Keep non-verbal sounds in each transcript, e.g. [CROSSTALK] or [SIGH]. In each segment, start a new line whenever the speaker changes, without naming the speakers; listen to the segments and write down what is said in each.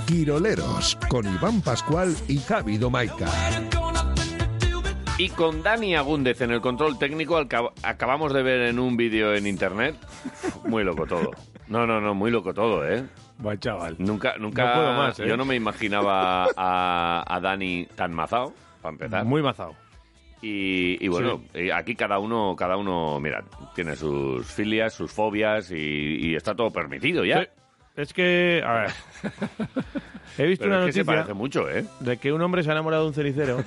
Pioleros con Iván Pascual y Javi Domaica.
Y con Dani Agúndez en el control técnico al cab- acabamos de ver en un vídeo en
[LAUGHS]
internet. Muy loco todo. No, no, no, muy loco todo, ¿eh?
Buen chaval.
Nunca, nunca.
No puedo más, ¿eh?
Yo no me imaginaba a, a Dani tan mazao, para empezar.
Muy mazado.
Y, y bueno, eh, aquí cada uno, cada uno, mira, tiene sus filias, sus fobias y, y está todo permitido ya.
Sí. Es que, a ver, he visto
Pero es
una
que se
noticia
parece mucho, ¿eh?
de que un hombre se ha enamorado de
[LAUGHS]
un cenicero.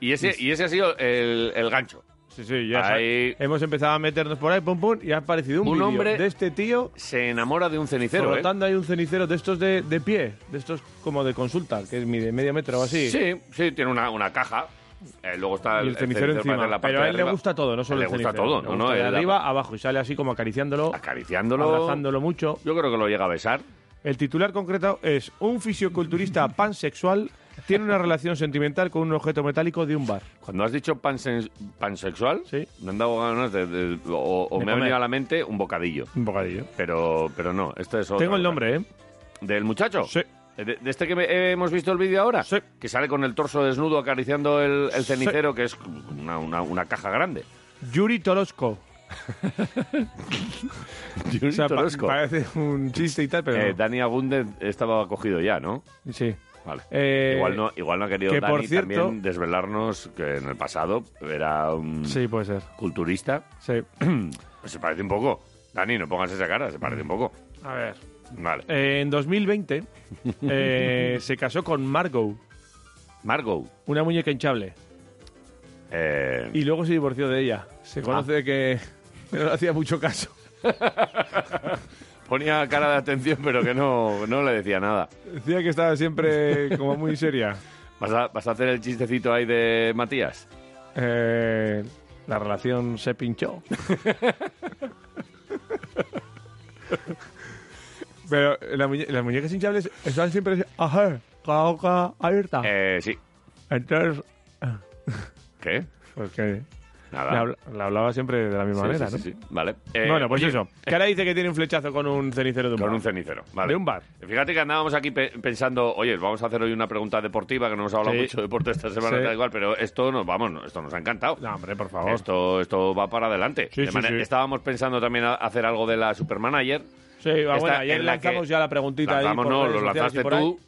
Y ese, y ese ha sido el, el gancho.
Sí, sí, ya sa-
Ahí-
hemos empezado a meternos por ahí, pum, pum, y ha aparecido un,
Un
vídeo
hombre
de este tío
Se enamora de un cenicero, ¿eh?
flotando ahí un cenicero de estos de, de pie, de estos como de consulta, que mide medio metro o así.
Sí, sí, tiene una, una caja. Eh, luego está
Y el cenicero
para
encima.
hacer la parte
Pero a
de
él le
arriba.
gusta todo, no solo
Le
el
gusta
cenicero.
todo,
Le
¿no? Eh,
gusta
no,
de
Él
arriba abajo y sale así como acariciándolo,
acariciándolo.
abrazándolo mucho.
Yo creo que lo llega a besar.
El titular concreto es un fisioculturista pansexual tiene una relación sentimental con un objeto metálico de un bar.
Cuando has dicho pansen- pansexual,
Sí.
me han dado ganas de. de- o o
De
me ha
comer.
venido a la mente un bocadillo.
Un bocadillo.
Pero, pero no, este es otro.
Tengo el nombre, ¿eh?
¿Del muchacho?
Sí.
¿De, de este que me- hemos visto el vídeo ahora?
Sí.
Que sale con el torso desnudo acariciando el, el
Sí.
cenicero, que es una, una- una caja
[LAUGHS]
grande.
¿eh? Yuri Tolosco.
Yuri
O sea, pa-
Torosco.
parece un chiste y tal, pero.
Eh,
no.
Dani Agúndez estaba cogido ya, ¿no?
Sí.
Vale.
Eh,
igual, no, igual no ha querido
que
Dani
por cierto-
también desvelarnos que en el pasado era un
Sí, puede ser.
culturista.
Sí.
[CLEARS THROAT] Pues se parece un poco. Dani, no pongas esa cara, se parece un poco.
A ver.
Vale.
Eh, en 2020
[LAUGHS]
eh, se casó con Margot,
Margot.
una muñeca hinchable,
eh, Ah.
y luego se divorció de ella. Se conoce que [LAUGHS] no le hacía mucho caso.
ponía cara de atención, pero que no, no le decía nada.
Decía que estaba siempre como muy seria.
¿Vas a, vas a hacer el chistecito ahí de Matías?
Eh, la relación se pinchó. Pero la muñe- las muñecas hinchables están siempre ajá, la boca abierta.
Eh, sí.
Entonces,
¿Qué?
pues que
Nada.
la, habla- la hablaba siempre de la misma
Sí,
manera,
sí,
¿no?
sí, sí. Vale. Eh,
bueno, pues
oye,
eso. Que ahora dice que tiene un flechazo con un cenicero de un
Con
bar.
un cenicero. Vale.
De un bar.
Fíjate que andábamos aquí pe- pensando, oye, vamos a hacer hoy una pregunta deportiva, que no hemos hablado
Sí.
mucho de deporte esta semana,
Sí.
tal igual, pero esto nos, vamos, no, esto nos ha encantado.
No, hombre, por favor.
Esto, esto va para adelante.
Sí,
De
sí,
manera-
sí.
Estábamos pensando también a- hacer algo de la Supermanager.
Sí, va,
Esta
bueno,
en
ayer
la
lanzamos
que-
ya la preguntita
Lanzamos,
ahí. por
no,
redes
lo
sociales y
lanzaste
por ahí.
tú.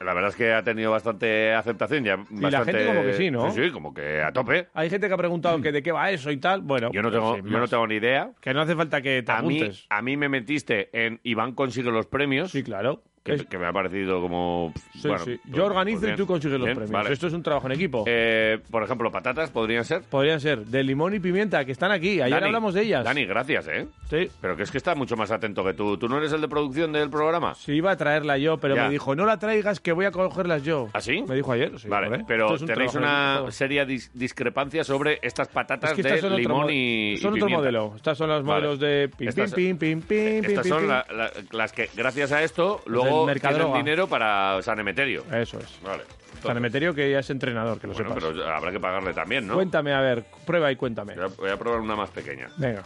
La verdad es que ha tenido bastante aceptación. Ya y
la gente como que sí, ¿no?
Sí, sí, como que a tope.
Hay gente que ha preguntado que de qué va eso y tal. Bueno,
Yo no
pues
tengo,
sin
yo no
más.
tengo ni idea.
Que no hace falta que te
A mí,
apuntes.
a mí me metiste en Iván consigue los premios.
Sí, claro.
que,
Es-
que me ha parecido como...
sí,
bueno,
sí.
pues-
Yo organizo
pues
y tú
bien,
consigues los
bien,
premios.
vale.
Esto es un trabajo en equipo.
Eh, por ejemplo, patatas podrían ser.
Podrían ser de limón y pimienta, que están aquí. Ayer
Dani,
hablamos de ellas.
Dani, gracias, ¿eh?
Sí.
Pero que es que está mucho más atento que tú. ¿Tú no eres el de producción del programa?
Sí, iba a traerla yo, pero
Ya.
me dijo, no la traigas, que voy a cogerlas yo.
¿Ah, sí?
Me dijo ayer. sí,
vale,
joder.
pero
Esto es un
tenéis
trabajo en
una
equipo.
seria dis- discrepancia sobre estas patatas
Es que
de
estas son otro
limón
mo-
y,
Son
y
otro
pimienta.
modelo. Estas son los
Vale.
modelos de pim,
Estas- eh,
pim, pim, pim, pim, pim,
Estas
pim,
son
pim.
la- la- las que, gracias a esto, luego
del
tienen
Mercadroga.
dinero para San Emeterio.
Eso es.
Vale.
San Emeterio, que ya es entrenador, que lo
Bueno,
sepas.
pero habrá que pagarle también, ¿no?
Cuéntame, a ver, prueba y cuéntame.
Voy a, voy a probar una más pequeña.
Venga.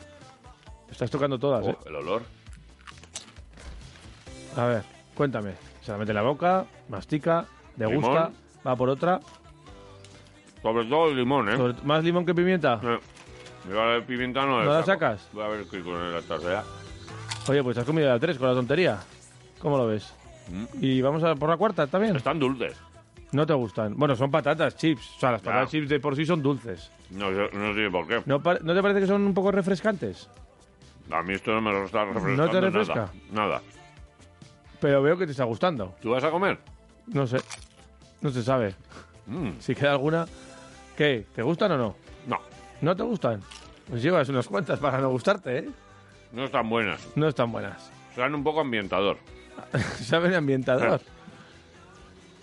Estás tocando todas, ¿eh?
Oh, el olor.
A ver, cuéntame. Se la mete en la boca, mastica, degusta,
Limón.
va por otra.
Sobre todo el limón, ¿eh?
Sobre- ¿Más limón que pimienta?
Eh, Yo la de pimienta no,
¿No la
saco.
sacas?
Voy a ver qué con el hasta sea.
Oye, pues has comido ya tres con la tontería. ¿Cómo lo ves? ¿Y vamos a por la cuarta también?
Mm. Están dulces.
No te gustan. Bueno, son patatas, chips. O sea, las
Ya.
patatas chips de por sí son dulces.
No, sé- no sé por qué.
¿No, pa- no te parece que son un poco refrescantes?
A mí esto no me está refrescando
¿No te refresca?
Nada. nada.
Pero veo que te está gustando.
¿Tú vas a comer?
No sé. No se sabe.
Mm,
Si queda alguna... ¿Qué? ¿Te gustan o no?
no,
¿No te gustan? Pues llevas unas cuantas para no gustarte, ¿eh?
no están buenas.
No están buenas. [LAUGHS]
Están un poco ambientador.
Saben
[LAUGHS]
a ambientador.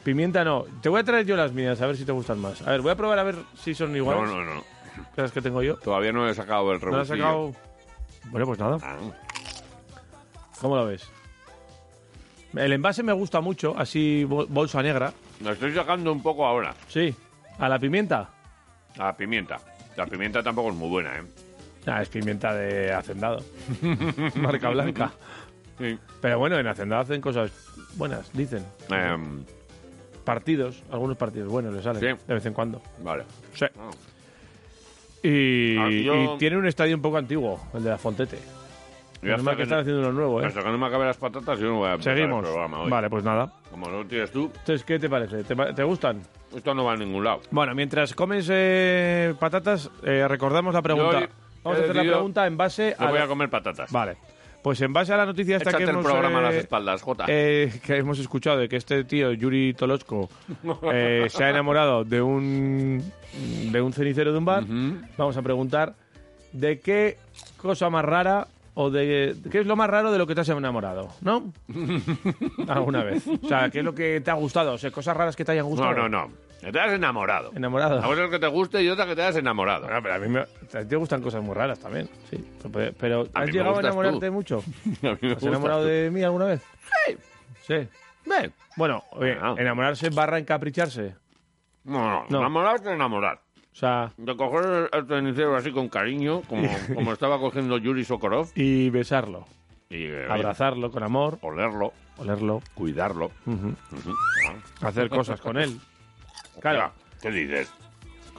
Pimienta no. Te voy a traer yo las mías, a ver si te gustan más. A ver, voy a probar a ver si son
No,
iguales
no, no.
que las que tengo yo.
Todavía no he sacado el
¿No las has
rebustillo.
sacado? Bueno, pues nada.
Ah,
¿Cómo lo ves? El envase me gusta mucho, así bol- bolsa negra.
lo estoy sacando un poco ahora.
Sí. ¿A la pimienta?
La pimienta. La pimienta tampoco es muy buena, ¿eh?
[LAUGHS] Ah, es pimienta de hacendado. Marca blanca.
Sí.
Pero bueno, en Hacenda hacen cosas buenas, dicen.
Em,
Partidos, algunos partidos buenos le salen
Sí.
de vez en cuando.
vale.
Sí.
Ah.
Y,
Ah, yo-
y tiene un estadio un poco antiguo, el de la Fontete.
Ya
Normal
hasta
que
que
están
no-
haciendo uno nuevo, ¿eh?
hasta que no me acabe las patatas, yo no voy a empezar
Seguimos.
el programa hoy.
Vale, pues nada.
Como no tienes tú,
Entonces, ¿qué te parece? ¿Te, pa- te gustan?
esto no va a ningún lado.
Bueno, mientras comes eh, patatas, eh, recordamos la pregunta.
Yo he-
Vamos
he
a hacer la
decidido-
pregunta en base
Yo
a...
voy
la-
a comer patatas.
Vale. Pues en base a la noticia esta
Échate
que
el
hemos...
programa a las
eh,
espaldas, Jota.
eh, que hemos escuchado de que este tío, Yuri
[LAUGHS]
Tolochko, eh, se ha enamorado de un, de un cenicero de un bar. Vamos a preguntar de qué cosa más rara o de qué es lo más raro de lo que te has enamorado, ¿no? [LAUGHS]
[LAUGHS]
Alguna vez. O sea, ¿qué es lo que te ha gustado? O sea, cosas raras que te hayan
no,
gustado.
no, no. Te has enamorado.
Enamorado.
Una cosa es que te guste y otra que te has enamorado.
Bueno, pero a mí me, a ti te gustan cosas muy raras también, sí. Pero, pero
A
¿has
mí me
llegado a
gustas
enamorarte
tú.
mucho?
[LAUGHS] A mí me
¿Has
gusta.
enamorado de mí alguna vez? Sí.
Ven.
Bueno, oye,
Ah.
enamorarse barra encapricharse.
No, no,
No.
Enamorar es enamorar.
O sea,
De coger el cenicero así con cariño,
[LAUGHS]
como, como estaba cogiendo Yuri Sokorov.
y besarlo,
Y eh,
abrazarlo con amor,
olerlo,
olerlo,
cuidarlo.
hacer cosas con él. Claro,
¿Qué dices?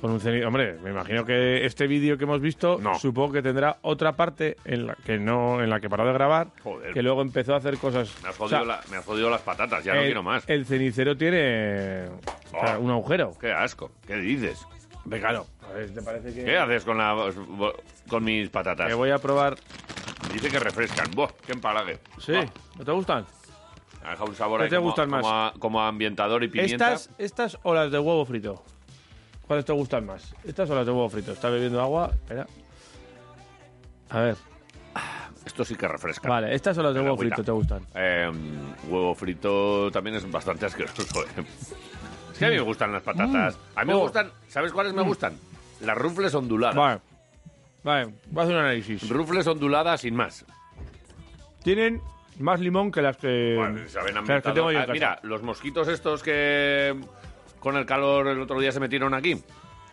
con un ceni- Hombre, me imagino que este vídeo que hemos visto,
No.
supongo que tendrá otra parte en la que no, en la que paró de grabar,
Joder.
que luego empezó a hacer cosas.
Me has
O
jodido,
sea, eh,
la- me has jodido las patatas, ya no
el-
quiero más.
El cenicero tiene o sea,
Oh.
un agujero.
Qué asco. ¿Qué dices?
Ve, claro. A ver, ¿te parece que.?
¿Qué haces con, la, con mis patatas?
Que voy a probar.
Dice que refrescan. ¡Buah! ¡Qué empalague!
Sí,
Buah,
¿no te gustan?
ha dejado un sabor
¿Qué
ahí
te
como,
gustan más?
Como, a, como a ambientador y pimienta.
Estas, estas o las de huevo frito. ¿Cuáles te gustan más? Estas o las de huevo frito. Está bebiendo agua. Espera. A ver.
Ah, Esto sí que refresca.
Vale, estas o las de
Venga,
huevo
agüita.
frito te gustan.
Eh, huevo frito también es bastante asqueroso. ¿eh? Es que a mí me gustan las patatas. A mí me
Oh.
gustan... ¿Sabes cuáles me gustan? Las rufles onduladas.
Vale. Vale, voy a hacer un análisis.
Rufles onduladas sin más.
Tienen más limón que las que.
Bueno, saben
que las que
ambientador.
tengo yo en
Ah,
casa.
mira, los mosquitos estos que con el calor el otro día se metieron aquí,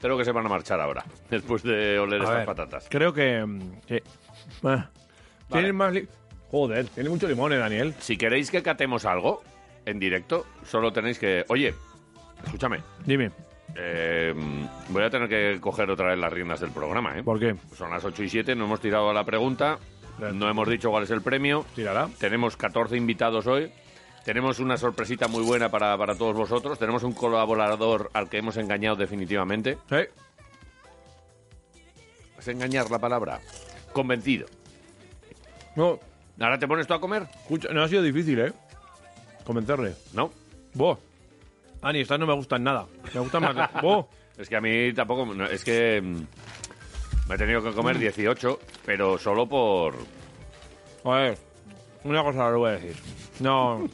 creo que se van a marchar ahora, [LAUGHS] después de oler
A
estas
ver,
patatas.
Creo que. mm, Sí. Ah. Tienen más. li- Joder, tiene mucho limón, eh, Daniel.
Si queréis que catemos algo en directo, solo tenéis que... Oye, escúchame,
Dime,
eh, voy a tener que coger otra vez las riendas del programa, ¿eh?
¿por qué?
Son las 8 y 7, no hemos tirado a la pregunta,
Claro.
no hemos dicho cuál es el premio,
Tirará.
tenemos 14 invitados hoy. Tenemos una sorpresita muy buena para, para todos vosotros. Tenemos un colaborador al que hemos engañado definitivamente.
Sí.
¿Vas a engañar la palabra? Convencido.
No,
¿Ahora te pones tú a comer?
escucha, no ha sido difícil, ¿eh? Convencerle.
No.
Buah. Ani, estas no me gustan nada. Me
[LAUGHS]
gustan [LAUGHS] más. Buah.
Es que a mí tampoco... no, es que mm, me he tenido que
Mm.
comer 18, pero solo por...
A ver, una cosa lo voy a decir. No,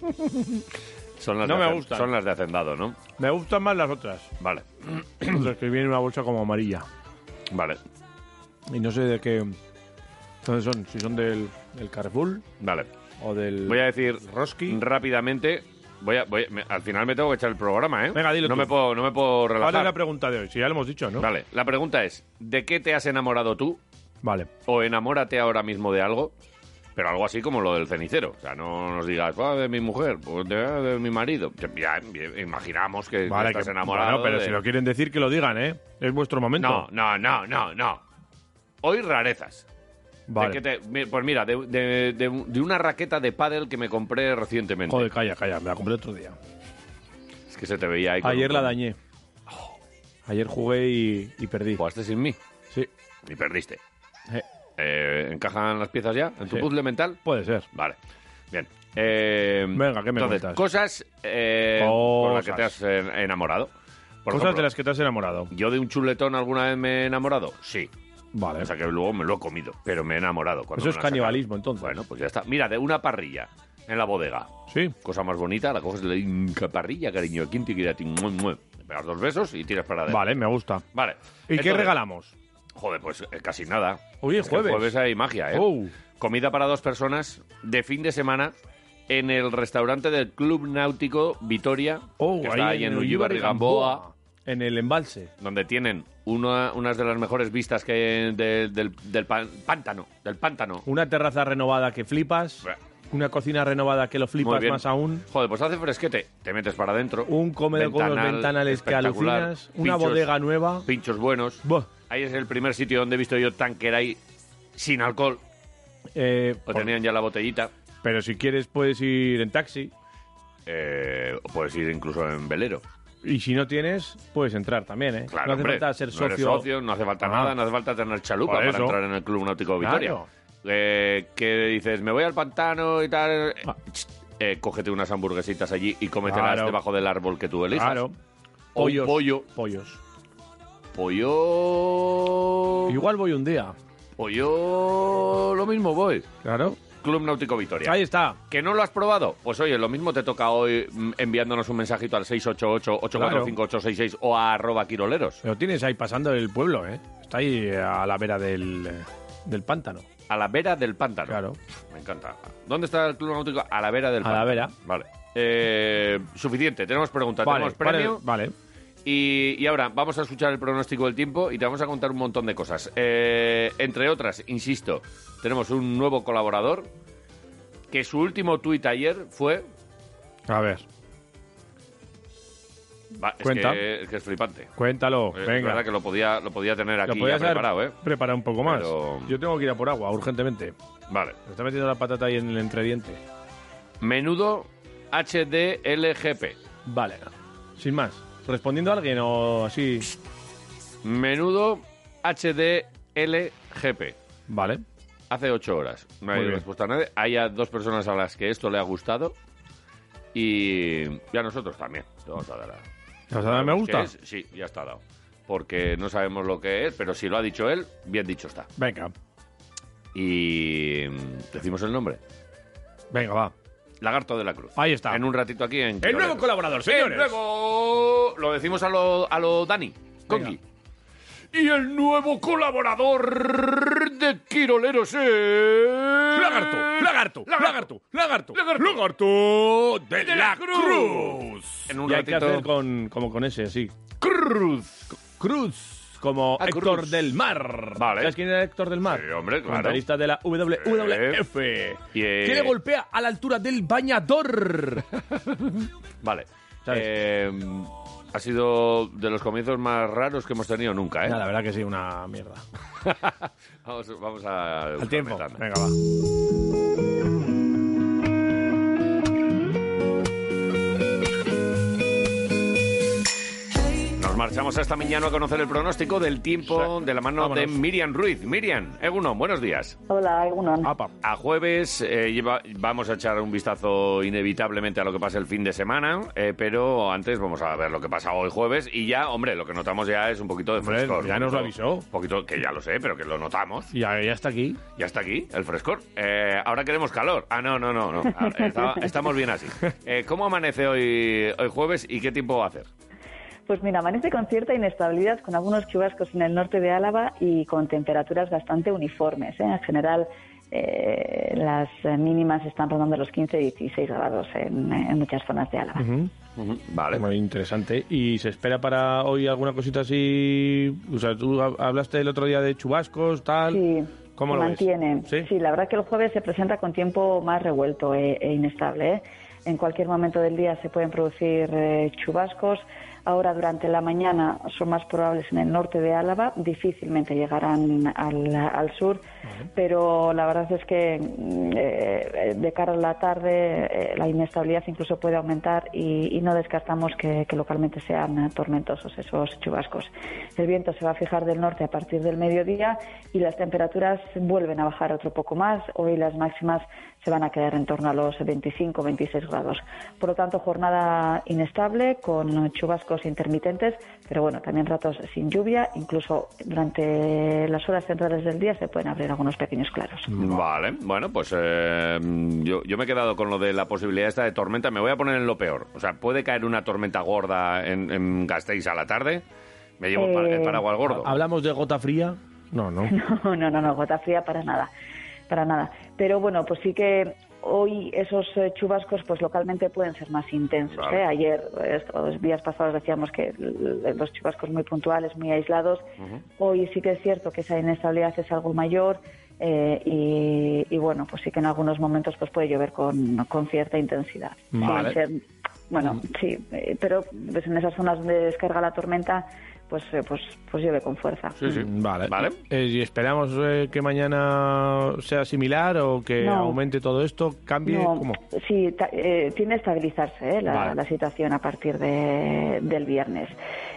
[LAUGHS] Son las
No
de
me
hacen-
gustan.
Son las de hacendado, ¿no?
me gustan más las otras.
Vale,
Las que vienen en una bolsa como amarilla.
vale,
Y no sé de qué. ¿Dónde son? Si son del, del Carrefour
vale.
o del.
Voy a decir
Roski.
rápidamente... Voy a, voy a- me- al final me tengo que echar el programa, ¿eh?
Venga, dilo
no
tú.
Me puedo, no me puedo relajar.
¿Cuál es la pregunta de hoy? Si ya lo hemos dicho, ¿no?
Vale, la pregunta es, ¿de qué te has enamorado tú?
Vale.
O enamórate ahora mismo de algo, pero algo así como lo del cenicero. O sea, no nos digas, "Ah, de mi mujer, pues de, de mi marido. Ya, ya imaginamos que
Vale,
estás
que-
enamorado.
bueno, pero
de-
si lo quieren decir, que lo digan, ¿eh? Es vuestro momento.
No, no, no, no, no. Hoy rarezas. De
Vale.
que te- mi- pues mira, de, de- de- de una raqueta de pádel que me compré recientemente.
Joder, calla, calla. Me la compré otro día.
Es que se te veía ahí. con
Ayer
un-
la dañé. Ayer jugué y, y perdí.
Jugaste sin mí
Sí.
y perdiste.
Eh,
Eh, ¿Encajan las piezas ya en tu
Sí.
puzzle mental?
puede ser.
Vale. Bien. Eh,
Venga, ¿qué me
entonces,
cuentas?
Cosas eh, con las que te has
Cosas.
eh, enamorado. Por
Cosas
ejemplo,
de las que te has enamorado.
¿Yo de un chuletón alguna vez me he enamorado? Sí.
Vale.
O sea que luego me lo he comido, pero me he enamorado. cuando
Eso
me
es
lo han sacado.
canibalismo, entonces.
Bueno, pues ya está. Mira, de una parrilla en la bodega.
Sí.
Cosa más bonita, la coges de la parrilla, cariño. ¿Quién te quiere a ti? Mua, mua. Le pegas dos besos y tiras para adelante.
Vale, me gusta.
Vale.
¿Y qué
Entonces,
regalamos?
Joder, pues eh, casi nada.
Oye,
Es que
jueves.
jueves hay magia, ¿eh?
Oh.
Comida para dos personas de fin de semana en el restaurante del Club Náutico Vitoria,
Oh,
que está ahí en Ullíbar y Gamboa,
En el embalse.
donde tienen una, unas de las mejores vistas que hay de- del, del pan- pántano, del pántano.
Una terraza renovada que flipas. una cocina renovada que lo
Muy
flipas
bien.
más aún.
Joder, pues hace fresquete. Te metes para adentro.
Un comedor con unos
Ventanal
ventanales que
espectacular.
alucinas. Una
Pinchos-
bodega nueva.
Pinchos buenos.
Buah.
Ahí es el primer sitio donde he visto yo Tanqueray sin alcohol.
Eh,
O tenían ya la botellita.
Pero si quieres puedes ir en taxi.
Eh, o puedes ir incluso en velero.
Y si no tienes, puedes entrar también, ¿eh?
Claro,
no hace
hombre.
falta ser
No, eres
socio.
socio, no hace falta
Ah.
nada, no hace falta tener chalupa
Por
para
eso.
entrar en el Club Náutico Vitoria.
Claro.
Eh, que dices, me voy al pantano y tal.
Ah.
Eh, cógete unas hamburguesitas allí y cómetelas
Claro.
debajo del árbol que tú elijas.
Claro.
O un
Pollos.
pollo.
Pollos.
Pollo.
Igual voy un día.
Pollo. Lo mismo voy.
Claro.
Club Náutico Vitoria.
Ahí está.
¿Que no lo has probado? Pues oye, lo mismo te toca hoy mm, enviándonos un mensajito al 688-845-866 o a arroba quiroleros.
Lo tienes ahí pasando el pueblo, ¿eh? Está ahí a la vera del, eh, del pántano.
A la vera del pántano.
Claro.
Me encanta. ¿Dónde está el Club Náutico? A la vera del
A la
pántano.
vera.
Vale. Eh, suficiente, tenemos preguntas,
Vale,
tenemos premio.
vale. vale.
Y, y ahora vamos a escuchar el pronóstico del tiempo y te vamos a contar un montón de cosas. Eh, entre otras, insisto, tenemos un nuevo colaborador que su último tuit ayer fue...
A ver,
va, es,
Cuenta.
Que, es que es flipante. Eh,
cuéntalo.
Es
Venga.
verdad que lo podía, lo podía tener
Lo
aquí ya
podías haber
preparado, ¿eh?
preparado un poco más.
Pero-
Yo tengo que ir a por agua, urgentemente.
Vale.
Me está metiendo la patata ahí en el entrediente.
Menudo HDLGP.
Vale. Sin más. ¿Respondiendo a alguien o así?
Menudo HDLGP.
Vale.
Hace ocho horas. No
Muy
hay
bien.
respuesta a nadie. Hay a dos personas a las que esto le ha gustado. Y, y a nosotros también. Le vamos a dar a-
¿Te vas a dar me
¿Qué
gusta?
es? Sí, ya está dado. Porque no sabemos lo que es, pero si lo ha dicho él, bien dicho está.
Venga.
Y mm, decimos el nombre.
Venga, va.
Lagarto de la Cruz.
Ahí está.
En un ratito aquí en...
El nuevo
Quiroleros.
colaborador,
El
señores.
nuevo... Lo decimos a lo, a lo Dani. Conqui. Y el nuevo colaborador de Quiroleros es...
Lagarto, lagarto, lagarto, lagarto, lagarto, de, la cruz.
En un
Y hay que
ratito...
hacer con, como con ese, así.
Cruz.
Cruz, como
Ah,
Héctor
Cruz.
del Mar.
Vale.
¿Sabes quién era Héctor del Mar?
Sí, hombre, claro.
Comentarista de la WWF.
Y, eh,
Que le golpea a la altura del bañador.
Vale.
¿Sabes?
Eh, ha sido de los comienzos más raros que hemos tenido nunca, ¿eh?
Nada, la verdad que sí, una mierda.
[LAUGHS] Vamos, vamos a...
Al tiempo.
meternos.
Venga, va.
Nos marchamos hasta Miñano a conocer el pronóstico del tiempo de la mano de
Vámonos.
Miriam Ruiz. Miriam, Egunon, buenos días.
Hola, Egunon.
Apa.
A jueves eh, lleva- vamos a echar un vistazo inevitablemente a lo que pasa el fin de semana, eh, pero antes vamos a ver lo que pasa hoy jueves y ya, hombre, lo que notamos ya es un poquito de
Hombre,
frescor.
ya
un
nos lo
poquito-
avisó.
Un poquito, que ya lo sé, pero que lo notamos.
Y ya, ya está aquí.
Ya está aquí el frescor. Eh, ahora queremos calor. Ah, no, no, no. no. Ahora, estaba- estamos bien
[LAUGHS]
así. Eh, ¿Cómo amanece hoy, hoy jueves y qué tiempo va a hacer?
Pues mira, amanece con cierta inestabilidad, con algunos chubascos en el norte de Álava y con temperaturas bastante uniformes. ¿eh? En general, eh, las eh, mínimas están rondando los 15 y 16 grados en, en muchas zonas de Álava.
Vale.
Muy interesante. ¿Y se espera para hoy alguna cosita así? O sea, tú hab- hablaste el otro día de chubascos, tal.
Sí,
¿Cómo
se
lo ves?
mantiene.
¿Sí?
la verdad que el jueves se presenta con tiempo más revuelto e, e inestable. ¿eh? En cualquier momento del día se pueden producir eh, chubascos. Ahora durante la mañana son más probables en el norte de Álava, difícilmente llegarán al, al sur, pero la verdad es que mm, eh, de cara a la tarde eh, la inestabilidad incluso puede aumentar y, y no descartamos que, que localmente sean eh, tormentosos esos chubascos. El viento se va a fijar del norte a partir del mediodía y las temperaturas vuelven a bajar otro poco más. Hoy las máximas se van a quedar en torno a los 25-26 grados. Por lo tanto, jornada inestable con chubascos intermitentes, pero bueno, también ratos sin lluvia. Incluso durante las horas centrales del día se pueden abrir algunos pequeños claros.
Vale, bueno, pues eh, yo, yo me he quedado con lo de la posibilidad esta de tormenta. Me voy a poner en lo peor. O sea, puede caer una tormenta gorda en, en Gasteiz a la tarde. Me llevo el par- el
Eh,
paraguas gordo.
¿Hablamos de gota fría? No,
[LAUGHS]
no.
No, no, no, no, gota fría para nada, para nada. Pero bueno, pues sí que hoy esos eh, chubascos pues localmente pueden ser más intensos.
Vale.
¿eh? Ayer, estos días pasados decíamos que l- los chubascos muy puntuales, muy aislados. Hoy sí que es cierto que esa inestabilidad es algo mayor. eh, y, y, bueno, pues sí que en algunos momentos pues puede llover con, con cierta intensidad.
Vale. Mm.
Sin ser- bueno, sí, eh, pero pues, en esas zonas donde descarga la tormenta, pues, eh, pues, pues llueve con fuerza.
Sí, sí.
Vale.
Vale.
Eh, ¿Y esperamos eh, que mañana sea similar o que
No.
aumente todo esto? ¿Cambie?
No,
¿Cómo?
Sí, ta- eh, tiende a estabilizarse eh, la,
Vale.
la situación a partir de- del viernes.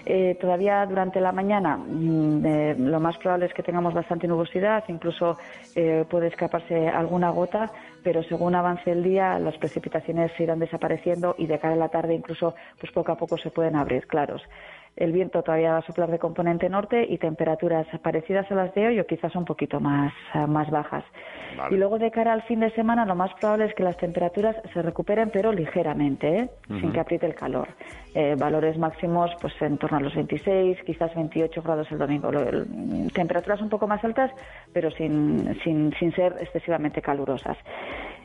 Eh, todavía durante la mañana mm, eh, lo más probable es que tengamos bastante nubosidad, incluso eh, puede escaparse alguna gota, pero según avance el día las precipitaciones se irán desapareciendo y de cara a la tarde incluso pues poco a poco se pueden abrir claros. El viento todavía va a soplar de componente norte y temperaturas parecidas a las de hoy o quizás un poquito más, eh, más bajas.
Vale.
Y luego de cara al fin de semana lo más probable es que las temperaturas se recuperen pero ligeramente, ¿eh? sin que apriete el calor. Eh, valores máximos pues en torno a los 26, quizás 28 grados el domingo. Lo- el- temperaturas un poco más altas pero sin, sin, sin ser excesivamente calurosas.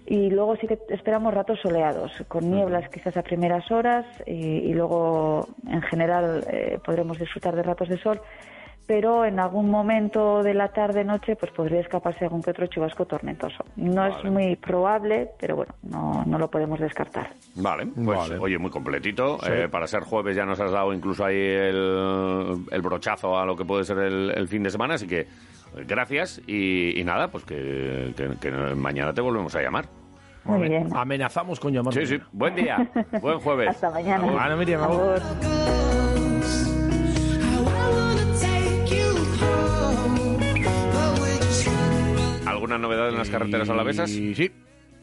Y luego sí que esperamos ratos soleados, con nieblas quizás a primeras horas y, y luego en general eh, podremos disfrutar de ratos de sol, pero en algún momento de la tarde-noche pues podría escaparse algún que otro chubasco tormentoso. No es muy probable, pero bueno, no, no lo podemos descartar.
Vale, pues
Vale.
oye, muy completito. Eh, para ser jueves ya nos has dado incluso ahí el, el brochazo a lo que puede ser el, el fin de semana, así que eh, gracias y, y nada, pues que, que- que mañana te volvemos a llamar.
Muy bien.
Amenazamos con llamar.
Sí, sí, buen
[LAUGHS]
día, buen jueves.
Hasta mañana.
Agur.
Ana Miriam, agur.
Agur.
¿Alguna novedad en las carreteras alavesas?
Y sí,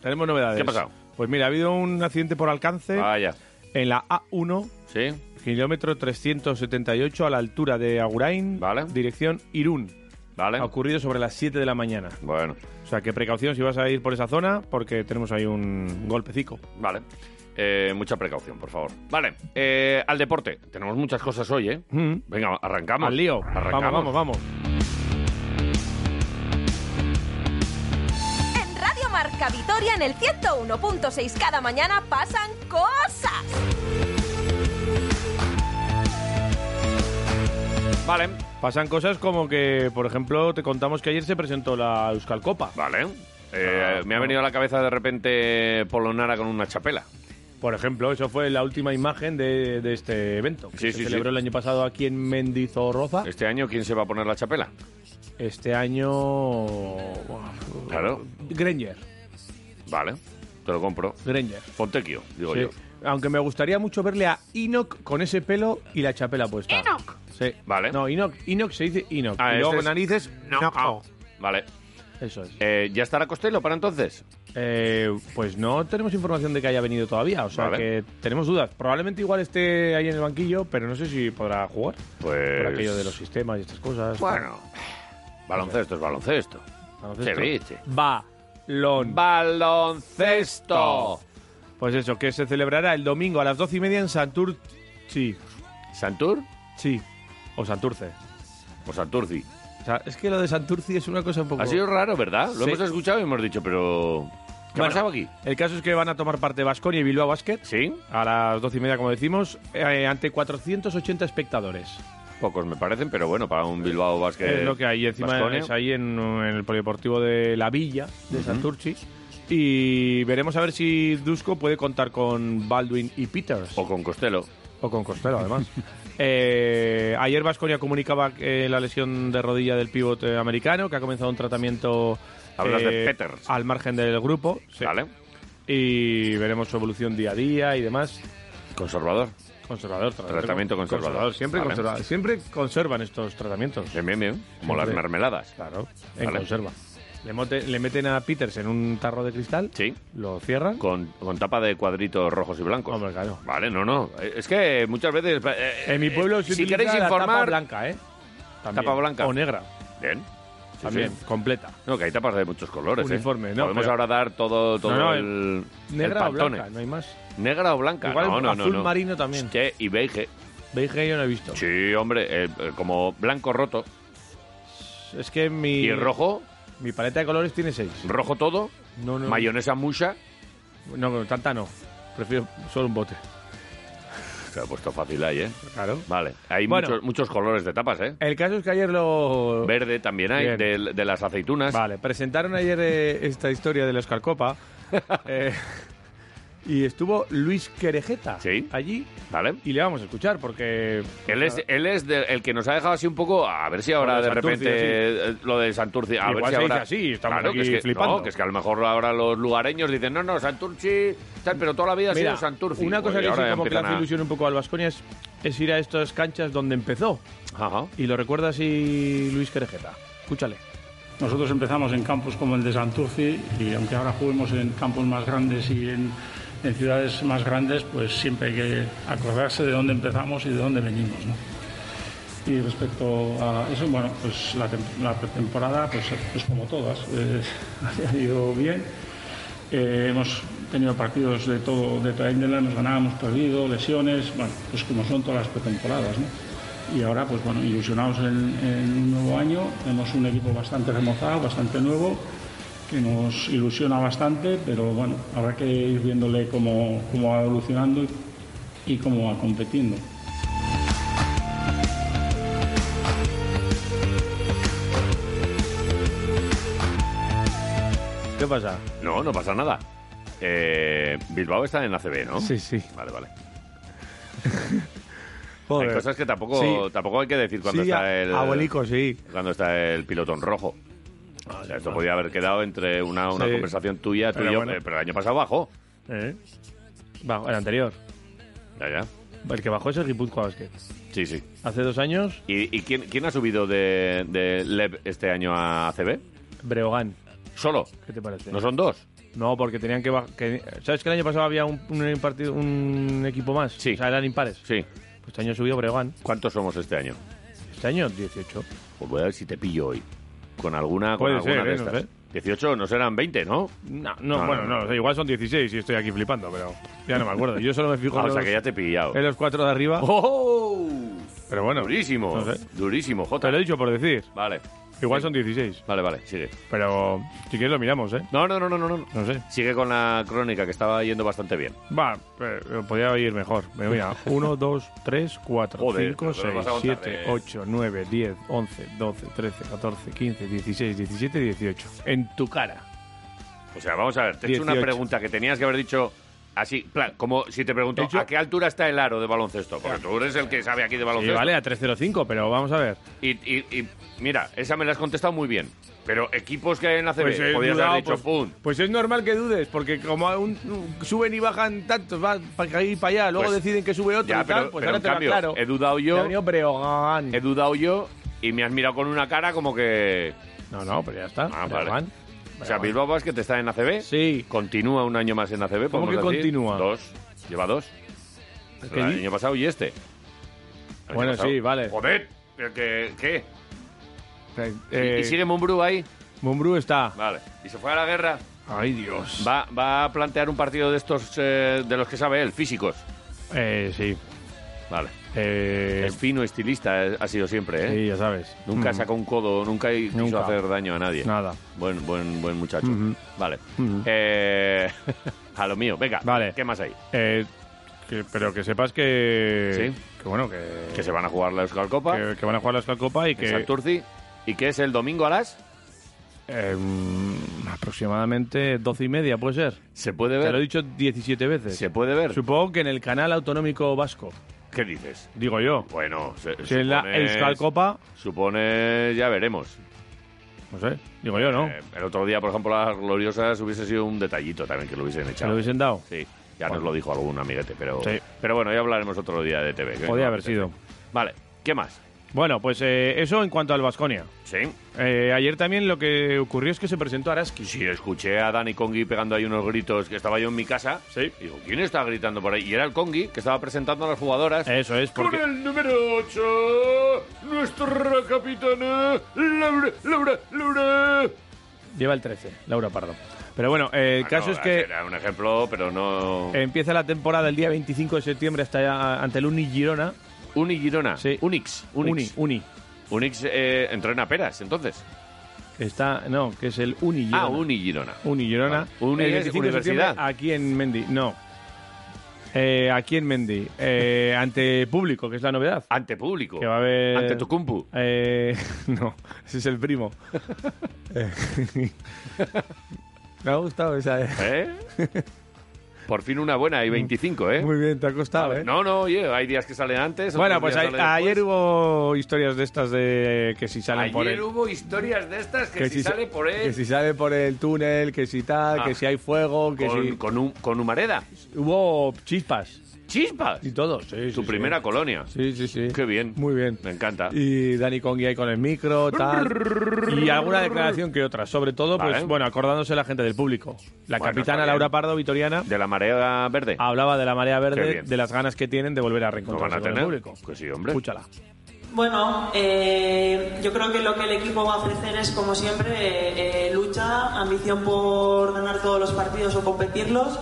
tenemos novedades.
¿Qué ha pasado?
Pues mira, ha habido un accidente por alcance
Vaya,
en la A1,
¿sí?
kilómetro 378, a la altura de Agurain,
Vale.
dirección Irún.
Vale.
Ha ocurrido sobre las 7 de la mañana.
Bueno,
O sea, que precaución si vas a ir por esa zona, porque tenemos ahí un golpecico.
vale. Eh, mucha precaución, por favor. Vale, eh, al deporte. Tenemos muchas cosas hoy, ¿eh?
Mm.
Venga, arrancamos.
Al lío.
Arrancamos.
Vamos, vamos, vamos.
En Radio Marca Vitoria, en el 101.6 cada mañana pasan cosas.
Vale,
Pasan cosas como que, por ejemplo, te contamos que ayer se presentó la Euskal Copa,
vale. Eh, me ha venido a la cabeza de repente Polonara con una chapela.
por ejemplo. Eso fue la última imagen de, de este evento que
Sí,
se
sí,
celebró
sí.
el año pasado aquí en Mendizorroza.
Este año, ¿quién se va a poner la chapela?
Este año... buah,
Claro,
Granger,
vale. Te lo compro.
Granger.
Fontecchio, digo
Sí.
yo.
Aunque me gustaría mucho verle a Enoch con ese pelo y la chapela puesta. ¡Enoch! Sí.
Vale.
No, Enoch, Enoch se dice Enoch.
Ah,
y luego
este es-
narices,
No, ah, Vale.
Eso es.
Eh, ¿Ya estará Costello para entonces?
Eh, pues no tenemos información de que haya venido todavía, o sea
Vale.
que tenemos dudas. Probablemente igual esté ahí en el banquillo, pero no sé si podrá jugar.
Pues-
Por aquello de los sistemas y estas cosas.
Bueno. Baloncesto es baloncesto.
Baloncesto.
ceviche.
Balón.
¡Baloncesto!
pues eso, que se celebrará el domingo a las doce y media en Santurci.
¿Santur
Sí. O Santurce.
o Santurci?
O sea, es que lo de Santurci es una cosa un poco.
Ha sido raro, ¿verdad? Lo
Sí.
hemos escuchado y hemos dicho, pero... ¿Qué ha
Bueno,
pasado aquí?
El caso es que van a tomar parte Vasconia y Bilbao Basket.
¿Sí?
A las doce y media, como decimos, eh, ante 480 espectadores.
Pocos me parecen, pero bueno, para un Bilbao Basket...
es lo que hay encima
Baskonia.
es ahí en, en el polideportivo de la villa de Santurchi y veremos a ver si Dusko puede contar con Baldwin y Peters
O con Costello.
o con Costello además [LAUGHS] Eh, ayer Vasconia comunicaba eh, la lesión de rodilla del pívot eh, americano que ha comenzado un tratamiento eh,
Hablas de Peters.
al margen del grupo sí.
¿Vale?
y veremos su evolución día a día y demás
Conservador.
conservador
Tratamiento conservador.
siempre
Vale.
conservador. siempre conservan estos tratamientos
Bien, bien, bien. Como las
Siempre.
mermeladas.
Claro, en
Vale.
conserva. Le, mote- le meten a Peters en un tarro de cristal,
Sí.
lo cierran.
Con, con tapa de cuadritos rojos y blancos.
Hombre, claro.
Vale, no, no. Eh, Es que muchas veces... eh,
En mi pueblo
eh,
se
Si
utiliza
queréis
la
informar...
tapa blanca, ¿eh?
Tapa blanca.
O negra,
Bien. Sí,
también,
sí.
completa.
No, que hay tapas de muchos colores, ¿eh?
Uniforme, no,
Podemos
pero-
ahora dar todo, todo
No, no,
el...
Negra
el
o
Pantone.
blanca, no hay más.
Negra o blanca.
Igual
no, no, no,
azul
no.
marino también.
Sí, y beige.
Veis que yo no he visto.
Sí, hombre, eh, eh, como blanco roto.
Es que mi,
Y el rojo,
mi paleta de colores tiene seis.
rojo todo.
No, no.
Mayonesa mucha.
No, tanta no. Prefiero solo un bote.
Se ha puesto fácil ahí, ¿eh?
Claro.
Vale. Hay
Bueno.
muchos, muchos colores de tapas, ¿eh?
El caso es que ayer lo...
Verde también hay,
Bien.
del- de, las aceitunas.
Vale, presentaron ayer eh, esta historia del
[LAUGHS]
Oscar Copa. eh, y estuvo Luis Querejeta
Sí.
allí.
¿Vale?
Y le vamos a escuchar porque...
Él es, él es de- el que nos ha dejado así un poco, a ver si ahora
Lo
de
de Santurce,
repente eh, lo de Santurce, a
Igual
ver si
se dice
ahora...
así, estamos
Claro, que
aquí
es que,
flipando.
no, que es que a lo mejor ahora los lugareños dicen, no, no, Santurci, tal, pero toda la vida ha sido Santurci.
una cosa
Pues, y
que sí
ahora
como que le
empiezan
hace
a-
ilusión un poco al Vasconia es, es ir a estas canchas donde empezó.
Ajá.
Y lo recuerda así Luis Querejeta. Escúchale.
Nosotros empezamos en campos como el de Santurce y aunque ahora juguemos en campos más grandes y en, en ciudades más grandes, pues siempre hay que acordarse de dónde empezamos y de dónde venimos. ¿no? Y respecto a eso, bueno, pues la, tem- la pretemporada, pues, pues como todas, eh, [LAUGHS] ha ido bien. Eh, hemos tenido partidos de todo, de toda índole, nos ganábamos, perdido, lesiones, bueno, pues como son todas las pretemporadas, ¿no? Y ahora, pues bueno, ilusionados en, en un nuevo año, tenemos un equipo bastante remozado, bastante nuevo, que nos ilusiona bastante, pero bueno, habrá que ir viéndole cómo, cómo va evolucionando y, y cómo va competiendo.
¿Qué pasa?
No, no pasa nada. Eh, Bilbao está en ACB, ¿no?
Sí, sí.
Vale, vale.
[LAUGHS] Joder.
Hay cosas que tampoco,
Sí.
tampoco hay que decir cuando
Sí,
está
a-
el...
abuelico, sí.
cuando está el pilotón rojo. O sea, esto podía haber quedado entre una, una
Sí.
conversación tuya, tú
Pero
y yo,
bueno.
eh, pero el año pasado bajó.
¿Eh? Va, el anterior.
Ya, ya.
El que bajó es el Guipúzcoa Basket.
Sí, sí.
Hace dos años,
¿Y, y quién, quién ha subido de, de LEB este año a ACB?
Breogán.
Solo.
¿Qué te parece?
¿No son dos?
No, porque tenían que, baj- que- ¿Sabes que el año pasado había un, un partido- un equipo más?
Sí.
O sea, eran impares.
Sí.
Pues este año subió Breogán.
¿Cuántos somos este año?
Este año 18.
Pues voy a ver si te pillo hoy. Con alguna, con
Puede
alguna
ser,
de
¿eh? No
estas.
sé.
18 no serán 20, ¿no?
No,
No,
bueno,
no,
no,
no.
o sea, igual son 16 y estoy aquí flipando, pero ya no me acuerdo. Yo solo me fijo
Ah,
en,
o sea
los,
que ya te he pillado.
en los cuatro de arriba.
¡Oh!
Pero bueno,
Durísimo.
no sé.
Durísimo, Jota.
te lo he dicho por decir.
Vale.
Igual
Sí.
son 16.
Vale, vale, sigue.
Pero si quieres lo miramos, ¿eh?
No, no, no, no, no. no.
No sé.
Sigue con la crónica que estaba yendo bastante bien.
Va, eh, podría ir mejor.
[LAUGHS]
Pero mira, 1, 2, 3, 4,
Joder,
5,
pero te lo
6,
vas a contar,
7,
eh.
8, 9, 10, 11, 12, 13, 14, 15, 16, 17, 18. En tu cara.
O sea, vamos a ver, te he hecho una
18.
pregunta que tenías que haber dicho así, plan, como si te pregunto,
He hecho-
¿a qué altura está el aro de baloncesto? Porque tú eres el que sabe aquí de
Sí,
baloncesto.
vale, a 305, pero vamos a ver.
y, y- y, mira, esa me la has contestado muy bien. Pero equipos que hay en la CB,
he
podías
dudado,
haber dicho,
pues,
pum.
pues es normal que dudes, porque como a un- un- suben y bajan tantos, va para ahí y para allá, luego
Pues,
deciden que sube otro
ya,
y tal,
pero-
pues
pero
ahora
en
te lo
cambio,
aclaro.
he dudado yo.
Te ha venido Breogán.
He dudado yo y me has mirado con una cara como que...
No, no, pero ya está.
Ah, vale.
Breogán.
O sea, Bilbao Basket está en ACB.
Sí.
Continúa un año más en ACB.
¿Cómo
podemos
que
decir.
continúa?
Dos. Lleva dos. El
¿Qué di-
año pasado y este. El
Bueno,
año pasado.
sí, vale.
Joder, pero que- ¿qué?
Eh,
¿Y sigue Mumbrú ahí?
Mumbrú está.
Vale. ¿Y se fue a la guerra?
Ay, Dios.
Va, va a plantear un partido de estos, eh, de los que sabe él, físicos.
Eh, sí.
Vale.
Eh,
es fino estilista, eh, ha sido siempre, ¿eh?
Sí, ya sabes.
Nunca
Mm.
sacó un codo, nunca hi- quiso
Nunca.
hacer daño a nadie.
Nada.
Buen, buen, buen muchacho.
Ujú.
Vale.
Ujú.
Eh, [LAUGHS] a lo mío, venga.
Vale.
¿Qué más hay?
Eh, que- pero que sepas que.
Sí.
Que bueno, que.
Que se van a jugar la Euskal Copa,
que- que van a jugar la Euskal Copa y
en
que.
Santurci, y que es el domingo a las...
eh, mm, aproximadamente 12 y media, puede ser.
¿Se puede
Te lo he
ver?
dicho 17 veces.
¿Se puede ver?
Supongo que en el canal autonómico vasco,
¿Qué dices?
digo yo.
Bueno, se-
Si en la
supones-
Euskal Copa,
Supones, ya veremos.
no sé, digo yo, ¿no?
Eh, el otro día, por ejemplo, las gloriosas hubiese sido un detallito también que lo hubiesen
¿Se
echado.
lo hubiesen dado?
Sí, ya nos lo dijo algún amiguete, pero,
Sí.
pero bueno, ya hablaremos otro día de TV. que
Podía
no
haber
apetece.
sido.
Vale, ¿qué más?
Bueno, pues eh, eso en cuanto al Vasconia.
Sí,
Eh, ayer también lo que ocurrió es que se presentó Araski.
sí, escuché a Dani Congi pegando ahí unos gritos que estaba yo en mi casa. Sí. Digo, ¿quién está gritando por ahí? Y era el Congi que estaba presentando a las jugadoras.
Eso es,
Con
porque
el número 8, nuestra capitana, Laura, Laura, Laura.
lleva el 13, Laura Pardo. Pero bueno, eh, el
Ah,
caso
no,
es que Em.
Era un ejemplo, pero no...
empieza la temporada el día 25 de septiembre hasta ya- ante el Uni Girona.
Uni Girona.
Sí.
Unix. Unix.
Uni, Uni.
Unix eh, entrena peras, entonces.
Está, no, que es el Uni Girona.
Ah, Uni Girona.
Uni Girona.
Vale. Uni
el
es
25 de
universidad.
septiembre aquí en Mendy. No. Eh, aquí en Mendy. Eh, ante público, que es la novedad.
Ante público.
Que va a haber...
Ante tu cumpu.
Eh, [LAUGHS] no, ese es
[LAUGHS]
el primo. Eh, [LAUGHS] Me ha gustado esa. eh.
¿Eh? Por fin una buena, hay 25, ¿eh?
[LAUGHS] Muy bien, te ha costado, ¿eh?
No, no, oye, hay días que salen antes.
Bueno,
otros
pues
días
a-
salen después.
ayer hubo historias de estas de que si salen por
Ayer
el...
hubo historias de estas que, si,
sa-
sale por
Que
él
si sale por el túnel, que si tal,
Ah.
que si hay fuego, que
con,
si...
con, un- con humareda.
Hubo chispas
¡Chispas!
y todo, sí,
Tu
sí,
primera
sí.
colonia.
Sí, sí, sí.
Qué bien.
Muy bien.
Me encanta.
Y Dani Congi ahí con el micro, tal. Y alguna declaración que otra. Sobre todo,
Vale.
pues, bueno, acordándose la gente del público. La
Bueno, está
capitana
bien.
Laura Pardo, vitoriana,
De la marea verde.
hablaba de la marea
Qué
verde,
bien.
de las ganas que tienen de volver a
¿No van
reencontrarse
a
con
tener?
el público.
Que sí, hombre.
Escúchala.
Bueno, eh, yo creo que lo que el equipo va a ofrecer es, como siempre, eh, eh, lucha, ambición por ganar todos los partidos o competirlos.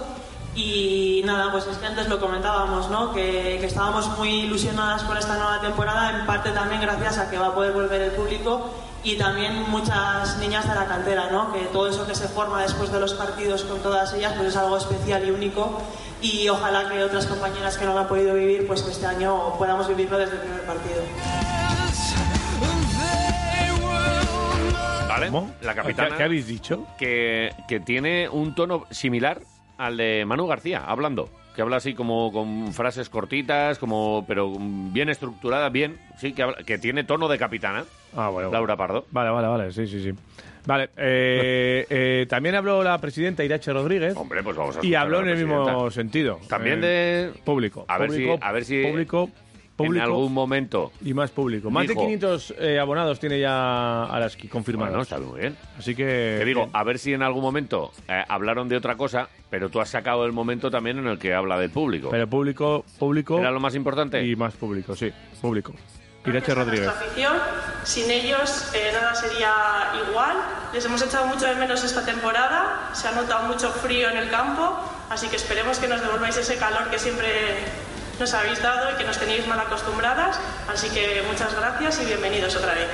Y nada, pues es que antes lo comentábamos, ¿no? Que, que estábamos muy ilusionadas por esta nueva temporada, en parte también gracias a que va a poder volver el público y también muchas niñas de la cantera, ¿no? Que todo eso que se forma después de los partidos con todas ellas, pues es algo especial y único. Y ojalá que otras compañeras que no lo han podido vivir, pues que este año podamos vivirlo desde el primer partido.
¿Vale?
¿Cómo?
La
¿Qué,
capitana
qué habéis dicho?
que, que tiene un tono similar al de Manu García, hablando. Que habla así como con frases cortitas, como pero bien estructurada, bien. Sí, que, habla- que tiene tono de capitana,
Ah, bueno.
Laura Pardo.
Vale, vale, vale. Sí, sí, sí. Vale.
[LAUGHS]
eh, eh, también habló la presidenta Irache Rodríguez
Hombre, pues vamos a
y
escuchar
habló
a
en
la
el mismo
presidenta.
sentido.
También
Eh,
de...
público.
A ver si-
Público,
a ver si
Público, público.
En algún momento.
Y más público. Más
Dijo-
de 500 eh, abonados tiene ya Araski confirmados.
Bueno, está muy bien.
Así que.
Te digo,
bien.
a ver si en algún momento eh, hablaron de otra cosa, pero tú has sacado el momento también en el que habla del público.
Pero público, público.
¿Era lo más importante?
Y más público, sí. Público. Irache Rodríguez.
Nuestra afición, sin ellos eh, nada sería igual. Les hemos echado mucho de menos esta temporada, se ha notado mucho frío en el campo, así que esperemos que nos devolváis ese calor que siempre nos habéis dado y que nos tenéis mal acostumbradas. Así que muchas gracias y bienvenidos otra vez.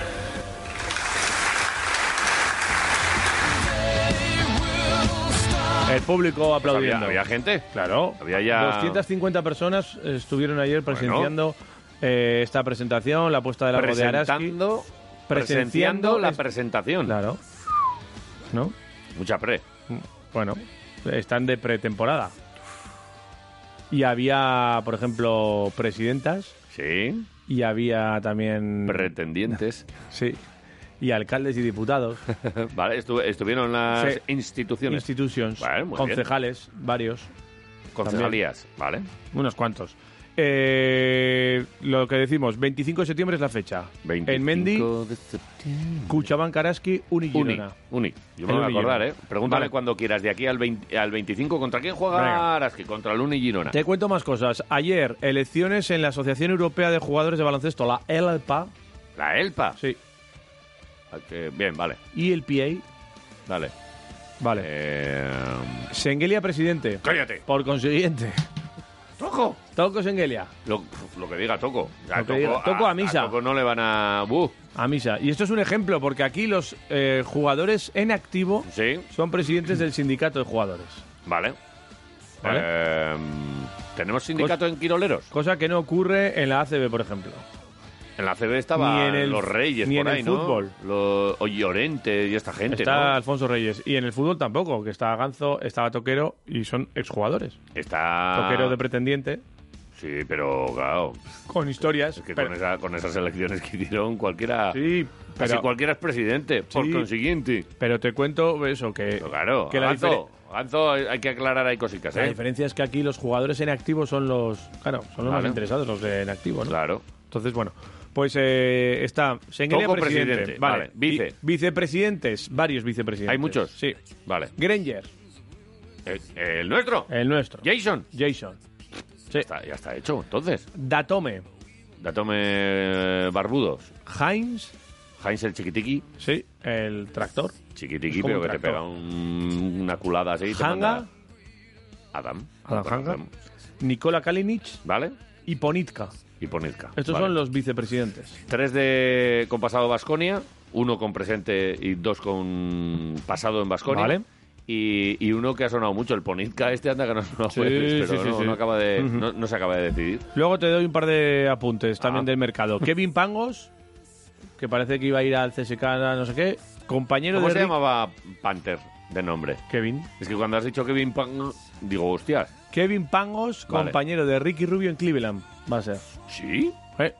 El público
Pues ¿Había,
aplaudiendo.
había gente?
Claro.
Había ya...
250 personas estuvieron ayer presenciando eh, esta presentación, la puesta de la voz de Araski.
presentando, presenciando la
es-
presentación.
Claro. ¿No?
Mucha pre.
Bueno, están de pretemporada. Y había, por ejemplo, presidentas
Sí.
y había también
Pretendientes.
[LAUGHS] sí, y alcaldes y diputados,
[LAUGHS] vale, estu- estuvieron las
Sí.
instituciones.
instituciones,
Vale, muy
concejales, varios,
concejalías. Vale.
unos cuantos. Eh, lo que decimos, 25 de septiembre es la fecha.
25
en Mendy,
de septiembre.
Cuchaban Karaski, Uni
Uni,
Girona.
Uni. Yo me
El
voy a
Uni
acordar, ¿eh?
Girona.
Pregúntale
Vale.
cuando quieras, de aquí al, 20 al 25. ¿Contra quién juega
Venga.
Araski? Contra el Uni Girona.
Te cuento más cosas. Ayer, elecciones en la Asociación Europea de Jugadores de Baloncesto, la E ELPA,
La E Elpa.
sí,
Ah, que- Bien, vale.
y el PA,
Dale.
vale.
Eh,
Sengelia presidente.
¡Cállate!
Por consiguiente,
¡Toco!
Toco Sengelia
Lo, lo que diga Toco. ah, A
Lo que diga. Toco a misa.
Toco no le van a... ¡Buh!
a misa. Y esto es un ejemplo porque aquí los eh, jugadores en activo
Sí,
son presidentes del sindicato de jugadores.
vale.
Vale.
Eh, ¿Tenemos sindicato
Pues,
en Quiroleros?
Cosa que no ocurre en la ACB, por ejemplo.
En la CB estaba
Ni en el-
los Reyes
ni
por
en el
ahí, ¿no?
fútbol.
Los, o Llorente y esta gente,
está
¿no?
Alfonso Reyes. Y en el fútbol tampoco, que está Ganzo, estaba Toquero y son exjugadores.
Está...
Toquero de pretendiente,
Sí, pero claro,
con historias.
es que
pero-
con, esa- con esas elecciones que hicieron cualquiera...
Sí,
Casi
pero,
cualquiera es presidente, por
Sí.
consiguiente.
pero te cuento eso, que,
Pero claro,
que la,
Ganzo,
diferen-
Ganzo, hay que aclarar ahí cositas,
la
¿eh?
diferencia es que aquí los jugadores en activo son los, claro, son los más
Vale.
interesados, los de en activo, ¿no?
Claro.
Entonces, bueno, pues eh, está Senghelia
Toco
presidente,
presidente,
vale,
vale, vice.
Y vicepresidentes, varios vicepresidentes.
¿Hay muchos?
Sí.
Vale.
Granger,
¿El, el nuestro?
el nuestro.
¿Jason?
Jason. Sí.
Está- ya está hecho, entonces.
Datome,
Datome eh, Barbudos.
Heinz,
Heinz el chiquitiqui.
sí, el tractor.
Chiquitiqui,
Es
pero
como un
que te
tractor.
pega un- una culada así. y Te
Hanga,
manda Adam.
Adam Hanga, Nikola Kalinic
¿Vale?
y Ponitka.
Y Ponizka.
Estos
Vale.
son los vicepresidentes.
Tres de con pasado Basconia, uno con presente y dos con pasado en Basconia.
Vale.
y, y uno que ha sonado mucho, el Ponizka este anda que no, no
Sí,
puede tres, pero
sí, sí,
no,
sí.
no acaba de,
Ujú.
no, no se acaba de decidir.
Luego te doy un par de apuntes también
Ah.
del
[LAUGHS]
mercado. Kevin Pangos, que parece que iba a ir al CSK, no sé qué. Compañero
¿Cómo
de
se
Rick-
llamaba Panther de nombre?
Kevin.
Es que cuando has dicho Kevin Pang, digo, hostias,
Kevin Pangos,
Vale.
compañero de Ricky Rubio en Cleveland. Va a ser.
¿sí?
Eh,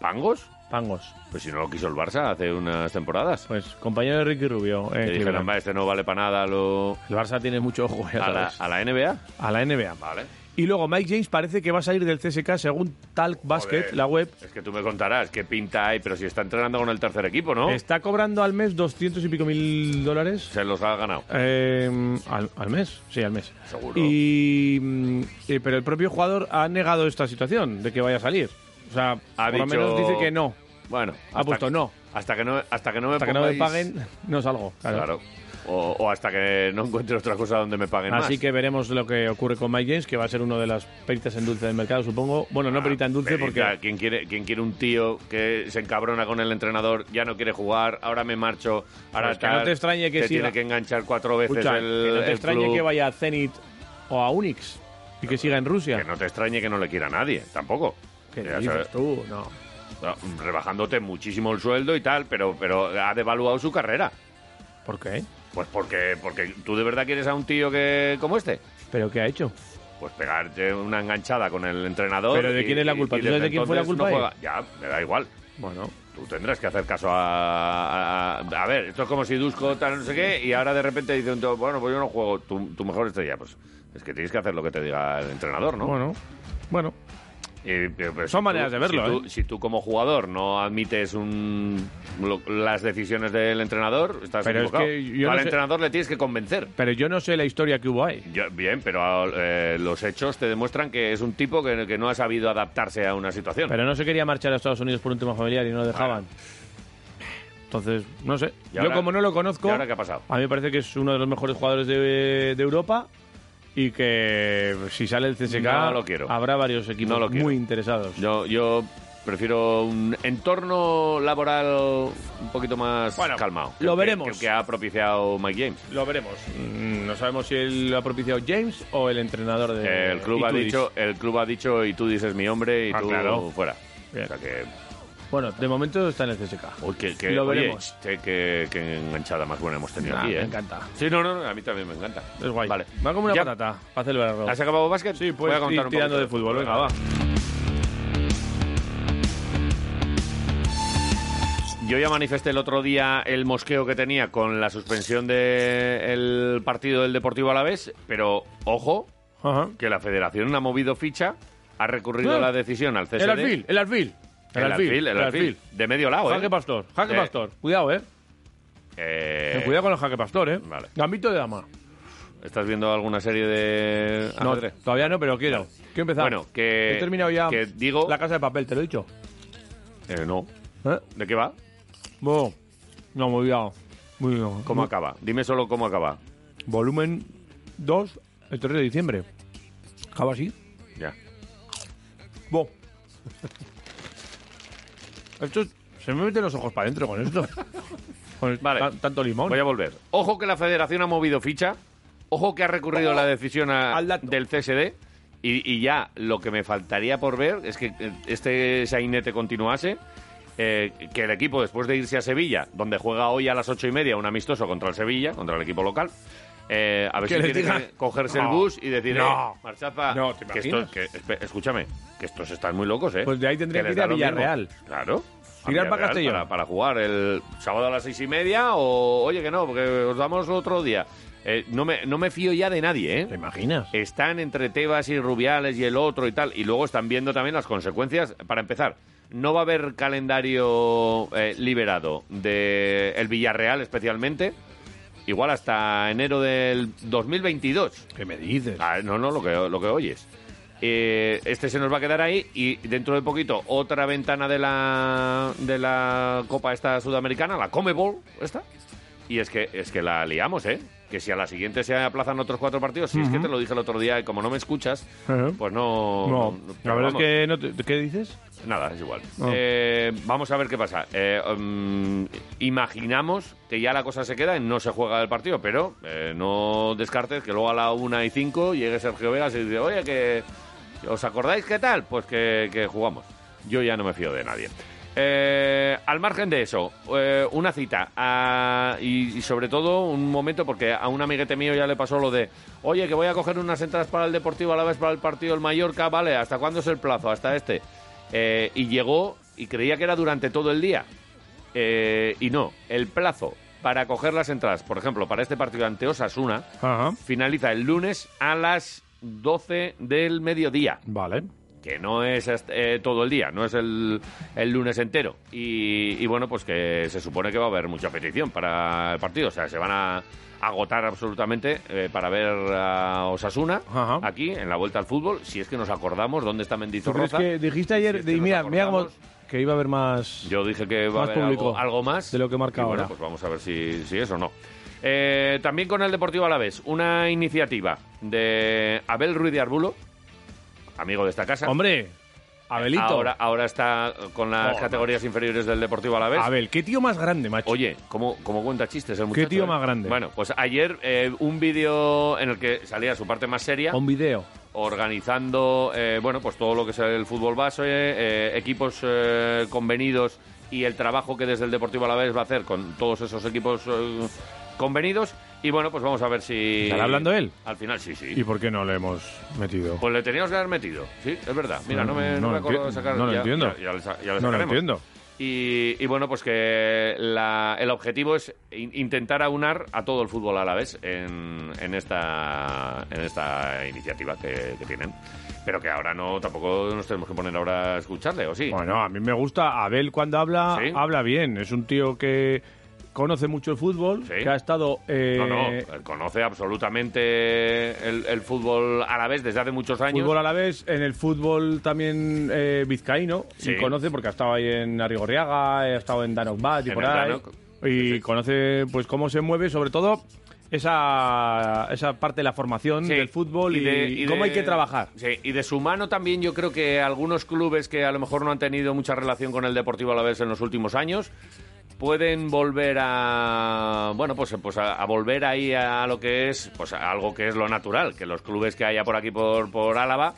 ¿Pangos?
Pangos.
Pues si no lo quiso el Barça hace unas temporadas.
Pues compañero de Ricky Rubio en
Que dijeron,
Cleveland.
"Va, este no vale para nada lo...
El Barça tiene mucho ojo ya
a, la,
sabes.
a la NBA.
A la NBA.
Vale.
Y luego Mike James parece que va a salir del CSK según Talk Basket,
Joder.
la web.
Es que tú me contarás qué pinta hay, pero si está entrenando con el tercer equipo, ¿no?
Está cobrando al mes 200 y pico mil dólares.
Se los ha ganado.
Eh, al, al mes, sí, al mes.
Seguro.
Y, mm, eh, pero el propio jugador ha negado esta situación de que vaya a salir. O sea,
Ha
por lo
dicho-
menos dice que no.
Bueno.
Ha
hasta
puesto
que-
no.
Hasta que no, hasta que no me
Hasta que no me
pongáis-
paguen, no salgo. claro.
Claro. O, o hasta que no encuentre otra cosa donde me paguen
Así
más.
que veremos lo que ocurre con Mike James, que va a ser una de las peritas en dulce del mercado, supongo. Bueno,
Ah,
no perita en dulce
Perita,
porque...
¿quién Eh, quiere, ¿Quién quiere un tío que se encabrona con el entrenador, ya no quiere jugar, ahora me marcho, ahora
Pues que no
tal,
te extrañe que
te
siga-
tiene que enganchar cuatro veces
Escucha,
pues, el,
que no te
el
extrañe
club?
que vaya a Zenit o a Unix y que siga en Rusia.
Que no te extrañe que no le quiera a nadie, tampoco.
¿Qué
Ya
dices
sabes,
tú? No.
rebajándote muchísimo el sueldo y tal, pero, pero ha devaluado su carrera.
¿Por qué?
Pues porque, porque tú de verdad quieres a un tío que como este.
¿Pero qué ha hecho?
Pues pegarte una enganchada con el entrenador.
¿Pero de quién es la culpa? ¿Tú
desde
sabes de quién fue la
entonces
culpa
juega. ya, me da igual.
Bueno,
Tú tendrás que hacer caso a, a- a- a ver, esto es como si Dusko tal, no sé qué, y ahora de repente dice un tío, bueno, pues yo no juego, tu, tu mejor estrella. Pues es que tienes que hacer lo que te diga el entrenador, ¿no?
bueno, bueno.
Y- pero- pero
Son
tú-
maneras de verlo,
si tú,
¿eh?
si tú como jugador no admites un, lo- las decisiones del entrenador, estás
Pero es
equivocado.
que yo
Tú
no
al
sé-
entrenador le tienes que convencer.
Pero yo no sé la historia que hubo ahí.
Yo- bien, pero eh, los hechos te demuestran que es un tipo que, que no ha sabido adaptarse a una situación.
Pero no se quería marchar a Estados Unidos por un tema familiar y no lo dejaban. Entonces, no sé.
Ah. ¿Y
Yo
ahora-
como no lo conozco,
¿y ahora qué ha pasado?
a mí me parece que es uno de los mejores jugadores de, de Europa y que si sale el CSK
No lo quiero.
habrá varios equipos
No lo quiero.
muy interesados.
yo, yo prefiero un entorno laboral un poquito más
Bueno,
calmado.
lo
que-
veremos.
Que, que ha propiciado Mike James.
Lo veremos. Mm, No sabemos si él lo ha propiciado James o el entrenador de
el club ha
Itudis.
dicho, el club ha dicho y tú dices mi hombre y
Ah,
tú
claro.
fuera.
Bien.
O sea que,
Bueno, de momento está en el CSK.
uy, que- que-
Lo
oye,
veremos.
che, que, que enganchada más buena hemos tenido
Nah,
aquí,
Ah, me
¿eh?
encanta.
Sí, no, no, no, a mí también me encanta.
Es guay.
Vale.
Va como una
Ya.
patata para celebrarlo.
¿Has acabado básquet?
Sí,
Voy
pues
a contar
ir
un
tirando
poquito.
de fútbol. Venga, va.
Yo ya manifesté el otro día el mosqueo que tenía con la suspensión del partido del Deportivo Alavés, pero ojo
Ajá.
que la Federación ha movido ficha, ha recurrido
Ah.
la decisión al CSD.
El alfil, el alfil.
el alfil, el alfil. de medio lado, ¿eh?
Jaque Pastor, Jaque
Eh,
Pastor. Cuidado, eh.
eh,
Ten Cuidado con el Jaque Pastor, eh.
vale.
Gambito de dama.
¿Estás viendo alguna serie de
No,
ajedrez?
todavía no, pero quiero. Quiero empezar.
Bueno, que-
He terminado ya
que digo-
la casa de papel, te lo he dicho.
Eh, no.
¿Eh?
¿De qué va?
Bo. No, muy bien. Muy bien.
¿Cómo acaba? Dime solo cómo acaba.
Volumen 2, el 3 de diciembre. Acaba así.
Ya.
Bo. Esto es- se me meten los ojos para adentro con esto. Con el-
Vale.
tan- tanto limón.
Voy a volver. Ojo que la federación ha movido ficha. Ojo que ha recurrido la decisión a-
Al dato.
del CSD. Y, y ya lo que me faltaría por ver es que eh, este Sainete continuase. eh, que el equipo, después de irse a Sevilla, donde juega hoy a las ocho y media un amistoso contra el Sevilla, contra el equipo local, eh, a ver
Que
si
les
tiene
diga-
que cogerse
No,
el bus y decir,
no,
eh, marchad pa-
no, ¿te
que esto-
imaginas?
que- espe- escúchame, que estos están muy locos, ¿eh?
Pues de ahí tendrían
les
que ir a
da lo mismo.
Villarreal.
Claro. A
Tirar para
Villarreal
Castellón.
Para, para jugar el sábado a las seis y media o, oye, que no, porque os damos otro día. Eh, no, me, no me fío ya de nadie,
¿Te
¿eh?
imaginas?
Están entre Tebas y Rubiales y el otro y tal. Y luego están viendo también las consecuencias. Para empezar, no va a haber calendario eh, liberado de el Villarreal especialmente. Igual hasta enero del 2022.
¿Qué me dices?
Ah, no, no, lo que, lo que oyes. Eh, este se nos va a quedar ahí y dentro de poquito otra ventana de la, de la Copa esta sudamericana, la Comebol, esta. Y es que, es que la liamos, ¿eh? Que si a la siguiente se aplazan otros cuatro partidos, si es que te lo dije el otro día y como [LAUGHS] no me escuchas,
Ujú.
pues no...
[LAUGHS]
no-
No, la
pero
verdad
vamos,
es que no te- ¿Qué dices?
Nada, es igual. Eh, vamos a ver qué pasa. Eh, mm, imaginamos que ya la cosa se queda en no se juega el partido, pero eh, no descartes que luego a la 1 y 5 llegue Sergio Vegas y dice, oye, que ¿os acordáis qué tal? Pues que, que jugamos. Yo ya no me fío de nadie. Eh, al margen de eso, eh, una cita ah, y, y sobre todo un momento, porque a un amiguete mío ya le pasó lo de, oye, que voy a coger unas entradas para el Deportivo a la vez para el partido del Mallorca, vale, ¿hasta cuándo es el plazo? Hasta este. Eh, y llegó y creía que era durante todo el día. Eh, y no, el plazo para coger las entradas, por ejemplo, para este partido ante Osasuna,
Ajá.
finaliza el lunes a las 12 del mediodía
Vale.
que no es hasta- eh, todo el día, no es el, el lunes entero. Y, y bueno, pues que se supone que va a haber mucha petición para el partido, o sea, se van a agotar absolutamente eh, para ver a Osasuna
Ajá.
aquí en la vuelta al fútbol, si es que nos acordamos dónde está
¿Tú crees
Mendizorroza.
que dijiste ayer,
Si es que
de-
nos
mira, mira cómo-
acordamos.
que iba a haber más...
Yo dije que va a
Más
haber algo,
público
algo más.
de lo que marca
Y bueno,
ahora.
pues vamos a ver si, si es o no. Eh, también con el Deportivo Alavés, una iniciativa de Abel Ruiz de Arbulo, amigo de esta casa.
Hombre, Abelito.
Ahora, ahora está con las
Joder.
categorías inferiores del Deportivo a la vez.
Abel, qué tío más grande, macho.
Oye, ¿cómo, cómo cuenta chistes el muchacho?
Qué tío
eh?
más grande.
Bueno, pues ayer eh, un vídeo en el que salía su parte más seria,
Un video.
organizando, eh, bueno, pues todo lo que es el fútbol base, eh, equipos eh, convenidos y el trabajo que desde el Deportivo a la vez va a hacer con todos esos equipos eh, convenidos. Y bueno, pues vamos a ver si...
¿Estará hablando él?
Al final, sí, sí.
¿Y por qué no le hemos metido?
Pues le teníamos que haber metido, sí, es verdad. Mira, no me,
No
no me
lo
acuerdo de
enti-
sacar.
no lo
ya-
entiendo.
ya- ya le sa- Pues ya le
no lo
sacaremos.
entiendo.
Y, y bueno, pues que la- el objetivo es in- intentar aunar a todo el fútbol a la vez en, en esta, en esta iniciativa que, que tienen. Pero que ahora no, tampoco nos tenemos que poner ahora a escucharle, ¿o sí?
Bueno, a mí me gusta. Abel cuando habla,
Sí.
habla bien. Es un tío que conoce mucho el fútbol,
Sí.
que ha estado... eh,
no, no, él conoce absolutamente el, el fútbol a la vez desde hace muchos años.
Fútbol a la vez, en el fútbol también eh, vizcaíno,
Sí.
y conoce porque ha estado ahí en Arrigorriaga, ha estado en Danok Bat y
En
por
el
ahí.
Danok.
Y conoce pues cómo se mueve, sobre todo esa, esa parte de la formación
Sí.
del fútbol y,
de-
y cómo
de-
hay que trabajar.
Sí, y de su mano también yo creo que algunos clubes que a lo mejor no han tenido mucha relación con el Deportivo Alavés en los últimos años pueden volver a bueno pues, pues a, a volver ahí a lo que es pues a algo que es lo natural que los clubes que haya por aquí por por Álava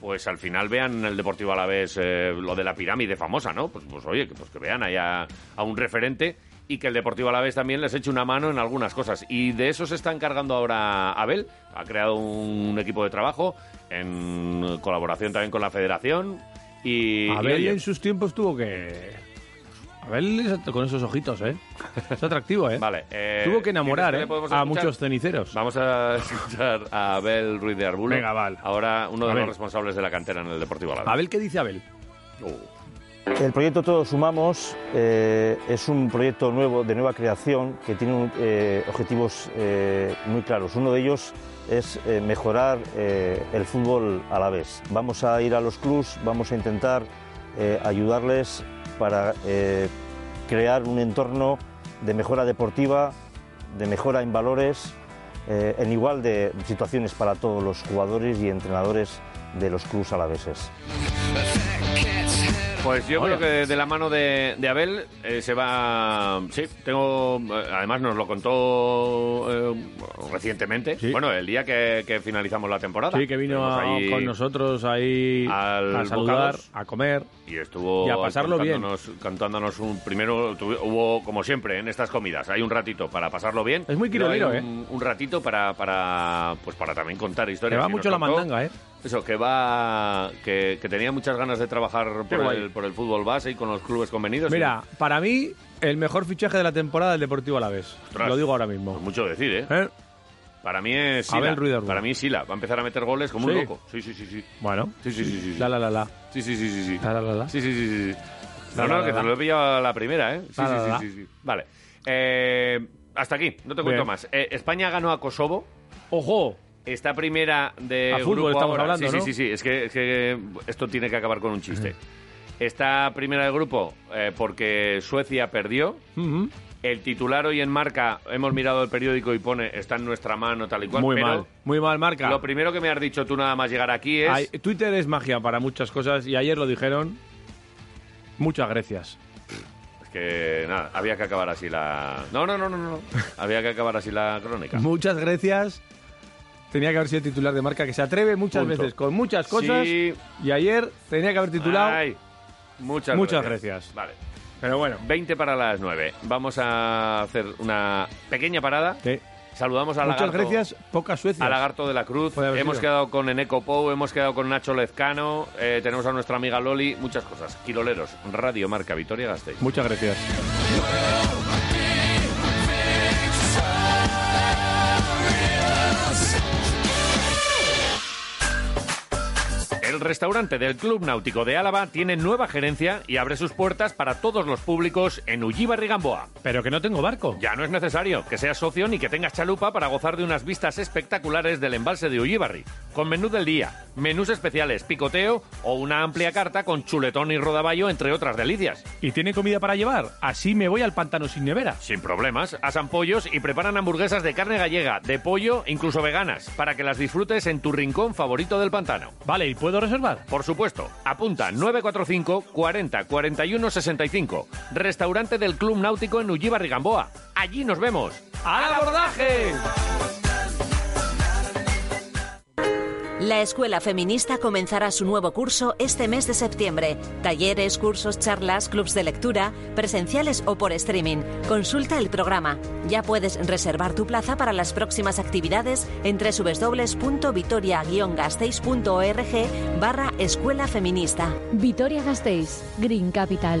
pues al final vean el Deportivo Alavés eh, lo de la pirámide famosa no pues, pues oye que, pues que vean allá a un referente y que el Deportivo Alavés también les eche una mano en algunas cosas y de eso se está encargando ahora Abel ha creado un equipo de trabajo en colaboración también con la Federación y y,
Abel
oye,
en sus tiempos tuvo que... Abel es at- con esos ojitos,
[LAUGHS]
¿eh? Es atractivo, ¿eh?
Vale, eh,
tuvo que enamorar
¿quieres que
¿eh?
le podemos
a
escuchar?
muchos ceniceros.
Vamos a [LAUGHS] escuchar a Abel Ruiz de Arbulo.
Venga, vale.
Ahora uno de
Abel.
los responsables de la cantera en el Deportivo Alavés.
Abel, ¿qué dice Abel?
El proyecto Todos Sumamos eh, es un proyecto nuevo, de nueva creación, que tiene un, eh, objetivos eh, muy claros. Uno de ellos es eh, mejorar eh, el fútbol a la vez. Vamos a ir a los clubs, vamos a intentar eh, ayudarles para eh, crear un entorno de mejora deportiva, de mejora en valores, eh, en igual de situaciones para todos los jugadores y entrenadores de los clubs alaveses.
Pues yo
Oye.
creo que de la mano de, de Abel eh, se va. Sí, tengo. eh, Además, nos lo contó eh, recientemente.
Sí.
Bueno, el día que, que finalizamos la temporada.
Sí, que vino
Estuvimos
a-
ahí
con nosotros ahí
al
a saludar,
Bocados.
a comer.
Y estuvo
Y a pasarlo
cantándonos, cantándonos un primero tuve- hubo como siempre en estas comidas hay un ratito para pasarlo bien
Es muy
Luego hay
quirolero,
un, un ratito para para pues para también contar
Le
historias
va
Y nos
mucho la
contó
mandanga, ¿eh?
eso que va que, que tenía muchas ganas de trabajar
Qué
por
guay.
el, por el fútbol base y con los clubes convenidos
Mira, para mí, el mejor fichaje de la temporada del Deportivo Alavés.
Ostras.
Lo digo ahora
Y- pues
mismo.
mucho decir eh
¿Eh?
para mí es Sila.
Abel Ruiz de Arbulo.
para mí es Sila va a empezar a meter goles como un
Sí.
loco Oh, sí sí sí sí
Bueno.
sí sí sí sí sí
La, la, la, la.
sí sí sí, sí, sí.
La, la, la, la.
Sí, sí, sí, sí. No,
La, la,
no,
la,
que te
la.
lo he pillado a la primera, ¿eh? Sí,
La, la,
sí,
la.
sí, sí, sí. Vale. Eh, hasta aquí, no te cuento
Bien.
más. Eh, España ganó a Kosovo.
¡Ojo!
Esta primera de
A fútbol
grupo
estamos
ahora.
hablando,
sí,
¿no?
sí, sí, sí. Es que, es que esto tiene que acabar con un chiste. Esta primera de grupo, eh, porque Suecia perdió.
Ujú.
El titular hoy en marca, hemos mirado el periódico y pone, está en nuestra mano, tal y cual.
Muy
pero
mal. Muy mal, marca.
Lo primero que me has dicho tú nada más llegar aquí es...
Ay, Twitter es magia para muchas cosas y ayer lo dijeron. Muchas gracias.
Es que nada, había que acabar así la. No, no, no, no,
[LAUGHS]
no. había que acabar así la crónica.
Muchas gracias. Tenía que haber sido titular de marca que se atreve muchas
Punto.
veces con muchas cosas.
Sí.
Y ayer tenía que haber titulado.
Ay, muchas,
Muchas gracias.
Vale.
Pero bueno.
20 para las 9. Vamos a hacer una pequeña parada.
Sí.
Saludamos a
Muchas
Lagarto.
gracias, pocas suecias.
A Lagarto de la Cruz.
Puede haber
Hemos
sido.
quedado con Eneco Pou, hemos quedado con Nacho Lezcano, eh, tenemos a nuestra amiga Loli, muchas cosas. Quiroleros, Radio Marca Vitoria Gasteiz.
Muchas gracias.
El restaurante del Club Náutico de Álava tiene nueva gerencia y abre sus puertas para todos los públicos en Ullíbar y Gamboa.
Pero que no tengo barco.
Ya no es necesario que seas socio ni que tengas chalupa para gozar de unas vistas espectaculares del embalse de Ullíbarri, con menú del día, menús especiales, picoteo o una amplia carta con chuletón y rodaballo, entre otras delicias.
¿Y tiene comida para llevar? Así me voy al pantano sin nevera.
Sin problemas, asan pollos y preparan hamburguesas de carne gallega, de pollo e incluso veganas, para que las disfrutes en tu rincón favorito del pantano.
Vale, ¿y puedo reservar?
Por supuesto, apunta 945 40 41 65. Restaurante del Club Náutico en Ullíbar y Gamboa. Allí nos vemos.
¡Al abordaje!
La Escuela Feminista comenzará su nuevo curso este mes de septiembre. Talleres, cursos, charlas, clubs de lectura, presenciales o por streaming. Consulta el programa. Ya puedes reservar tu plaza para las próximas actividades en www.vitoria-gasteiz.org barra Escuela Feminista.
Vitoria Gasteiz, Green Capital.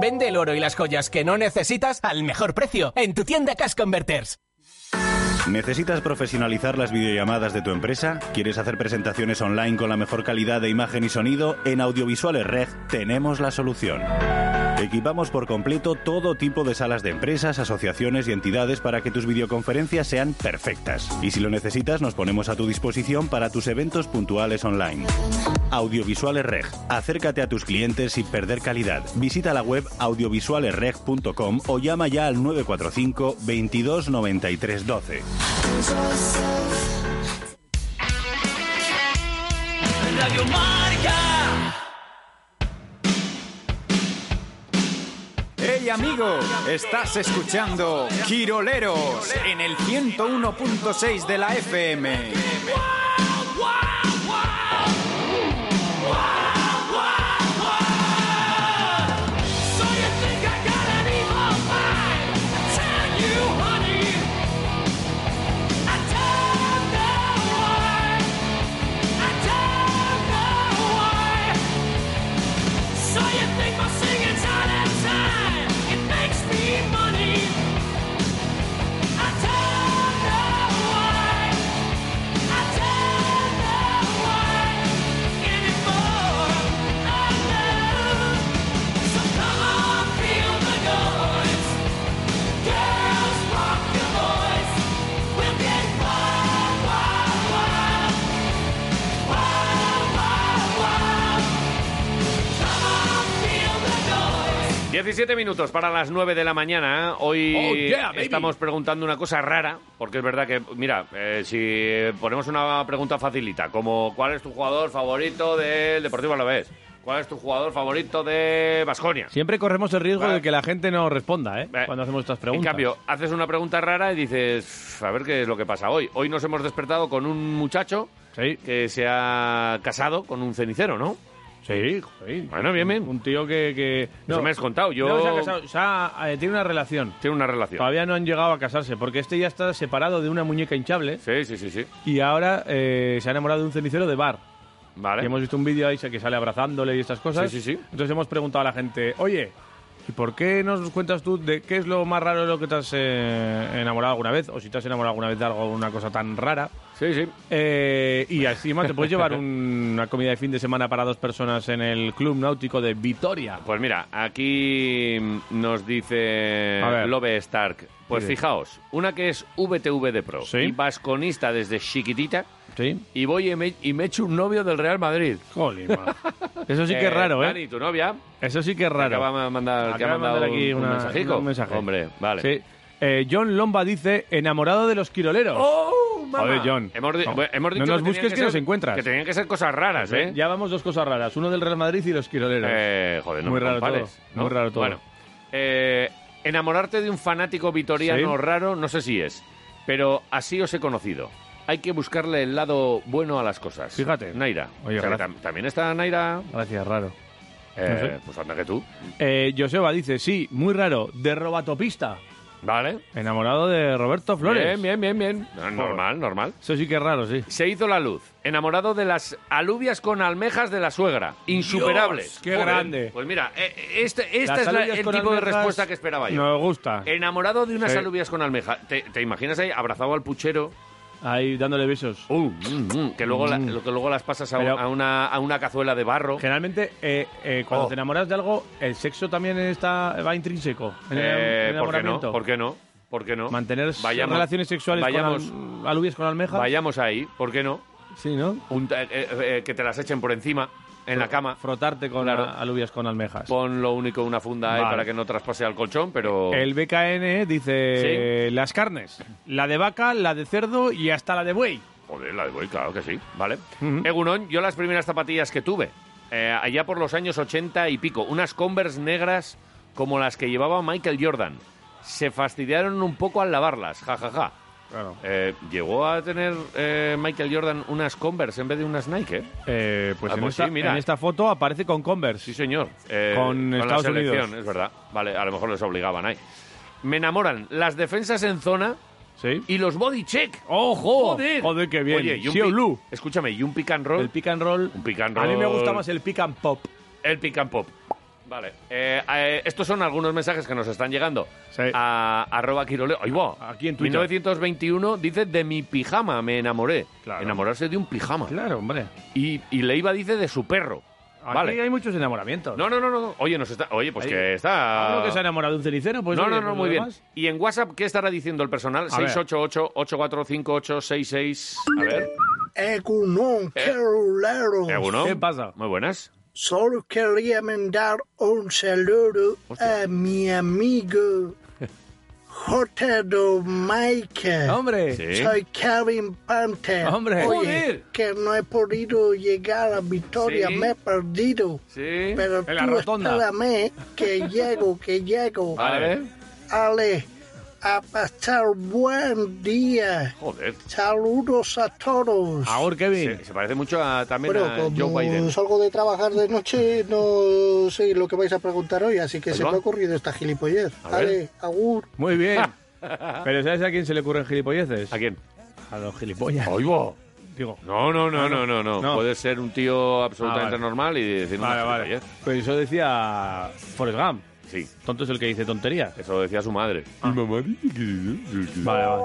Vende el oro y las joyas que no necesitas al mejor precio en tu tienda Cash Converters.
¿Necesitas profesionalizar las videollamadas de tu empresa? ¿Quieres hacer presentaciones online con la mejor calidad de imagen y sonido? En Audiovisuales Red tenemos la solución. Equipamos por completo todo tipo de salas de empresas, asociaciones y entidades para que tus videoconferencias sean perfectas. Y si lo necesitas, nos ponemos a tu disposición para tus eventos puntuales online. Audiovisuales Reg. Acércate a tus clientes sin perder calidad. Visita la web audiovisualesreg.com o llama ya al 945 22 93 12.
Radio Marca.
Hey amigo, estás escuchando Quiroleros en el 101.6 de la FM.
So you think my singing's out of time? It makes me money. I don't know why. I don't know why anymore. I know. So come on, feel the noise. Girls, rock your voice. We'll get wild, wild, wild, wild, wild, wild.
17 minutos para las 9 de la mañana. Hoy
Oh, yeah, baby.
estamos preguntando una cosa rara, porque es verdad que, mira, eh, si ponemos una pregunta facilita, como ¿cuál es tu jugador favorito del Deportivo Alavés? ¿Cuál es tu jugador favorito de Basconia?
Siempre corremos el riesgo
Vale.
de que la gente no responda, ¿eh? Cuando hacemos estas
En
preguntas.
cambio, haces una pregunta rara y dices, a ver qué es lo que pasa hoy. Hoy nos hemos despertado con un muchacho que se ha casado con un cenicero, ¿no?
Sí,
Bueno, bien, bien.
Un tío que...
Eso me has contado. Yo...
No, se ha casado, se ha- eh, tiene una relación.
Tiene una relación.
Todavía no han llegado a casarse, porque este ya está separado de una muñeca hinchable.
Sí, sí, sí, sí.
Y ahora eh, se ha enamorado de un cenicero de bar.
Vale.
hemos visto un vídeo ahí que sale abrazándole y estas cosas.
Sí, sí, sí.
Entonces hemos preguntado a la gente, oye, ¿Y por qué nos cuentas tú de qué es lo más raro de lo que te has eh, enamorado alguna vez? O si te has enamorado alguna vez de algo, una cosa tan rara.
Sí,
Eh,
sí.
y encima te puedes llevar un- [LAUGHS] una comida de fin de semana para dos personas en el Club Náutico de Vitoria.
Pues mira, aquí mm, nos dice
A ver.
Love Stark. Pues
Dice.
fijaos, una que es VTV de Pro y vasconista desde chiquitita. Y voy y me, y me echo un novio del Real Madrid.
Jolín,
[LAUGHS]
Eso sí que es raro, ¿eh?
Dani, tu novia.
Eso sí que es raro.
Acaba de mandar, que ha
Acaba de mandar
mandado
aquí
un,
una-
mensajico.
un mensaje.
Hombre, vale.
Sí. Eh, John Lomba dice, enamorado de los quiroleros.
¡Oh, mamá!
Joder, John.
Hemos di-
no,
bueno, hemos dicho
no nos
que tenían
busques que,
que
nos
ser-
encuentras. Pues,
que tenían que ser cosas raras, ¿eh?
Ya vamos dos cosas raras. Uno del Real Madrid y los quiroleros.
Eh, joder, no
Muy
me
raro
compares,
todo.
¿no?
Muy raro todo.
Bueno, eh, enamorarte de un fanático vitoriano
Sí.
raro, no sé si es, pero así os he conocido. Hay que buscarle el lado bueno a las cosas. Fíjate. Naira.
Oye,
O sea, que
gracias.
tam- también está Naira.
Gracias, raro.
Eh,
No sé.
Pues anda que tú.
Eh, Joseba dice, sí, muy raro, de robatopista.
Vale.
Enamorado de Roberto Flores.
Bien, bien, bien, bien. No, normal, normal.
Eso sí que es raro, sí.
Se hizo la luz. Enamorado de las alubias con almejas de la suegra. Insuperables.
qué grande.
Pues mira, eh, eh, este- esta
Las
es la- el
alubias
tipo
con
de
almejas
respuesta que esperaba yo.
Nos gusta.
Enamorado de Eh, unas
Sí.
alubias con almeja. ¿Te, te imaginas ahí abrazado al puchero? Uh,
Ahí dándole besos.
Que luego, la-
Mm.
lo que luego las pasas a, un-
Pero-
a una, a una cazuela de barro.
Generalmente, eh, eh, cuando
Oh.
te enamoras de algo, el sexo también está va intrínseco. En el- en
Eh,
el
¿Por qué no?
enamoramiento.
¿Por qué no? ¿Por qué no?
Mantener relaciones sexuales
vayamos,
con al- alubias con almejas.
Vayamos ahí. ¿Por qué no?
Sí, ¿no?
Un- eh, eh, eh, que te las echen por encima, en la cama.
Frotarte con
Claro.
a- alubias con almejas.
Pon lo único una funda ahí
Vale.
para que no traspase al colchón, pero...
El BKN dice las carnes, la de vaca, la de cerdo y hasta la de buey.
Joder, la de buey, claro que sí, ¿vale? Egunon, yo las primeras zapatillas que tuve, eh, allá por los años 80 y pico, unas Converse negras como las que llevaba Michael Jordan. Se fastidiaron un poco al lavarlas, jajaja.
Claro.
Eh, ¿Llegó a tener eh, Michael Jordan unas Converse en vez de unas Nike?
Eh, pues
Ah,
en,
pues
esta,
sí, mira.
en esta foto aparece con Converse. Sí,
señor. Eh,
con
la
Estados
selección,
Unidos.
Es verdad, vale, a lo mejor les obligaban ahí. Me enamoran las defensas en zona y los body check.
¡Ojo!
¡Joder!
Joder, qué bien.
Oye, y un
Xiao
pi-
Lu.
Escúchame, y un pick and roll.
El pick and roll.
Un pick and
A mí me
roll.
gusta más el pick and pop.
El pick and pop. Vale. Eh, eh, estos son algunos mensajes que nos están llegando. A arroba Quiroleo. Ahí va.
Aquí en Twitter.
1921 dice, de mi pijama me enamoré.
Claro.
Enamorarse de un pijama.
Claro, hombre.
Y, y Leiva dice de su perro.
Aquí
vale.
hay muchos enamoramientos.
No, no, no, no. Oye, nos está... Oye, pues
Ahí-
que está...
Uno que se ha enamorado de un cenicero, pues.
no,
oye,
no,
pues
no,
lo
muy bien.
demás.
¿Y en WhatsApp qué estará diciendo el personal?
A ver.
688-845-866. A ver.
Egunon,
Eh,
querido.
¿Alguno? pasa? Muy buenas.
Solo quería mandar un saludo a mi amigo J. Mike.
Hombre. Sí.
Soy Kevin Pante.
Hombre.
Oye,
Joder.
que no he podido llegar a Victoria,
Sí.
me he perdido.
Sí.
Pero
En la
tú
rotonda.
espérame
[LAUGHS]
que llego, que llego.
Vale.
Ale, a pasar buen día.
Joder.
Saludos a todos.
Ahora, Kevin. Se, se parece mucho a, también
Bueno,
a
como
Joe Biden.
salgo de trabajar de noche, no sé lo que vais a preguntar hoy, así que
Ahí
se
Pues va.
me ha ocurrido esta gilipollez.
A ver.
Vale, agur.
[LAUGHS]
Muy bien. Pero ¿sabes a quién se le ocurren gilipolleces? ¿A
quién?
A los gilipollas.
Ahí va.
Digo.
No, no, no, no, no, no.
No.
Puede ser un tío absolutamente
Ah, vale.
normal y decir
Vale,
una
vale.
gilipollez.
Pues eso decía Forrest Gump.
Sí.
Tonto es el que dice tonterías.
Eso decía su madre.
mamá Vale, vale.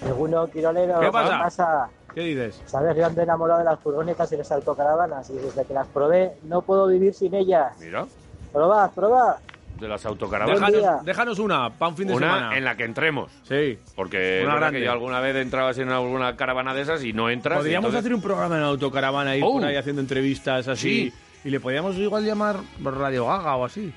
Segundo Quirolero,
¿Qué pasa?
pasa?
¿Qué dices?
Sabes, yo ando enamorado de las furgonetas y las autocaravanas y desde que las probé no puedo vivir sin ellas.
Mira,
Probad, probad.
de las autocaravanas.
Déjanos, déjanos una, para un fin de
una
semana.
en la que entremos.
Sí.
Porque es
Una
verdad que
grande.
yo alguna vez entraba en alguna caravana de esas y no entras.
Podríamos
y entonces-
hacer un programa en autocaravana, ir
Oh.
por ahí haciendo entrevistas así. Y le podríamos igual llamar Radio Gaga o así.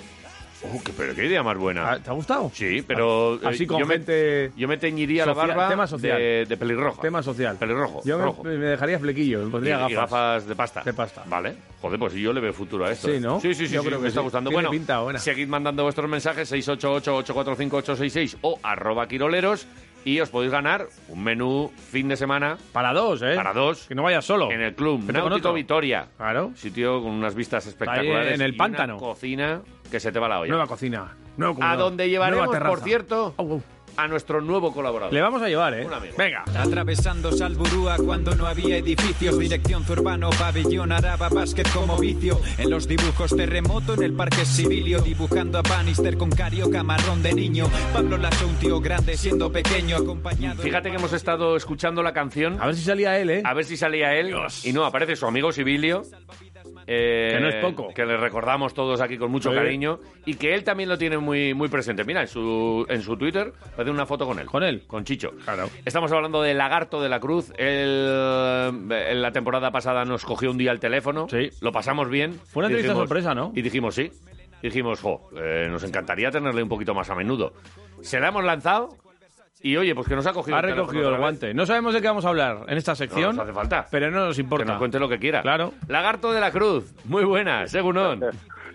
Oh, qué- pero qué idea más buena.
Ah, ¿Te ha gustado?
Sí, pero
Así
eh,
con
yo,
gente
me, yo me teñiría
social-
la barba
tema social.
De, de pelirrojo.
Tema social.
Pelirrojo,
Yo
rojo.
me, me dejaría flequillo, me
Y- y
pondría
gafas.
gafas.
de pasta. De
pasta.
Vale. Joder, pues yo le veo futuro a esto.
Sí,
¿eh?
¿no?
Sí, sí, sí.
Yo
sí,
creo
me
que
está
sí.
gustando.
Tiene
bueno,
pinta buena.
seguid mandando vuestros mensajes 688-845-866 o arroba quiroleros y os podéis ganar un menú fin de semana.
Para dos, ¿eh?
Para dos.
Que no vayas solo.
En el club
Vete con
Náutico
otro.
Vitoria.
Claro.
Sitio con unas vistas espectaculares.
Ahí en el
y una
pántano.
cocina que se te va la olla.
Nueva cocina.
a
Nuevo comedor,
donde
nueva
llevaremos,
terraza.
por cierto, a nuestro nuevo colaborador.
Le vamos a llevar, ¿eh? Venga.
Atravesando Salburúa cuando no había edificios, dirección Zurbano, pabellón Araba, básquet como vicio. En los dibujos terremoto en el parque Sibilio, dibujando a Bannister con carioca marrón de niño. Pablo Lasso, un tío grande siendo pequeño, acompañado.
Fíjate que hemos estado escuchando la canción. A
ver si salía él, ¿eh?
A ver si salía él. Y no, aparece su amigo Sibilio. eh,
Que no es poco.
Que le recordamos todos aquí con mucho
Sí.
cariño. Y que él también lo tiene muy, muy presente. Mira, en su, en su Twitter hace una foto con él. ¿Con él? Con Chicho. Claro. Estamos hablando de Lagarto de la Cruz. Él, eh, en la temporada pasada nos cogió un día el teléfono. Sí. Lo pasamos bien.
Fue una
Y
entrevista
dijimos-
sorpresa, ¿no?
Y dijimos sí. Y dijimos, jo, eh, nos encantaría tenerle un poquito más a menudo. Se la hemos lanzado y oye, pues que nos ha cogido
Ha
el teléfono
recogido
otra
el
vez.
guante. No sabemos de qué vamos a hablar en esta sección.
No nos hace falta.
Pero no nos importa.
Que nos cuente lo que quiera.
Claro.
Lagarto de la Cruz, muy buena,
[LAUGHS]
Segunón.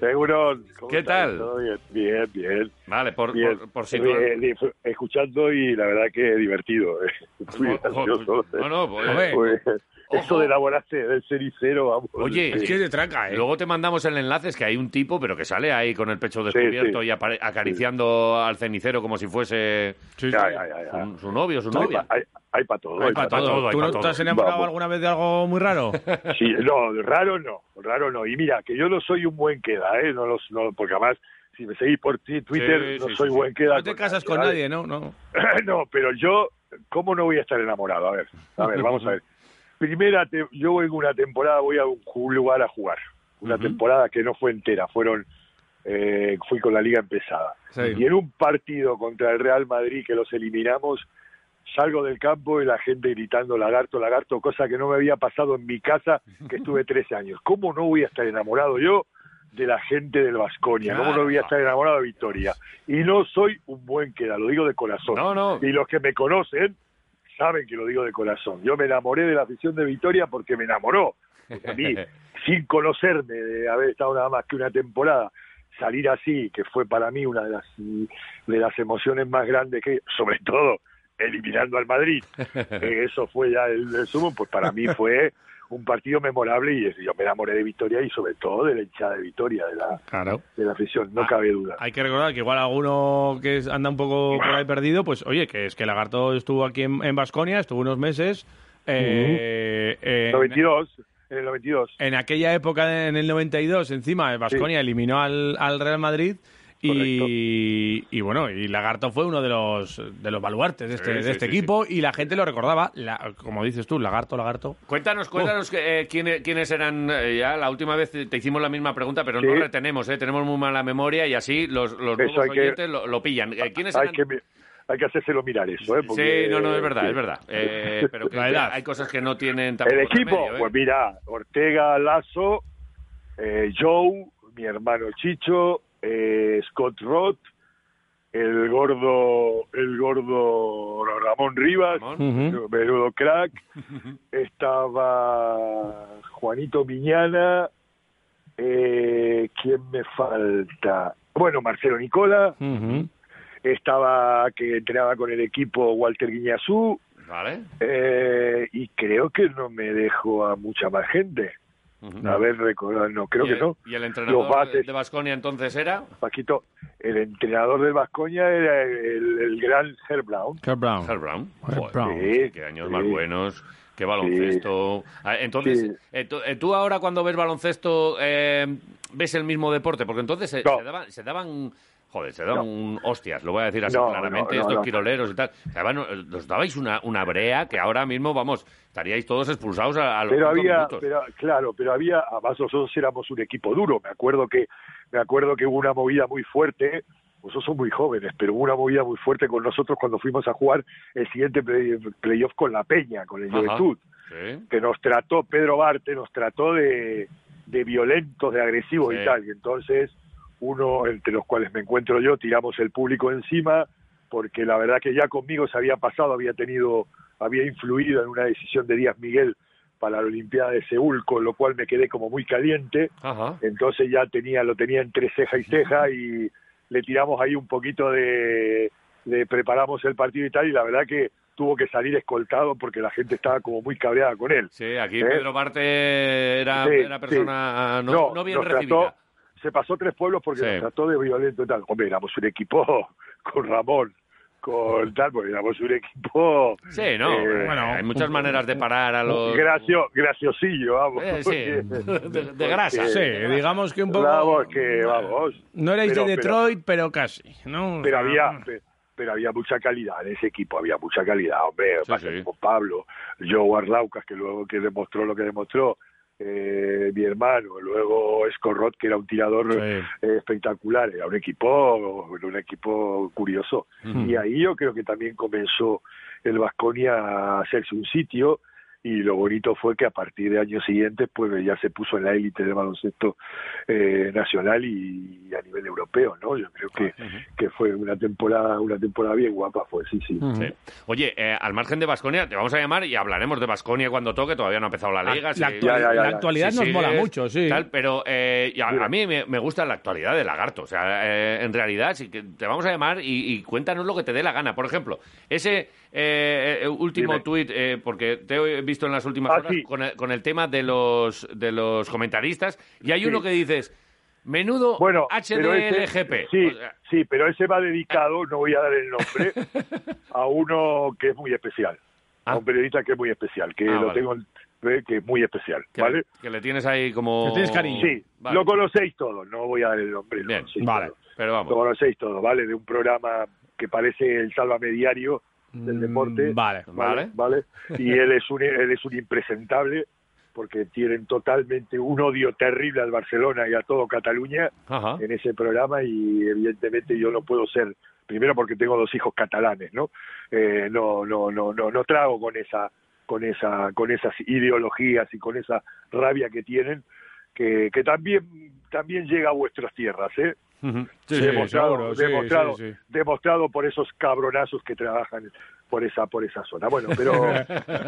Segurón. ¿cómo
¿Qué
estáis?
tal?
¿Todo bien? Bien, bien.
Vale, por,
Bien.
por, por si
Eh, dif- Escuchando y la verdad que divertido. eh. Muy gracioso.
Pues
eh.
no, no, pues,
Pues, Eso de elaboraste del cenicero, vamos.
Oye,
Sí.
de tranca, ¿eh? Luego te mandamos el enlace, es que hay un tipo, pero que sale ahí con el pecho descubierto
sí.
y apare- acariciando al cenicero como si fuese Su, su novio, su
Hay
novia.
pa- hay- hay pa' todo,
Hay
hay
pa'
pa'
todo,
todo, hay
¿Tú
pa'
no te
todo.
has enamorado
Vamos.
alguna vez de algo muy raro?
[LAUGHS] Sí, no, raro no, raro no. Y mira, que yo no soy un buen queda, ¿eh? No los, no, porque además, si me seguís por ti- Twitter,
Sí,
no
sí,
soy
sí,
buen
sí.
queda.
No te casas con
¿vale?
nadie, ¿no? No.
[LAUGHS] no, pero yo, ¿cómo no voy a estar enamorado? A ver, a ver, vamos a ver. Primera, te- yo vengo una temporada, voy a un ju- lugar a jugar. Una temporada que no fue entera, fueron, eh, fui con la liga empezada.
Sí.
Y en un partido contra el Real Madrid que los eliminamos, salgo del campo y la gente gritando lagarto, lagarto, cosa que no me había pasado en mi casa, que estuve 13 años. ¿Cómo no voy a estar enamorado yo de la gente del Vasconia? ¿Cómo no voy a estar enamorado de Victoria? Y no soy un buen queda, lo digo de corazón. Y los que me conocen saben que lo digo de corazón. Yo me enamoré de la afición de Victoria porque me enamoró. Pues a mí, sin conocerme, de haber estado nada más que una temporada, salir así, que fue para mí una de las, de las emociones más grandes que, sobre todo, eliminando al
[LAUGHS]
Madrid, que eso fue ya el, el sumo, pues para mí fue un partido memorable y es- yo me enamoré de Victoria y sobre todo de la hinchada de Victoria, de la,
Claro.
de la afición,
Ah.
no cabe duda.
Hay que recordar que igual alguno que es- anda un poco por ahí perdido, pues oye, que es que Lagarto estuvo aquí en Vasconia, estuvo unos meses. eh, eh,
92, en el 92.
Pues-
En aquella época, en el 92, encima, Vasconia eliminó al, al Real Madrid. Y, y bueno, y Lagarto fue uno de los, de los baluartes de este,
Sí,
de
sí,
este
sí,
equipo y la gente lo recordaba, la- como dices tú, Lagarto, Lagarto.
Cuéntanos, cuéntanos
Oh.
que, eh, quiénes, quiénes eran. eh, ya la última vez te hicimos la misma pregunta, pero no
Sí.
retenemos, ¿eh? tenemos muy mala memoria y así los, los
Eso
nuevos
hay que-
oyentes lo, lo pillan. Eh, ¿Quiénes
hay,
eran?
que, mi- hay que hacérselo mirar eso, ¿eh? Porque-
Sí, no, no, es verdad,
sí.
es verdad.
[LAUGHS]
Eh, pero que
La edad.
hay cosas que no tienen
El
tampoco
equipo,
remedio, ¿eh?
pues mira, Ortega, Lazo, eh, Joe, mi hermano Chicho, eh, Scott Roth, el gordo, el gordo Ramón Rivas,
Ramón. Ujú.
menudo crack, [LAUGHS] estaba Juanito Miñana, eh, ¿quién me falta? Bueno, Marcelo Nicola, estaba que entrenaba con el equipo Walter Guiñazú,
Vale.
eh, y creo que no me dejo a mucha más gente. A ver, recordar, no, creo
¿Y
que
el-
no.
¿Y el
Los
entrenador
bases,
de Vasconia entonces era?
Paquito, el entrenador del Vascoña era el, el gran Herb Brown.
Herb Brown.
Herb Brown. Joder, pues,
Brown.
sí, qué años más
sí.
buenos. Qué baloncesto. Ah, Entonces,
Sí.
eh, tú- eh, tú ahora cuando ves baloncesto, eh, ¿ves el mismo deporte? Porque entonces eh, se,
No.
daban, se daban- joder, se
No.
daban un- hostias, lo voy a decir así
No,
claramente,
no, no,
estos
no.
quiroleros y tal. Se daban, eh, os dabais una, una brea que ahora mismo, vamos, estaríais todos expulsados a, a los
pero
cinco
había
minutos.
pero, claro pero había además nosotros éramos un equipo duro me acuerdo que me acuerdo que hubo una movida muy fuerte vosotros son muy jóvenes pero hubo una movida muy fuerte con nosotros cuando fuimos a jugar el siguiente play- playoff con la Peña con el
Ajá.
Juventud
Sí.
que nos trató Pedro Barte nos trató de, de violentos de agresivos
Sí.
y tal y entonces uno entre los cuales me encuentro yo tiramos el público encima porque la verdad que ya conmigo se había pasado había tenido había influido en una decisión de Díaz Miguel para la Olimpiada de Seúl, con lo cual me quedé como muy caliente.
Ajá.
Entonces ya tenía, lo tenía entre ceja y ceja y le tiramos ahí un poquito de, le preparamos el partido y tal, y la verdad que tuvo que salir escoltado porque la gente estaba como muy cabreada con él.
Sí, aquí
¿Eh?
Pedro Barte era
Sí,
una
sí.
persona ah, no, no bien
nos
recibida.
trató- se pasó tres pueblos porque
Sí.
nos trató de violento y tal. Hombre, éramos un equipo [LAUGHS] con Ramón, con tal, porque éramos un equipo...
Sí, no.
eh,
bueno, hay muchas maneras de parar a los.
Gracioso, graciosillo, vamos. [LAUGHS]
Eh, sí.
porque-
De- de grasa.
Sí,
porque-
digamos que un poco-
Vamos, que vamos.
No erais
Pero-
de
pero-
Detroit, Ah. pero, casi, ¿no?
pero había pe- pero había mucha calidad en ese equipo había mucha calidad hombre pasa con Pablo Joe Arlaucas que luego que demostró lo que demostró eh, mi hermano luego Escorrot que era un tirador eh, espectacular era un equipo era un equipo curioso
Ujú.
y ahí yo creo que también comenzó el Vasconia a hacerse un sitio y lo bonito fue que a partir de años siguientes pues ya se puso en la élite del baloncesto eh, nacional y, y a nivel europeo no yo creo que,
Ah,
que fue una temporada una temporada bien guapa fue sí sí
Sí. Oye, eh, al margen de Basconia, te vamos a llamar y hablaremos de Basconia cuando toque. Todavía no ha empezado la
Ah,
liga.
la
si-
actuali- Ya, ya, ya, la ya. actualidad nos mola mucho, sí.
tal, pero eh, y a, a mí me, me gusta la actualidad de Lagarto. O sea, eh, en realidad, sí que te vamos a llamar y, y cuéntanos lo que te dé la gana. Por ejemplo, ese eh, eh, último
Dime.
tuit, eh, porque te he visto en las últimas
Ah,
horas
sí.
con, el, con el tema de los, de los comentaristas, y hay
Sí.
uno que dices. Menudo
bueno pero ese-
HDLGP.
sí
O sea,
sí pero ese va dedicado no voy a dar el
[LAUGHS]
nombre a uno que es muy especial a un periodista que es muy especial que
Ah,
lo
vale.
tengo eh, que es muy especial
que,
vale
que le tienes ahí como...
Sí,
Vale.
lo conocéis todos, no voy a dar el nombre. Lo conocéis
vale,
todos.
pero vamos.
Lo conocéis todos, ¿vale? De un programa que parece el Sálvame Diario
Mm,
del deporte.
vale,
vale.
[LAUGHS]
Y él es, un, él es un impresentable porque tienen totalmente un odio terrible al Barcelona y a todo Cataluña
Ajá.
en ese programa y evidentemente yo no puedo ser primero porque tengo dos hijos catalanes no Eh, no no no no no trago con esa con esa con esas ideologías y con esa rabia que tienen que, que también también llega a vuestras tierras eh
Sí, seguro, sí,
demostrado,
sí, sí.
demostrado por esos cabronazos que trabajan por esa por esa zona bueno pero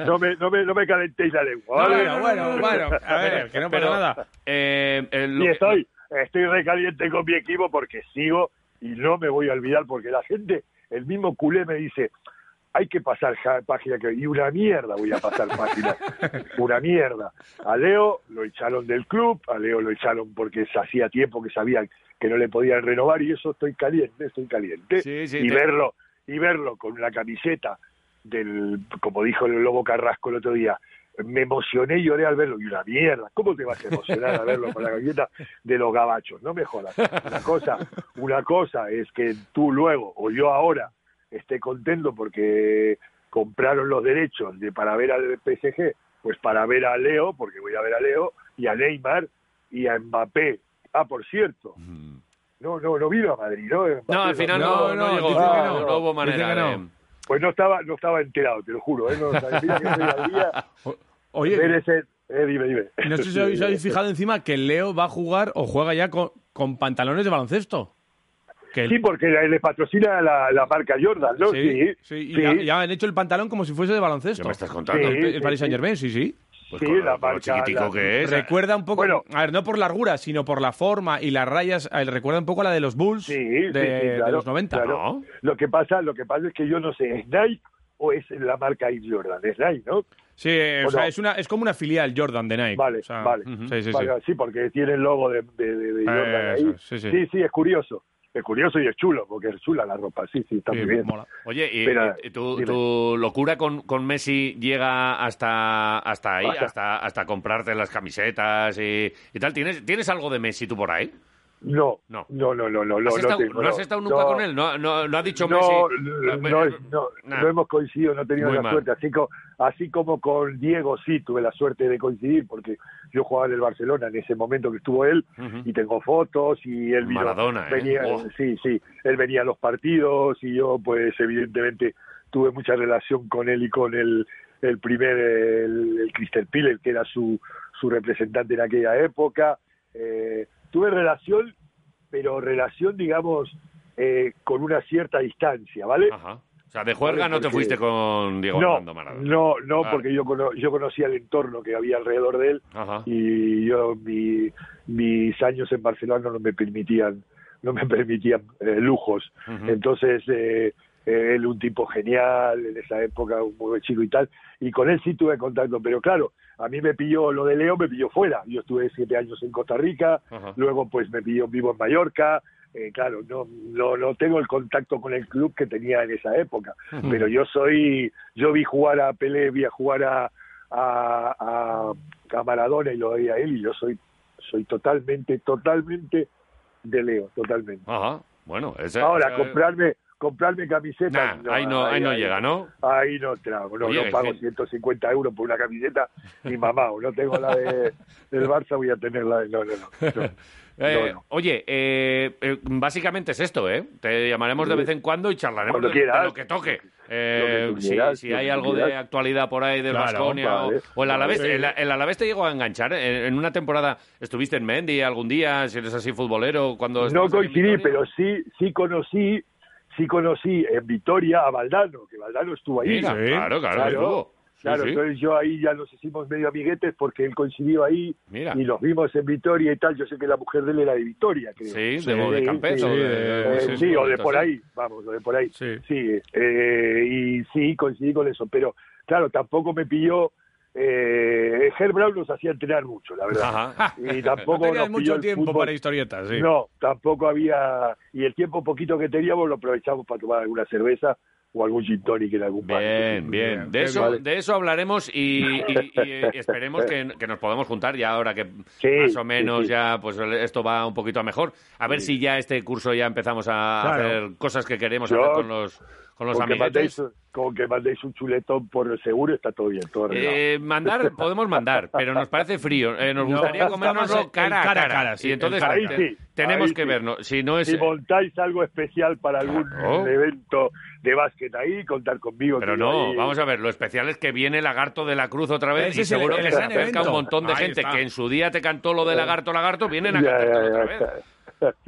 no me no me, no me calentéis la lengua ¿vale?
bueno, bueno, bueno, a ver, que no pasa
Pero-
nada.
Eh, eh, lo
y
que-
estoy, estoy recaliente con mi equipo porque sigo y no me voy a olvidar porque la gente, el mismo culé me dice, hay que pasar ja- página que y una mierda voy a pasar
[LAUGHS]
página, una mierda. A Leo lo echaron del club, a Leo lo echaron porque se hacía tiempo que sabían que no le podían renovar y eso estoy caliente, estoy caliente
Sí, sí,
y
te-
verlo y verlo con la camiseta del como dijo el lobo Carrasco el otro día me emocioné y lloré al verlo y una mierda cómo te vas a emocionar al verlo con la camiseta de los gabachos no me jodas una cosa una cosa es que tú luego o yo ahora esté contento porque compraron los derechos de para ver al PSG pues para ver a Leo porque voy a ver a Leo y a Neymar y a Mbappé ah por cierto no no no vino a Madrid no Mbappé
No, al final no, no, llegó.
dice que
no, no hubo manera. de-
Pues no estaba, no estaba enterado, te lo juro. ¿eh? No, o sea, mira que estoy al día.
Oye,
Ver ese- eh, dime, dime.
No sé si habéis,
[LAUGHS]
habéis fijado encima que Leo va a jugar o juega ya con, con pantalones de baloncesto.
Sí, porque la- le patrocina la, la marca Jordan, ¿no? Sí, sí.
sí, y Ya, ya han hecho el pantalón como si fuese de baloncesto.
¿Qué me estás contando?
El,
Sí,
el
sí,
Paris
sí.
Saint-Germain, sí, sí. Pues
Sí, con la lo- con lo marca- chiquitico la- que es.
Recuerda un poco, a ver, no por largura, sino por la forma y las rayas. eh, recuerda un poco a la de los Bulls de,
sí, sí,
de
claro,
los 90,
claro.
¿no?
Lo que pasa, lo que pasa es que yo no sé, ¿es Nike o es la marca Air Jordan? Es Nike, ¿no?
Sí, eh, o
¿O
sea,
no?
es, una, es como una filial Jordan de Nike.
Vale,
o sea,
vale.
ujú, Sí, sí, sí.
Vale, porque tiene el logo de, de- de- de Jordan
Eso,
ahí.
sí, sí.
sí, es curioso. Es curioso y es chulo, porque es chula la ropa. Sí, sí, está muy bien.
Oye, y,
Espera,
y tu,
dime.
tu locura con, con Messi llega hasta, hasta ahí,
Hasta-
hasta, hasta comprarte las camisetas y, y tal. ¿Tienes, ¿Tienes algo de Messi tú por ahí?
No,
No.
no, no, no, no, no,
¿Has
no
estado-
tengo,
has
no,
estado nunca
no.
con él? ¿No, no, no ha dicho
no,
Messi?
no,
Eh,
no, no,
nah.
no hemos coincidido, no he tenido
Muy
la
mal.
suerte. Así, co- así como con Diego sí tuve la suerte de coincidir, porque yo jugaba en el Barcelona en ese momento que estuvo él,
Ujú.
y tengo fotos, y él vino-
Maradona, ¿eh?
venía,
Oh.
sí, sí, él venía a los partidos, y yo pues evidentemente tuve mucha relación con él y con el, el primer, el, el Crystal Piller, que era su, su representante en aquella época. Eh, tuve relación pero relación, digamos, eh, con una cierta distancia, ¿vale?
O sea, de juerga
Vale,
no te
porque-
fuiste con Diego
no,
Armando Maradona.
no, no,
Vale.
porque yo, cono- yo conocía el entorno que había alrededor de él
Ajá.
y yo mi- mis años en Barcelona no me permitían no me permitían eh, lujos.
Ujú.
Entonces, eh, eh, él un tipo genial, en esa época un buen chico y tal, y con él sí tuve contacto, pero claro, a mí me pilló lo de Leo, me pilló fuera. Yo estuve siete años en Costa Rica,
Ajá.
luego pues me pilló vivo en Mallorca, eh, claro, no, no, no tengo el contacto con el club que tenía en esa época,
Ujú.
pero yo soy, yo vi jugar a Pelé, vi a jugar a, a, a- a Maradona y lo veía a él y yo soy, soy totalmente, totalmente de Leo, totalmente.
Ajá, bueno, ese-
Ahora,
ese-
comprarme, comprarme camisetas.
Nah, ahí no- ahí no llega, ¿no?
Ahí no trago, no,
Oye,
no
que
pago
sí.
150 euros por una camiseta, ni mamá, no tengo la de, del Barça, voy a tener la de... No, no, no. no.
Eh,
no.
Oye, eh, eh, básicamente es esto, ¿eh? Te llamaremos de vez en cuando y charlaremos
Cuando
de,
quieras.
de lo que toque. Eh,
Lo que tú
si-
quieras,
si
lo que
hay
tú
algo de
quieras.
actualidad por ahí del
Claro,
Baskonia
vale.
o, o el Alavés.
Vale.
El, el Alavés te llegó a enganchar. ¿eh? En, en una temporada estuviste en Mendy algún día, si eres así futbolero, cuando...
No
estabas aquí en
coincidí,
Vitoria.
pero sí, sí conocí, sí conocí en Vitoria a Valdano, que Valdano estuvo ahí.
Mira, Sí, claro, claro, estuvo. Sí,
claro,
sí.
entonces yo ahí ya nos hicimos medio amiguetes porque él coincidió ahí
Mira.
y nos vimos en Vitoria y tal. Yo sé que la mujer de él era de Vitoria, creo.
Sí, de- de Campes o de-
Eh,
sí,
sí, o de
sí.
por ahí, vamos, o de por ahí. Sí, eh, y sí, coincidí con eso, pero claro, tampoco me pilló. Eh, Ger Brown nos hacía entrenar mucho, la verdad.
Ajá.
Y tampoco
[LAUGHS] No tenías
nos
mucho
pilló el
tiempo
fútbol.
para historietas, sí.
No, tampoco había. Y el tiempo poquito que teníamos lo aprovechamos para tomar alguna cerveza o algún gin tonic en algún bar.
Bien, bien. De eso,
Vale.
de eso hablaremos y, y-
[LAUGHS]
y esperemos que, que nos podamos juntar ya ahora que más o menos
sí, sí.
ya pues esto va un poquito a mejor. A ver si ya este curso ya empezamos a
Claro.
hacer cosas que queremos
Yo-
hacer con los con los
con, que mandéis,
amiguetes.
con que mandéis un chuletón por el seguro está todo bien, todo arreglado.
Eh,
[LAUGHS]
mandar podemos mandar, pero nos parece frío. Eh, nos
No,
gustaría
[LAUGHS] está más
comérnoslo
el
cara a
cara
cara.
a cara, sí,
y
el
entonces
cara a
te-
cara. Ahí sí,
tenemos
ahí
que
sí.
vernos. Si no es
Si montáis algo especial para algún
Claro.
evento de básquet ahí, contar conmigo.
Pero
que
no,
ahí-
vamos a ver, lo especial es que viene Lagarto de la Cruz otra vez
Ese
y
es el-
seguro
el
que se
gran
acerca
evento.
un montón de
Ahí
gente
está.
que en su día te cantó lo de Lagarto, Lagarto, vienen a
Ya,
cantártelo
ya,
otra
ya,
vez.
está.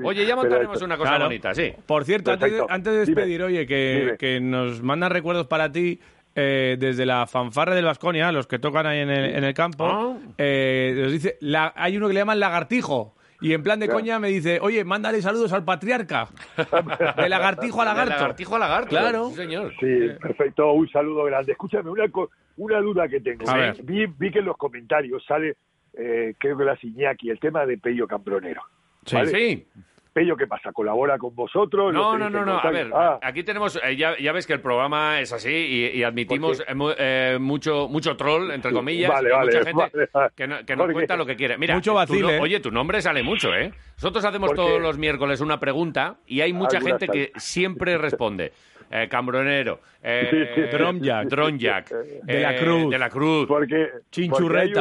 Oye, ya montaremos una cosa bonita, sí.
Por cierto, antes de, Ah,
Perfecto.
antes de
Dime.
despedir, oye, que,
Dime.
que nos mandan recuerdos para ti eh, desde la fanfarra del Vasconia, los que tocan ahí en el, en el campo.
Ah.
eh, nos dice, la- hay uno que le llaman Lagartijo. Y en plan de coña me dice, oye, mándale saludos al patriarca. [LAUGHS] De lagartijo a
De
lagarto.
lagartijo a lagarto,
Claro.
sí, señor.
Sí, perfecto, un saludo grande. Escúchame, una, co- una duda que tengo.
A ver.
Vi, vi que en los comentarios sale, eh, creo que la Iñaki, el tema de Pello Cambronero.
Sí.
¿Vale?
Sí.
Pello, ¿qué pasa? ¿Colabora con vosotros? ¿Lo
No, no,
tenéis
no,
en
no. A
contacto?
ver,
Ah,
aquí tenemos, eh, ya, ya ves que el programa es así y, y admitimos
¿Por qué?
eh, mu- eh, mucho, mucho troll, entre comillas,
Vale,
y
vale,
mucha gente
vale, vale.
que, no- que nos
Porque-
cuenta lo que quiere. Mira,
Mucho
tu
vacile,
no-
¿eh?
oye, tu nombre sale mucho, ¿eh? Nosotros hacemos
Porque-
todos los miércoles una pregunta y hay mucha
Algunas
gente que
salen.
siempre responde. Eh, cambronero,
Sí,
eh,
sí, sí. Dronjak.
Dronjak,
De la
eh,
Cruz.
de la Cruz,
porque,
Chinchurreta.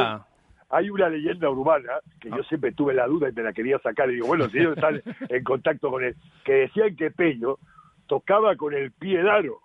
porque hay, un- hay una leyenda urbana que
Ah.
yo siempre tuve la duda y me la quería sacar. Y digo, bueno, si ellos
[LAUGHS]
están en contacto con él, que decían que Pello tocaba con el pie daro.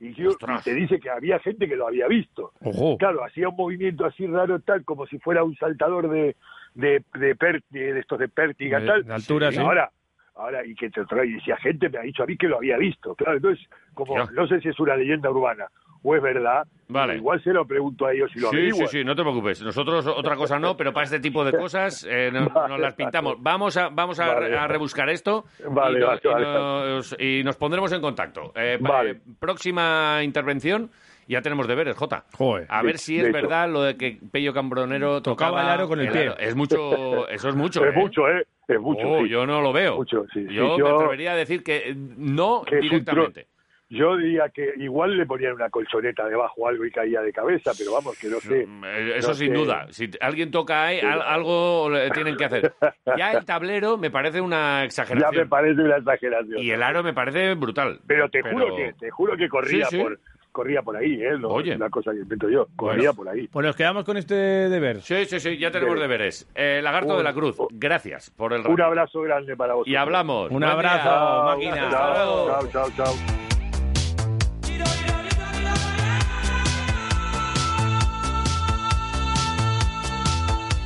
Y yo,
Ostras.
y te dice que había gente que lo había visto.
Ojo.
Claro, hacía un movimiento así raro, tal, como si fuera un saltador de, de, de, per- de estos de pértiga,
De-
tal.
de altura,
Y
sí.
Ahora, ahora, y que te trae, y decía, gente me ha dicho a mí que lo había visto. Claro, entonces, como,
Ya.
no sé si es una leyenda urbana o es verdad,
Vale.
igual se lo pregunto a ellos si lo
Sí, sí,
averiguan.
sí, no te preocupes. Nosotros otra cosa no, pero para este tipo de cosas eh, no- nos,
Vale,
las pintamos. Vamos a, vamos a,
Vale.
a rebuscar esto y
Vale,
no-
vale,
y,
vale.
nos, y nos pondremos en contacto. Eh, pa-
Vale.
eh, próxima intervención, ya tenemos deberes, Jota.
Joder.
A ver
Sí,
si es
de hecho.
verdad lo de que Pello Cambronero tocaba,
Tocaba el aro con el pie.
aro. Es
[LAUGHS]
mucho, eso es mucho.
Es mucho, ¿eh? Es mucho.
Oh,
sí.
Yo no lo veo.
Mucho, sí, sí.
yo, me
Yo-
atrevería a decir que eh, no
Que es un
directamente.
Yo diría que igual le ponían una colchoneta debajo o algo y caía de cabeza, pero vamos, que no sé.
Eh, Eso
no
sin
sé.
duda. Si t- alguien toca ahí, al- algo le tienen que hacer. Ya el tablero me parece una
[LAUGHS] Ya
exageración.
me parece una exageración.
Y el aro me parece brutal.
Pero te juro que te juro que corría
Sí, sí.
por corría por ahí, ¿eh? No,
Oye.
es una cosa que invento yo. Corría por ahí.
Pues nos quedamos con este deber.
Sí, sí, sí, ya tenemos deberes. Eh, Lagarto
Un-
de la Cruz, gracias por el
Un
rato.
abrazo grande para vosotros.
Y hablamos.
Un
Buen
abrazo,
día.
máquina.
Hasta luego.
Chao, chao, chao.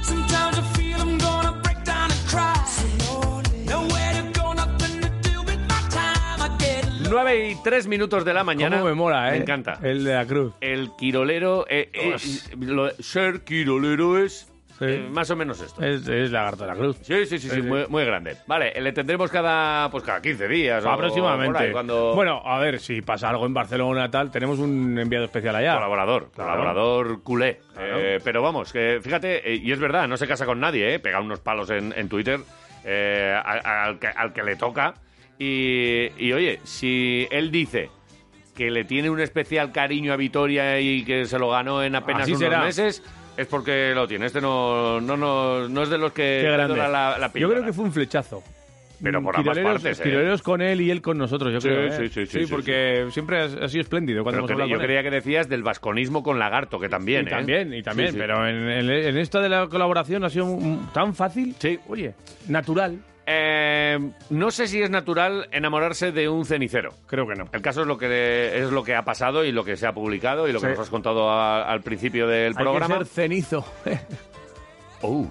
Sometimes I feel I'm gonna break down and cry. Nowhere to go, nothing to do with my time. I get
9 y 3 minutos de la mañana.
¿Cómo me mola, eh?
Me encanta.
El de la cruz.
El quirolero. eh, eh, lo de ser quirolero es eh, más o menos esto.
Es, es lagarto de la cruz.
Sí, sí, sí, sí,
Sí, sí.
Muy, muy grande. Vale, le tendremos cada, pues cada 15 días. o
Aproximadamente.
por ahí, cuando...
Bueno, a ver, si pasa algo en Barcelona tal, tenemos un enviado especial allá.
Colaborador,
Claro.
colaborador culé.
Claro.
Eh, pero vamos, que fíjate, eh, y es verdad, no se casa con nadie, ¿eh? Pega unos palos en, en Twitter eh, a- al, que, al que le toca. Y, y, oye, si él dice que le tiene un especial cariño a Vitoria y que se lo ganó en apenas
Así
unos
será.
meses, es porque lo tiene. Este no, no, no, no es de los que
Qué grande.
Eh, perdona la, la
Yo
píldora.
creo que fue un flechazo.
Pero por ambas
Quiroleros-
partes, ¿eh?
Quiroleros con él y él con nosotros, yo
Sí,
creo. ¿eh?
sí, sí, sí, sí,
porque siempre ha ha sido espléndido cuando
Pero
hemos
que-
hablado
yo
con él.
creía que decías del vasconismo con Lagarto, que también.
Y
¿eh?
también, y también,
Sí, sí.
pero en, en- en esto de la colaboración ha sido mm, tan fácil. Sí. Oye, natural.
Eh, no sé si es natural enamorarse de un cenicero.
Creo que no.
El caso es lo que es lo que ha pasado y lo que se ha publicado y lo que
Sí.
nos has contado a- al principio del
Hay
programa.
que ser cenizo. [LAUGHS]
Oh.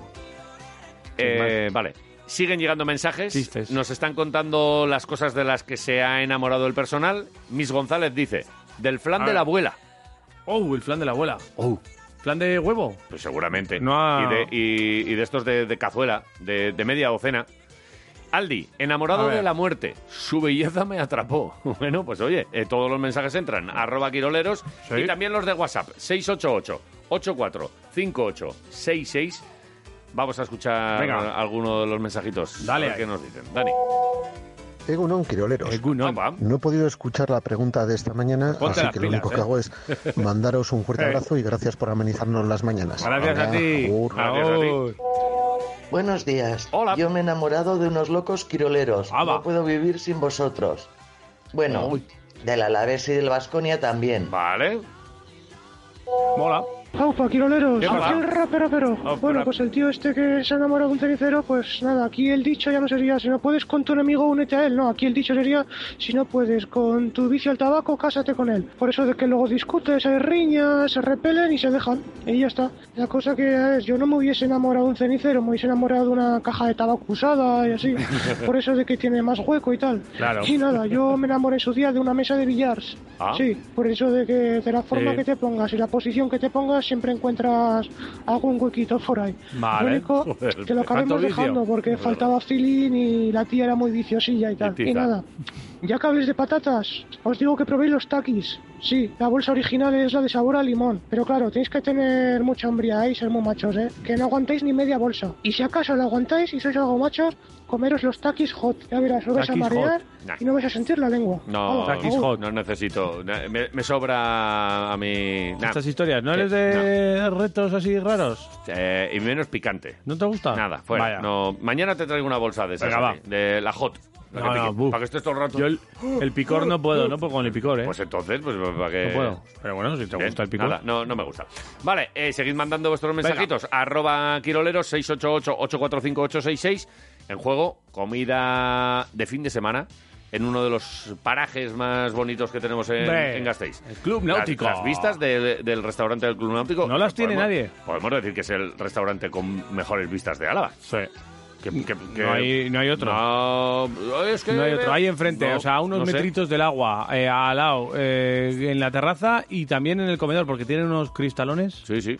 Eh, vale. Siguen llegando mensajes.
Chistes.
Nos están contando las cosas de las que se ha enamorado el personal. Miss González dice, del flan
Ah.
de la abuela.
oh, el flan de la abuela.
Oh.
¿Flan de huevo?
Pues seguramente.
No ha-
y, de, y- y de estos de, de cazuela, de, de media docena. Aldi,
A
enamorado
ver.
de la muerte. Su belleza me atrapó. [LAUGHS] Bueno, pues oye, eh, todos los mensajes entran. Arroba Quiroleros. Y también los de WhatsApp. 688-845866. Vamos a escuchar
Venga.
alguno de los mensajitos.
Dale
A ver
ahí. Uh,
¿Qué nos dicen? Dani.
Egunon, Quiroleros. No he podido escuchar la pregunta de esta mañana,
Ponte
así
las
que
pilas,
lo único
¿eh?
que hago es mandaros un
[LAUGHS]
fuerte
Eh.
abrazo y gracias por amenizarnos las mañanas.
Venga,
Venga,
agur.
agur.
Gracias a ti.
Buenos días. Hola. Yo me he enamorado de unos locos quiroleros. no puedo vivir sin vosotros. Bueno, del Alavés y del Vasconia también.
Vale.
Mola.
Aupa, quiroleros,
¿Qué pasa?
aquí el raperapero.
Aupa,
Bueno,
rap-
pues el tío este que se ha enamorado de un cenicero, pues nada, aquí el dicho ya no sería si no puedes con tu enemigo, únete a él. No, aquí el dicho sería si no puedes con tu vicio al tabaco, cásate con él. Por eso de que luego discuten, se riñan, se repelen y se dejan. Y ya está. La cosa que es, yo no me hubiese enamorado de un cenicero, me hubiese enamorado de una caja de tabaco usada y así. Por eso de que tiene más hueco y tal.
Claro.
Y nada, yo me enamoré en su día de una mesa de billars.
Ah.
Sí, por eso de que de la forma
Sí.
que te pongas y la posición que te pongas siempre encuentras algún huequito por ahí.
Vale.
[LAUGHS]
Lo único
Joder,
que lo
¿tanto
acabemos
vicio?
dejando porque
Bueno.
faltaba feeling y la tía era muy viciosilla y tal.
Y
Y,
tiza.
nada, ya que habléis de patatas, os digo que probéis los takis. Sí, la bolsa original es la de sabor a limón, pero claro, tenéis que tener mucha hombría y ser muy machos, ¿eh? Que no aguantáis ni media bolsa. Y si acaso la aguantáis y sois algo machos, comeros los takis hot. Ya verás, os vais a
Takis hot.
marear
Nah.
y no vais a sentir la lengua.
No,
Ala, au.
no necesito. Me, me sobra a mí. nah.
Estas historias, ¿no
Sí,
eres de retos así raros?
Eh, y menos picante.
¿No te gusta?
Nada, fuera.
Vaya.
No, mañana te traigo una bolsa de esas.
Venga,
así, De la hot. la
No,
que
no,
pique, para que estés todo el rato.
Yo el, el picor no puedo, no puedo con el picor, ¿eh?
Pues entonces, pues para que.
No puedo. Pero bueno, si te
Bien,
gusta el picor.
nada, no, no me gusta. Vale, eh, seguid mandando vuestros
Venga.
mensajitos. Arroba Quiroleros 688-845-866. En juego, comida de fin de semana en uno de los parajes más bonitos que tenemos en,
Ve,
en Gasteiz. El
Club Náutico.
Las, vistas del- del restaurante del Club Náutico. No las
tiene nadie.
Podemos decir que es el restaurante con mejores vistas de Álava.
Sí.
que-
no, hay, no hay otro.
No, es que-
No hay otro. Ahí enfrente,
No,
o sea, a unos
no sé.
metritos del agua, eh, al lado, eh, en la terraza y también en el comedor, porque tienen unos cristalones.
Sí, sí.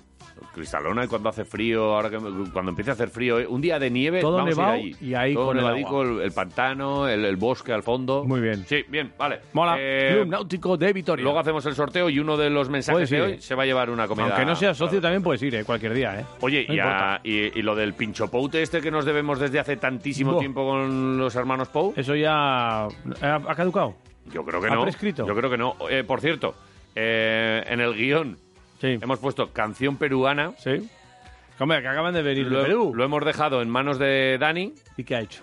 Cristalona y cuando hace frío, ahora que cuando empieza a hacer frío, eh, un día de nieve,
Todo
vamos
nevado
a ir ahí.
y ahí
Todo
con el
nevadico, el, el pantano, el, el bosque al fondo. Muy bien. Sí, bien, vale.
Mola.
Eh,
Club Náutico de Vitoria.
Luego hacemos el sorteo y uno de los mensajes
Puedes
de
ir,
hoy
eh.
se va a llevar una comida.
Aunque no seas socio, también puedes ir, eh, cualquier día, ¿eh?
Oye,
No
y, a-
importa.
y- y lo del pincho poute este que nos debemos desde hace tantísimo
Buah.
tiempo con los hermanos Pou.
¿Eso ya ha, ha caducado?
Yo creo que
¿Ha
no.
prescrito?
Yo creo que no. Eh, por cierto, eh, en el guión hemos puesto canción peruana.
Sí. Hombre, que acaban de venir
lo,
de Perú.
Lo hemos dejado en manos de Dani.
¿Y qué ha hecho?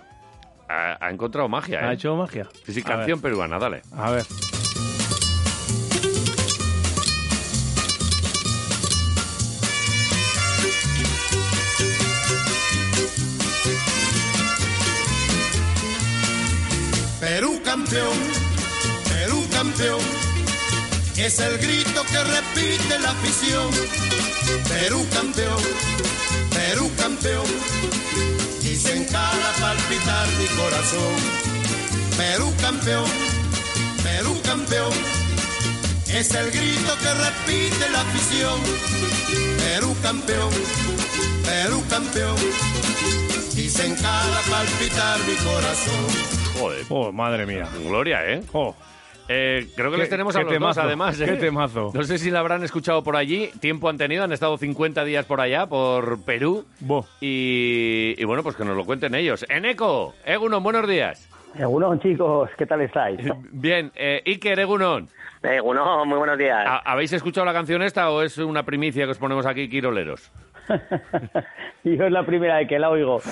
Ha, ha encontrado magia, ¿eh?
¿Ha hecho magia?
Sí, sí,
A ver.
canción peruana, dale.
A ver.
Perú campeón, Perú campeón, es el grito que repite la afición. Perú campeón, Perú campeón, y se encara palpitar mi corazón. Perú campeón, Perú campeón, es el grito que repite la afición. Perú campeón, Perú campeón, y se encara palpitar mi corazón.
Joder.
Oh, madre mía.
Gloria, ¿eh? Eh, creo que
Qué-
les tenemos a
qué
los
temazo,
dos, además. ¿eh?
qué temazo.
No sé si la habrán escuchado por allí. Tiempo han tenido, han estado 50 días por allá, por Perú. Y, y bueno, pues que nos lo cuenten ellos. Eneco, Egunon, buenos días.
Egunon, chicos, ¿qué tal estáis?
Bien, eh, Iker, Egunon.
Egunon, muy buenos días.
¿Habéis escuchado la canción esta o es una primicia que os ponemos aquí, Quiroleros?
[LAUGHS] Yo es la primera vez que la oigo. [LAUGHS]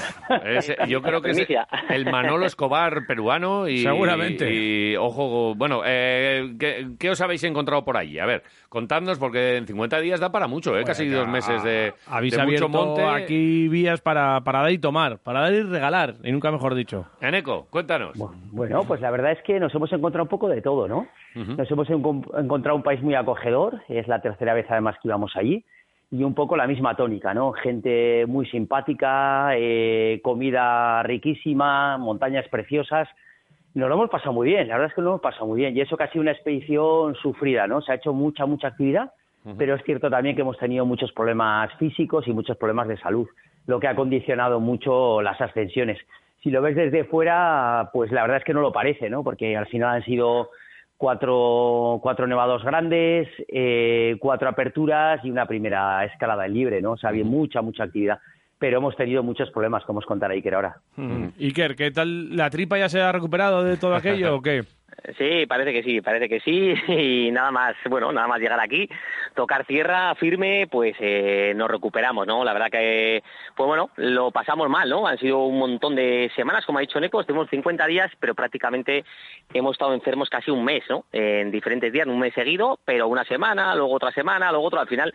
Es- eh, yo creo que es
Primicia.
el Manolo Escobar peruano y...
Seguramente.
Y, ojo, bueno, eh, ¿qué, qué os habéis encontrado por allí? A ver, contadnos, porque en 50 días da para mucho, ¿eh? Casi dos meses de,
Habéis
de
abierto
mucho monte.
aquí vías para, para dar y tomar, para dar y regalar, y nunca mejor dicho.
Eneco, cuéntanos.
Bueno, pues la verdad es que nos hemos encontrado un poco de todo, ¿no? Nos hemos encon- encontrado un país muy acogedor, es la tercera vez además que íbamos allí, y un poco la misma tónica, ¿no? Gente muy simpática, eh, comida riquísima, montañas preciosas. Nos lo hemos pasado muy bien, la verdad es que nos lo hemos pasado muy bien, y eso que ha sido una expedición sufrida, ¿no? Se ha hecho mucha, mucha actividad, pero es cierto también que hemos tenido muchos problemas físicos y muchos problemas de salud, lo que ha condicionado mucho las ascensiones. Si lo ves desde fuera, pues la verdad es que no lo parece, ¿no? Porque al final han sido cuatro, cuatro nevados grandes, eh, cuatro aperturas y una primera escalada en libre, ¿no? O sea, había mucha, mucha actividad. Pero hemos tenido muchos problemas, como os contará Iker ahora.
Mm. Iker, ¿qué tal? ¿La tripa ya se ha recuperado de todo aquello o qué?
Sí, parece que sí, parece que sí. [LAUGHS] Y nada más, bueno, nada más llegar aquí, tocar tierra firme, pues eh, nos recuperamos, ¿no? La verdad que, pues bueno, lo pasamos mal, ¿no? Han sido un montón de semanas, como ha dicho Neco, estuvimos 50 días, pero prácticamente hemos estado enfermos casi un mes, ¿no? En diferentes días, un mes seguido, pero una semana, luego otra semana, luego otra. Al final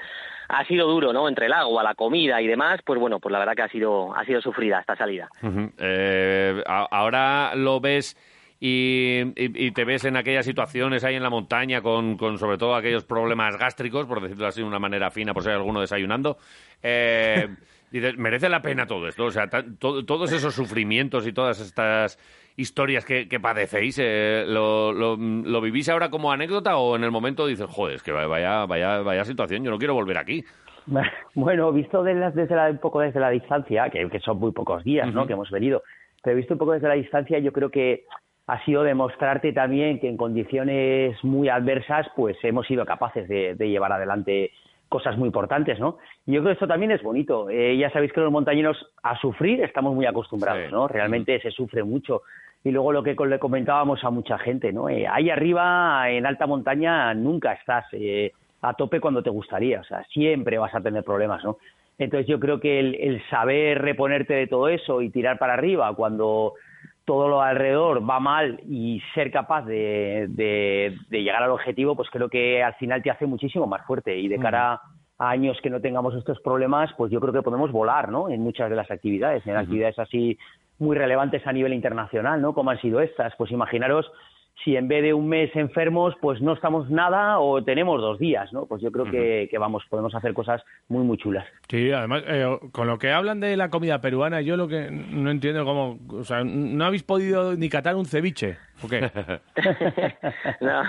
ha sido duro, ¿no? Entre el agua, la comida y demás, pues bueno, pues la verdad que ha sido, ha sido sufrida esta salida.
Ujú. Eh, a- ahora lo ves y, y- y te ves en aquellas situaciones ahí en la montaña con, con sobre todo aquellos problemas gástricos, por decirlo así de una manera fina, por si hay alguno desayunando. Eh, dices, merece la pena todo esto, o sea, tan- to- todos esos sufrimientos y todas estas historias que, que padecéis, eh, ¿lo, lo, lo vivís ahora como anécdota o en el momento dices, joder, es que vaya, vaya, vaya situación, yo no quiero volver aquí?
[LAUGHS] Bueno, visto de las- desde la, un poco desde la distancia, que, que son muy pocos días, ¿no?
Ujú.
Que hemos venido, pero visto un poco desde la distancia, yo creo que ha sido demostrarte también que en condiciones muy adversas, pues hemos sido capaces de, de llevar adelante cosas muy importantes, ¿no? Y yo creo que esto también es bonito. Eh, ya sabéis que los montañeros a sufrir estamos muy acostumbrados, ¿no? Realmente se sufre mucho. Y luego lo que co- le comentábamos a mucha gente, ¿no? Eh, ahí arriba, en alta montaña, nunca estás eh, a tope cuando te gustaría. O sea, siempre vas a tener problemas, ¿no? Entonces yo creo que el, el saber reponerte de todo eso y tirar para arriba cuando todo lo alrededor va mal y ser capaz de, de- de llegar al objetivo, pues creo que al final te hace muchísimo más fuerte. Y de cara a años que no tengamos estos problemas, pues yo creo que podemos volar, ¿no? En muchas de las actividades, en actividades así muy relevantes a nivel internacional, ¿no? Como han sido estas. Pues imaginaros si en vez de un mes enfermos, pues no estamos nada o tenemos dos días, ¿no? Pues yo creo que, que vamos, podemos hacer cosas muy, muy chulas.
Sí, además, eh, con lo que hablan de la comida peruana, yo lo que no entiendo cómo... O sea, no habéis podido ni catar un ceviche, ¿o qué?
[LAUGHS] No,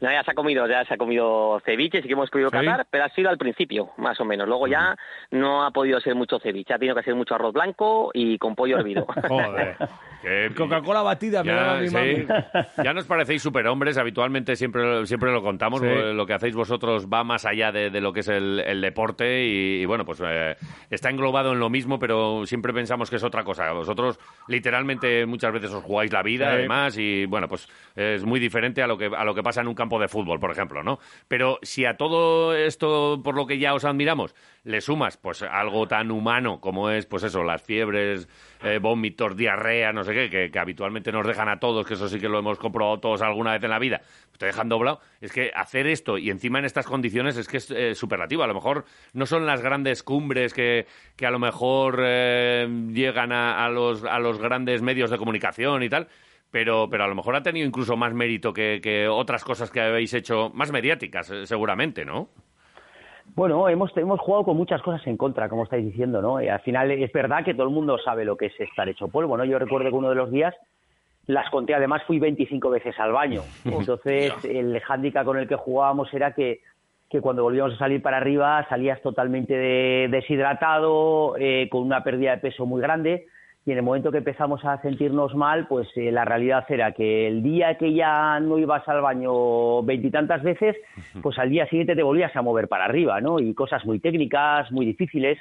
no, ya se ha comido, ya se ha comido ceviche, sí que hemos podido catar, pero ha sido al principio, más o menos. Luego ya no ha podido ser mucho ceviche, ha tenido que hacer mucho arroz blanco y con pollo hervido.
Joder. Qué-
Coca-Cola batida, me daba
Ya,
mi
sí.
mami.
[LAUGHS] Ya nos parecéis superhombres, habitualmente siempre, siempre lo contamos,
Sí.
eh, lo que hacéis vosotros va más allá de, de lo que es el, el deporte y, y, bueno, pues eh, está englobado en lo mismo, pero siempre pensamos que es otra cosa. Vosotros literalmente muchas veces os jugáis la vida,
Sí.
además, y bueno, pues es muy diferente a lo, que, a lo que pasa en un campo de fútbol, por ejemplo, ¿no? Pero si a todo esto, por lo que ya os admiramos, le sumas pues algo tan humano como es, pues eso, las fiebres, eh, vómitos, diarrea, no sé qué, que, que habitualmente nos dejan a todos, que eso sí que lo hemos comprobado todos alguna vez en la vida, te dejan doblado, es que hacer esto y encima en estas condiciones es que es eh, superlativo. A lo mejor no son las grandes cumbres que, que a lo mejor eh, llegan a, a los, a los grandes medios de comunicación y tal, pero, pero a lo mejor ha tenido incluso más mérito que, que otras cosas que habéis hecho, más mediáticas, eh, seguramente, ¿no?
Bueno, hemos, hemos jugado con muchas cosas en contra, como estáis diciendo, ¿no? Y al final es verdad que todo el mundo sabe lo que es estar hecho polvo, ¿no? Yo recuerdo que uno de los días las conté, además fui 25 veces al baño. Entonces el hándicap con el que jugábamos era que, que cuando volvíamos a salir para arriba salías totalmente de- deshidratado, eh, con una pérdida de peso muy grande. y en el momento que empezamos a sentirnos mal, pues eh, la realidad era que el día que ya no ibas al baño veintitantas veces, pues al día siguiente te volvías a mover para arriba, ¿no? Y cosas muy técnicas, muy difíciles.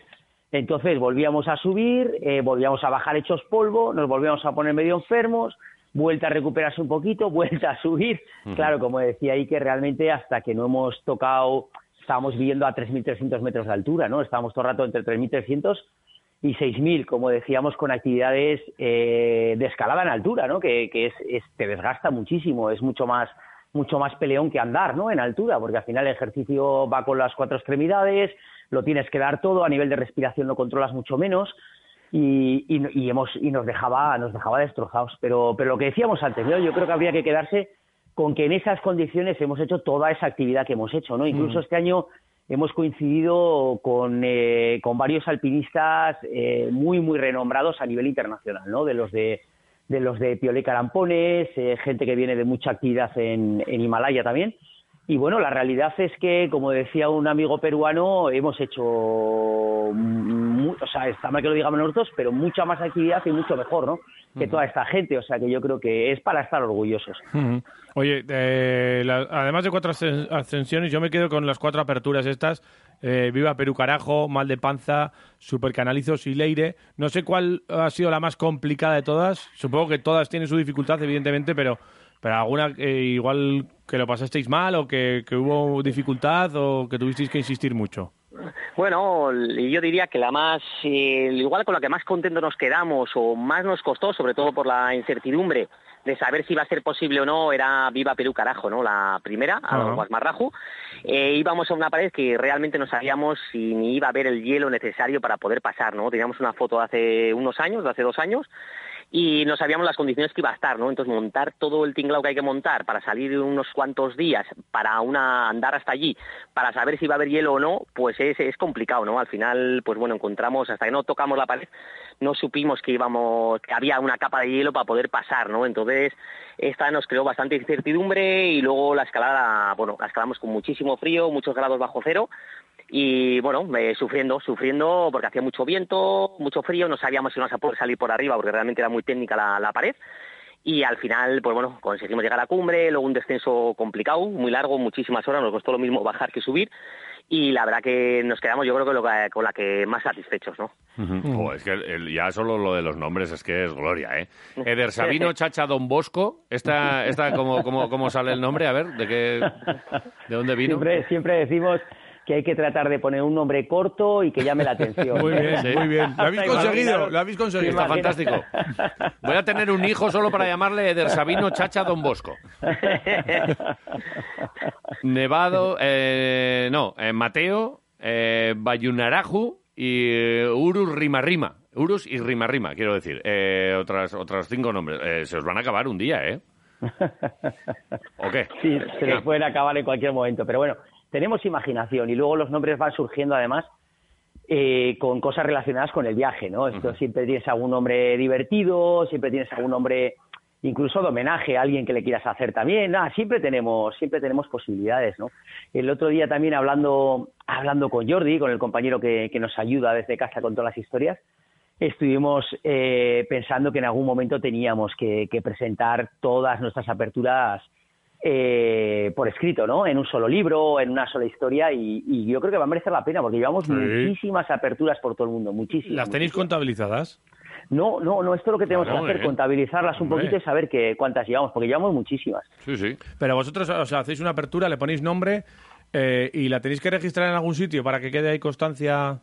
Entonces volvíamos a subir, eh, volvíamos a bajar hechos polvo, nos volvíamos a poner medio enfermos, vuelta a recuperarse un poquito, [LAUGHS] vuelta a subir.
Ujú.
Claro, como decía ahí, que realmente hasta que no hemos tocado, estábamos viviendo a 3.300 metros de altura, ¿no? Estábamos todo el rato entre 3.300 y 6.000, como decíamos, con actividades eh, de escalada en altura, ¿no? Que, que es, es- te desgasta muchísimo, es mucho más mucho más peleón que andar, ¿no? En altura, porque al final el ejercicio va con las cuatro extremidades, lo tienes que dar todo, a nivel de respiración lo controlas mucho menos y, y no- y hemos y nos dejaba nos dejaba destrozados. Pero pero lo que decíamos antes, ¿no? yo creo que habría que quedarse con que en esas condiciones hemos hecho toda esa actividad que hemos hecho, ¿no? Incluso
Mm.
este año hemos coincidido con, eh, con varios alpinistas eh, muy, muy renombrados a nivel internacional, ¿no? De los de, de los de Piolé Carampones, eh, gente que viene de mucha actividad en, en Himalaya también. Y bueno, la realidad es que, como decía un amigo peruano, hemos hecho, mu- o sea, está mal que lo digamos nosotros, pero mucha más actividad y mucho mejor, ¿no? Que
Ujú.
toda esta gente, o sea, que yo creo que es para estar orgullosos.
Ujú. Oye, eh, la- además de cuatro ascen- ascensiones, yo me quedo con las cuatro aperturas estas. Eh, Viva Perú Carajo, Mal de Panza, Supercanalizos y Leire. No sé cuál ha sido la más complicada de todas. Supongo que todas tienen su dificultad, evidentemente, pero, pero alguna eh, igual que lo pasasteis mal o que, que hubo dificultad o que tuvisteis que insistir mucho.
Bueno, l- yo diría que la más, eh, igual con la que más contentos nos quedamos o más nos costó, sobre todo por la incertidumbre de saber si iba a ser posible o no, era Viva Perú Carajo, ¿no? La primera, a
Ajá.
los Guasmarraju. Eh, íbamos a una pared que realmente no sabíamos si ni iba a haber el hielo necesario para poder pasar, ¿no? Teníamos una foto de hace unos años, de hace dos años, y no sabíamos las condiciones que iba a estar, ¿no? Entonces montar todo el tinglao que hay que montar para salir unos cuantos días, para una andar hasta allí, para saber si va a haber hielo o no, pues es, es complicado, ¿no? Al final, pues bueno, encontramos, hasta que no tocamos la pared, no supimos que íbamos, que había una capa de hielo para poder pasar, ¿no? Entonces, esta nos creó bastante incertidumbre y luego la escalada, bueno, la escalamos con muchísimo frío, muchos grados bajo cero, y bueno, eh, sufriendo, sufriendo porque hacía mucho viento, mucho frío, no sabíamos si íbamos a poder salir por arriba porque realmente era muy técnica la, la pared. Y al final, pues bueno, conseguimos llegar a la cumbre, luego un descenso complicado, muy largo, muchísimas horas, nos costó lo mismo bajar que subir. Y la verdad que nos quedamos, yo creo que, lo que- con la que más satisfechos, ¿no?
Jo, es que el- ya solo lo de los nombres es que es gloria, ¿eh? Eder Sabino Chacha Don Bosco. Esta, esta ¿cómo, cómo, cómo sale el nombre? A ver, ¿de qué, de dónde vino?
Siempre, siempre decimos que hay que tratar de poner un nombre corto y que
[LAUGHS]
llame la atención.
Muy bien,
Sí.
muy bien. Lo habéis
Imaginaros-
conseguido, lo habéis conseguido.
Está
Imagina-
fantástico. Voy a tener un hijo solo para llamarle Eder Sabino Chacha Don Bosco.
[LAUGHS]
Nevado, eh, no, eh, Mateo, eh, Bayunaraju y eh, Urus Rimarrima. Urus y Rimarrima, quiero decir. Eh, otras, otros cinco nombres. Eh, se os van a acabar un día,
[LAUGHS]
¿eh? ¿O qué?
Sí, se les pueden acabar en cualquier momento. Pero bueno, tenemos imaginación y luego los nombres van surgiendo además eh, con cosas relacionadas con el viaje, ¿no? Esto siempre tienes algún nombre divertido, siempre tienes algún nombre incluso de homenaje a alguien que le quieras hacer también. Nada, siempre tenemos, siempre tenemos posibilidades, ¿no? El otro día también hablando, hablando con Jordi, con el compañero que, que nos ayuda desde casa con todas las historias, estuvimos eh, pensando que en algún momento teníamos que, que presentar todas nuestras aperturas eh, por escrito, ¿no? En un solo libro, en una sola historia, y, y yo creo que va a merecer la pena porque llevamos
Sí.
muchísimas aperturas por todo el mundo, muchísimas.
¿Las tenéis contabilizadas?
No, no, no, esto es lo que tenemos
Claro,
que hacer,
eh.
contabilizarlas un
Hombre.
poquito y saber que, cuántas llevamos, porque llevamos muchísimas.
Sí, sí.
Pero vosotros o sea, hacéis una apertura, le ponéis nombre eh, y la tenéis que registrar en algún sitio para que quede ahí constancia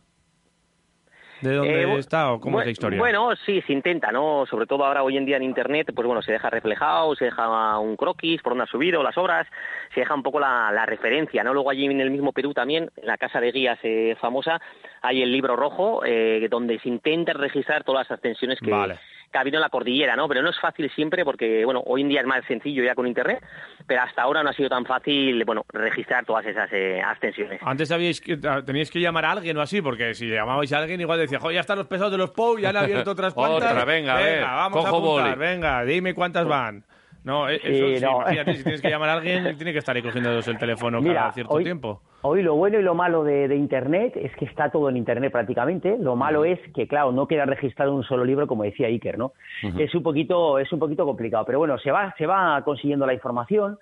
de dónde
Eh, bu-
está o cómo
bu-
es la historia.
Bueno, sí, se intenta, ¿no? Sobre todo ahora hoy en día en Internet, pues bueno, se deja reflejado, se deja un croquis por dónde ha subido, las obras, se deja un poco la, la referencia, ¿no? Luego allí en el mismo Perú también, en la casa de guías eh, famosa, hay el libro rojo, eh, donde se intenta registrar todas las ascensiones que,
Vale.
que ha habido en la cordillera, ¿no? Pero no es fácil siempre porque, bueno, hoy en día es más sencillo ya con Internet, pero hasta ahora no ha sido tan fácil, bueno, registrar todas esas eh, ascensiones.
Antes habíais que, ah, teníais que llamar a alguien o así, porque si llamabais a alguien igual decía, jo, ya están los
[LAUGHS]
pesados de los POW, ya han abierto otras cuantas.
Otra, venga, a ver,
vamos
cojo
a apuntar,
boli".
venga, dime cuántas van. No, e- eso
Sí,
sí,
no.
imagínate, si tienes que llamar a alguien, tiene que estar ahí cogiéndonos el teléfono cada
Mira,
cierto
hoy-
tiempo.
Hoy lo bueno y lo malo de, de Internet es que está todo en Internet prácticamente. Lo malo es que, claro, no queda registrado en un solo libro, como decía Iker, ¿no?
Ujú.
Es un poquito, es un poquito complicado, pero bueno, se va, se va consiguiendo la información.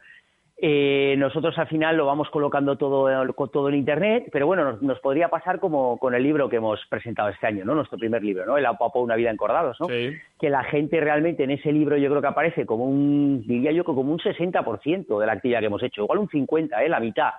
Eh, nosotros al final lo vamos colocando todo, con todo en internet, pero bueno, nos, nos podría pasar como con el libro que hemos presentado este año, ¿no? Nuestro primer libro, ¿no? El Apapo una vida encordados, ¿no? Que la gente realmente en ese libro yo creo que aparece como un, diría yo, que como un 60% de la actividad que hemos hecho, igual un 50, ¿eh? La mitad.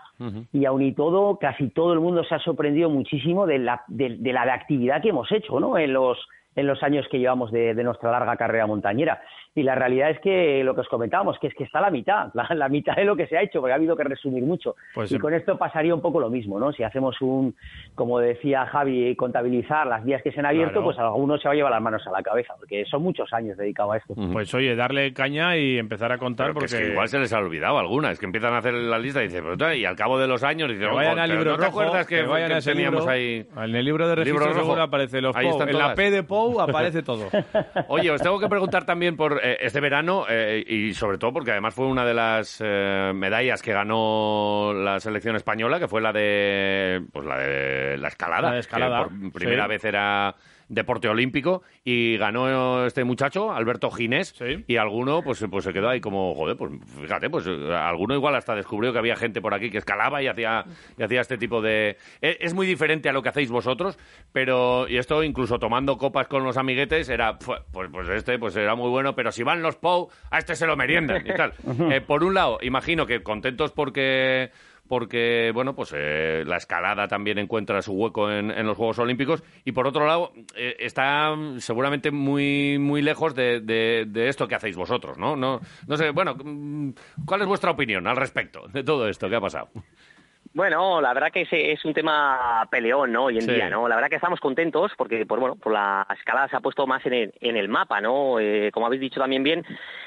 Y aún y todo, casi todo el mundo se ha sorprendido muchísimo de la, de, de la actividad que hemos hecho, ¿no? En los, en los años que llevamos de, de nuestra larga carrera montañera. Y la realidad es que lo que os comentábamos, que es que está la mitad, [LAUGHS] la, la mitad de lo que se ha hecho, porque ha habido que resumir mucho.
Pues
y
sí.
con esto pasaría un poco lo mismo, ¿no? Si hacemos un, como decía Javi, contabilizar las vías que se han abierto,
Claro.
pues alguno se va a llevar las manos a la cabeza, porque son muchos años dedicados a esto.
Pues oye, darle caña y empezar a contar
Pero que
porque...
es que igual se les ha olvidado alguna. Es que empiezan a hacer la lista y dicen, pero tal, y al cabo de los años dicen,
Que
"Ojo,
vayan al
pero
libro
¿no te
rojo,
acuerdas que,
que vayan
que
a ese
teníamos
libro,
ahí?
En el libro de registro
Libro rojo.
seguro aparece los
Ahí
POU.
están
En la
todas.
P de POU aparece
[LAUGHS]
todo.
Oye, os tengo que preguntar también por eh, este verano eh, y sobre todo porque además fue una de las eh, medallas que ganó la selección española, que fue la de pues la de la escalada.
La de escalada,
que por primera
sí.
vez era deporte olímpico y ganó este muchacho Alberto Ginés y alguno pues pues se quedó ahí como joder pues fíjate pues eh, alguno igual hasta descubrió que había gente por aquí que escalaba y hacía y hacía este tipo de es, es muy diferente a lo que hacéis vosotros pero y esto incluso tomando copas con los amiguetes era "Pf, pues pues este pues era muy bueno pero si van los Pou a este se lo meriendan y tal Eh, por un lado imagino que contentos porque porque, bueno, pues eh, la escalada también encuentra su hueco en, en los Juegos Olímpicos. Y por otro lado, eh, está mm, seguramente muy, muy lejos de, de- de esto que hacéis vosotros, ¿no? No, no sé, bueno, mm, ¿cuál es vuestra opinión al respecto de todo esto que ha pasado?
Bueno, la verdad que ese es un tema peleón, ¿no? Hoy en
Sí.
día, ¿no? La verdad que estamos contentos porque, pues bueno, por la escalada se ha puesto más en el, en el mapa, ¿no? Eh, como habéis dicho también bien,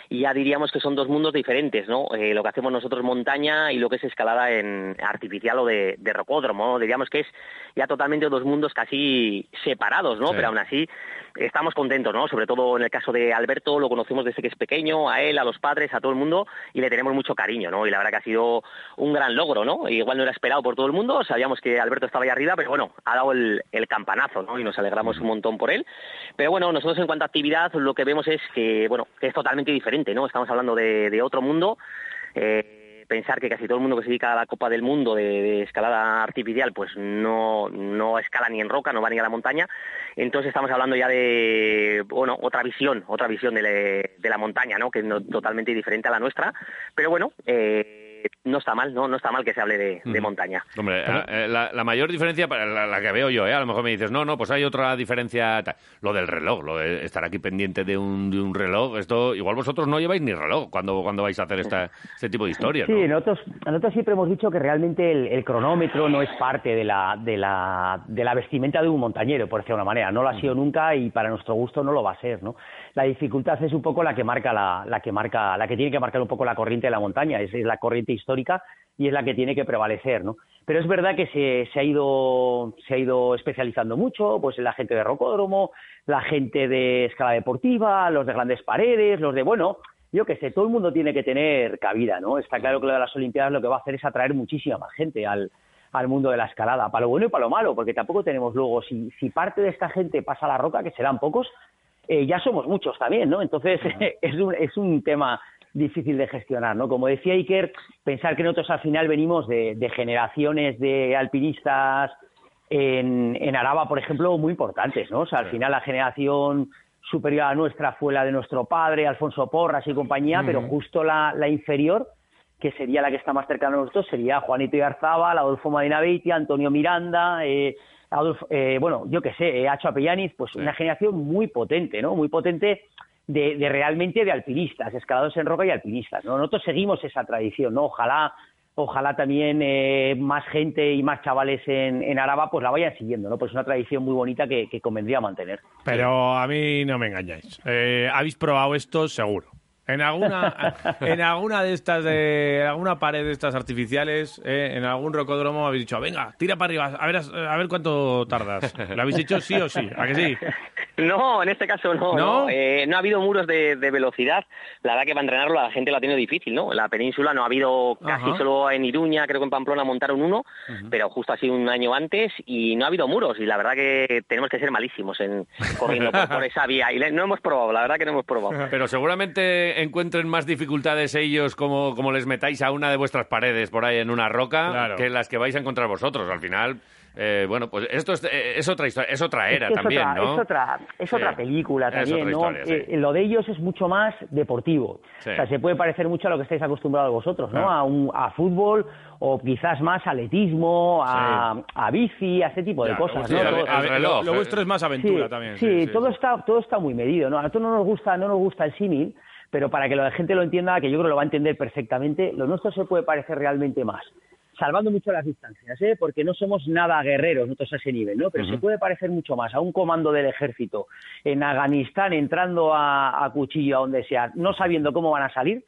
ya diríamos que son dos mundos diferentes, ¿no? Eh, lo que hacemos nosotros montaña y lo que es escalada en artificial o de, de rocódromo, ¿no? Diríamos que es ya totalmente dos mundos casi separados, ¿no?
Sí.
Pero aún así estamos contentos, ¿no? Sobre todo en el caso de Alberto, lo conocemos desde que es pequeño, a él, a los padres, a todo el mundo, y le tenemos mucho cariño, ¿no? Y la verdad que ha sido un gran logro, ¿no? Igual no era esperado por todo el mundo, sabíamos que Alberto estaba ahí arriba, pero bueno, ha dado el, el campanazo, ¿no? Y nos alegramos un montón por él. Pero bueno, nosotros en cuanto a actividad, lo que vemos es que, bueno, que es totalmente diferente, ¿no? Estamos hablando de, de otro mundo. eh, pensar que casi todo el mundo que se dedica a la Copa del Mundo de, de escalada artificial, pues no, no escala ni en roca, no va ni a la montaña. Entonces estamos hablando ya de, bueno, otra visión, otra visión de, le- de la montaña, ¿no? Que es no- totalmente diferente a la nuestra. Pero bueno, eh, no está mal, ¿no? No está mal que se hable de, de
Ujú.
montaña.
Hombre, a- eh, la, la mayor diferencia, para la, la que veo yo, ¿eh? a lo mejor me dices, no, no, pues hay otra diferencia. tal". Lo del reloj, lo de estar aquí pendiente de un, de un reloj, esto igual vosotros no lleváis ni reloj cuando, cuando vais a hacer esta, este tipo de historias.
Sí,
¿no?
nosotros, nosotros siempre hemos dicho que realmente el, el cronómetro no es parte de la, de, la, de la vestimenta de un montañero, por decirlo de una manera. No lo ha sido nunca y para nuestro gusto no lo va a ser, ¿no? La dificultad es un poco la que marca la, la que marca, la que tiene que marcar un poco la corriente de la montaña, es, es la corriente histórica y es la que tiene que prevalecer, ¿no? Pero es verdad que se, se ha ido se ha ido especializando mucho, pues en la gente de rocódromo, la gente de escala deportiva, los de grandes paredes, los de bueno, yo que sé, todo el mundo tiene que tener cabida, ¿no? Está claro que lo de las Olimpiadas lo que va a hacer es atraer muchísima más gente al, al mundo de la escalada, para lo bueno y para lo malo, porque tampoco tenemos luego, si, si parte de esta gente pasa a la roca, que serán pocos, eh, ya somos muchos también, ¿no? Entonces [LAUGHS] es, un, es un tema difícil de gestionar, ¿no? Como decía Iker, pensar que nosotros al final venimos de, de generaciones de alpinistas en, en Araba, por ejemplo, muy importantes, ¿no? O sea, al final la generación superior a la nuestra fue la de nuestro padre, Alfonso Porras y compañía, pero
Ujú.
justo la, la inferior, que sería la que está más cercana a nosotros, sería Juanito Igarzábal, Adolfo Madina Beitia, Antonio Miranda, eh, Adolfo- eh, bueno, yo qué sé, eh, Acho Apellaniz, pues una generación muy potente, ¿no? Muy potente de, de realmente de alpinistas, escaladores en roca y alpinistas, ¿no? Nosotros seguimos esa tradición, ¿no? Ojalá ojalá también eh, más gente y más chavales en, en Araba pues la vayan siguiendo, ¿no? Pues es una tradición muy bonita que, que convendría mantener.
Pero a mí no me engañáis. Eh, habéis probado esto seguro. En alguna, en alguna de estas, de, en alguna pared de estas artificiales, eh, en algún rocódromo habéis dicho, venga, tira para arriba, a ver, a ver cuánto tardas. ¿Lo habéis hecho sí o sí? ¿A que sí?
No, en este caso no. No, Eh, no ha habido muros de, de velocidad. La verdad que para entrenarlo la gente lo ha tenido difícil, ¿no? En la península no ha habido casi
Ajá.
solo en Iruña, creo que en Pamplona montaron uno, pero justo así un año antes y no ha habido muros. Y la verdad que tenemos que ser malísimos en corriendo por, por esa vía. Y le- no hemos probado, la verdad que no hemos probado.
Pero seguramente encuentren más dificultades ellos como, como les metáis a una de vuestras paredes por ahí en una roca que las que vais a encontrar vosotros. Al final, eh, bueno, pues esto es, eh, es otra historia, es otra era
Es que es
también,
otra-
¿no?
Es otra, es
Sí.
otra película
Es
también,
otra
¿no?
historia, sí.
Eh, lo de ellos es mucho más deportivo.
Sí.
O sea, se puede parecer mucho a lo que estáis acostumbrados vosotros, ¿no?
Claro.
A, un- a fútbol o quizás más atletismo, a, a bici, a ese tipo de
Ya,
cosas,
sí,
¿no?
a-
Todo-
a- lo, lo vuestro es más aventura
Sí,
también.
Sí, todo está todo está muy medido, ¿no? A nosotros no nos gusta no nos gusta el símil, pero para que la gente lo entienda, que yo creo que lo va a entender perfectamente, lo nuestro se puede parecer realmente más, salvando mucho las distancias, ¿eh? Porque no somos nada guerreros nosotros a ese nivel, ¿no? Pero se
Ujú.
puede parecer mucho más a un comando del ejército en Afganistán entrando a, a cuchillo a donde sea, no sabiendo cómo van a salir.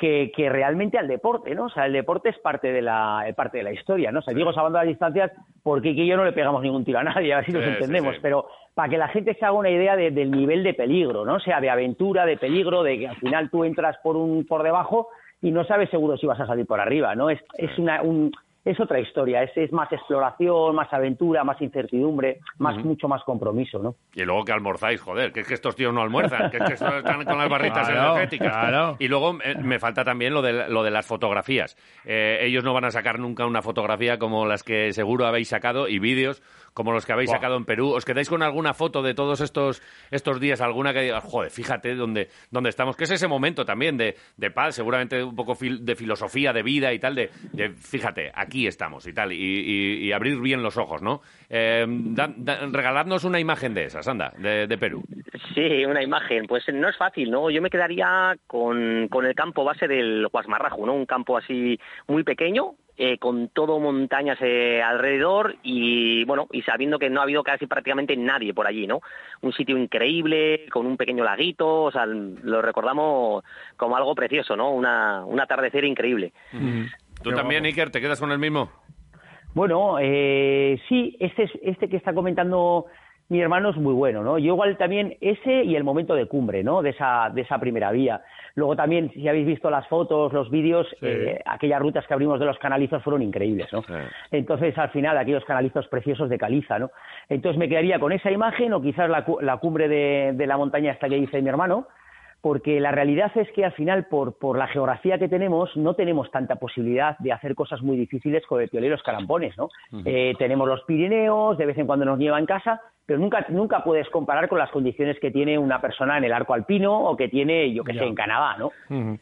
Que, que realmente al deporte, ¿no? O sea, el deporte es parte de la eh, parte de la historia, ¿no? O sea, digo salvando las distancias porque que yo no le pegamos ningún tiro a nadie, a ver si nos
Sí, sí,
entendemos,
sí.
pero para que la gente se haga una idea de- del nivel de peligro, ¿no? O sea, de aventura, de peligro, de que al final tú entras por un por debajo y no sabes seguro si vas a salir por arriba, ¿no? Es, es una un- es otra historia, es, es más exploración, más aventura, más incertidumbre, más
Ujú.
mucho más compromiso, ¿no?
Y luego que almorzáis, joder, que es que estos tíos no almuerzan, que es que estos están con las barritas
Claro,
energéticas.
claro.
Y luego eh, me falta también lo de, lo de las fotografías. Eh, ellos no van a sacar nunca una fotografía como las que seguro habéis sacado y vídeos como los que habéis
Buah.
sacado en Perú. ¿Os quedáis con alguna foto de todos estos, estos días? ¿Alguna que digas, joder, fíjate dónde, dónde estamos? Que es ese momento también de, de paz, seguramente un poco fil- de filosofía, de vida y tal, de, de, fíjate, aquí estamos y tal, y, y- y abrir bien los ojos, ¿no? Eh, da- da- regaladnos una imagen de esas, anda, de, de Perú.
Sí, una imagen. Pues no es fácil, ¿no? Yo me quedaría con, con el campo base del Guasmarrajo, ¿no? Un campo así muy pequeño, eh, con todo montañas eh, alrededor y, bueno, y sabiendo que no ha habido casi prácticamente nadie por allí, ¿no? Un sitio increíble, con un pequeño laguito, o sea, lo recordamos como algo precioso, ¿no? Una, un atardecer increíble.
¿Tú también, Iker, te quedas con el mismo?
Bueno, eh, sí, este, es- este que está comentando mi hermano es muy bueno, ¿no? Yo igual también ese y el momento de cumbre, ¿no? De esa, de esa primera vía. Luego también, si habéis visto las fotos, los vídeos, eh, aquellas rutas que abrimos de los canalizos fueron increíbles, ¿no? Entonces, al final, aquellos canalizos preciosos de caliza, ¿no? Entonces, me quedaría con esa imagen o quizás la, cu- la cumbre de, de la montaña hasta que dice mi hermano, porque la realidad es que al final, por, por la geografía que tenemos, no tenemos tanta posibilidad de hacer cosas muy difíciles con el piolero carampones, ¿no?
Ujú.
Eh, tenemos los Pirineos, de vez en cuando nos nieva en casa, pero nunca, nunca puedes comparar con las condiciones que tiene una persona en el arco alpino o que tiene, yo que sé, en Canadá, ¿no?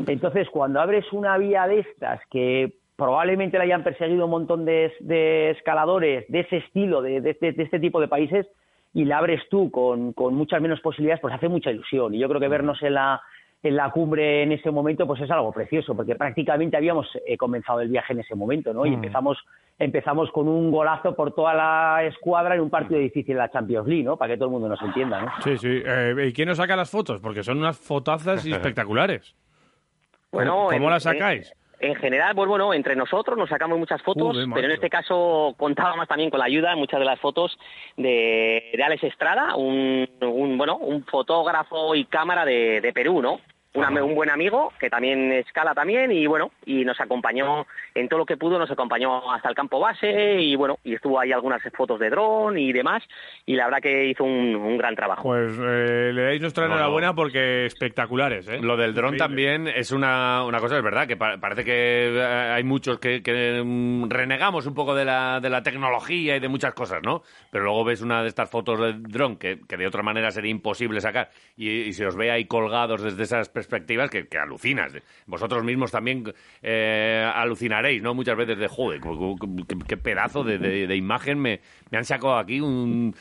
Entonces, cuando abres una vía de estas que probablemente la hayan perseguido un montón de, es- de escaladores de ese estilo, de, de este- de este tipo de países, y la abres tú con, con muchas menos posibilidades, pues hace mucha ilusión. Y yo creo que vernos en la, en la cumbre en ese momento, pues es algo precioso, porque prácticamente habíamos eh, comenzado el viaje en ese momento, ¿no? Y
Mm.
empezamos, empezamos con un golazo por toda la escuadra en un partido difícil de la Champions League, ¿no? Para que todo el mundo nos entienda, ¿no?
Sí, sí. Eh, ¿Y quién os saca las fotos? Porque son unas fotazas espectaculares.
Bueno,
¿Cómo
en- eh,
las sacáis?
En general, pues bueno, entre nosotros nos sacamos muchas fotos,
Joder, macho.
pero en este caso contábamos también con la ayuda en muchas de las fotos de, de Alex Estrada, un, un, bueno, un fotógrafo y cámara de, de Perú, ¿no? Un am- un buen amigo que también escala también y bueno, y nos acompañó en todo lo que pudo, nos acompañó hasta el campo base y bueno, y estuvo ahí algunas fotos de dron y demás y la verdad que hizo un, un gran trabajo.
Pues eh, le dais nuestra enhorabuena porque espectaculares, ¿eh?
Lo del dron también es una, una cosa, es verdad, que pa- parece que eh, hay muchos que, que, mm, renegamos un poco de la, de la tecnología y de muchas cosas, ¿no? Pero luego ves una de estas fotos del dron que, que de otra manera sería imposible sacar y, y se os ve ahí colgados desde esas perspectivas que, que alucinas. Vosotros mismos también eh, alucinaréis, ¿no? Muchas veces de, joder, cu- cu- qué, qué pedazo de, de- de imagen me, me han sacado aquí un,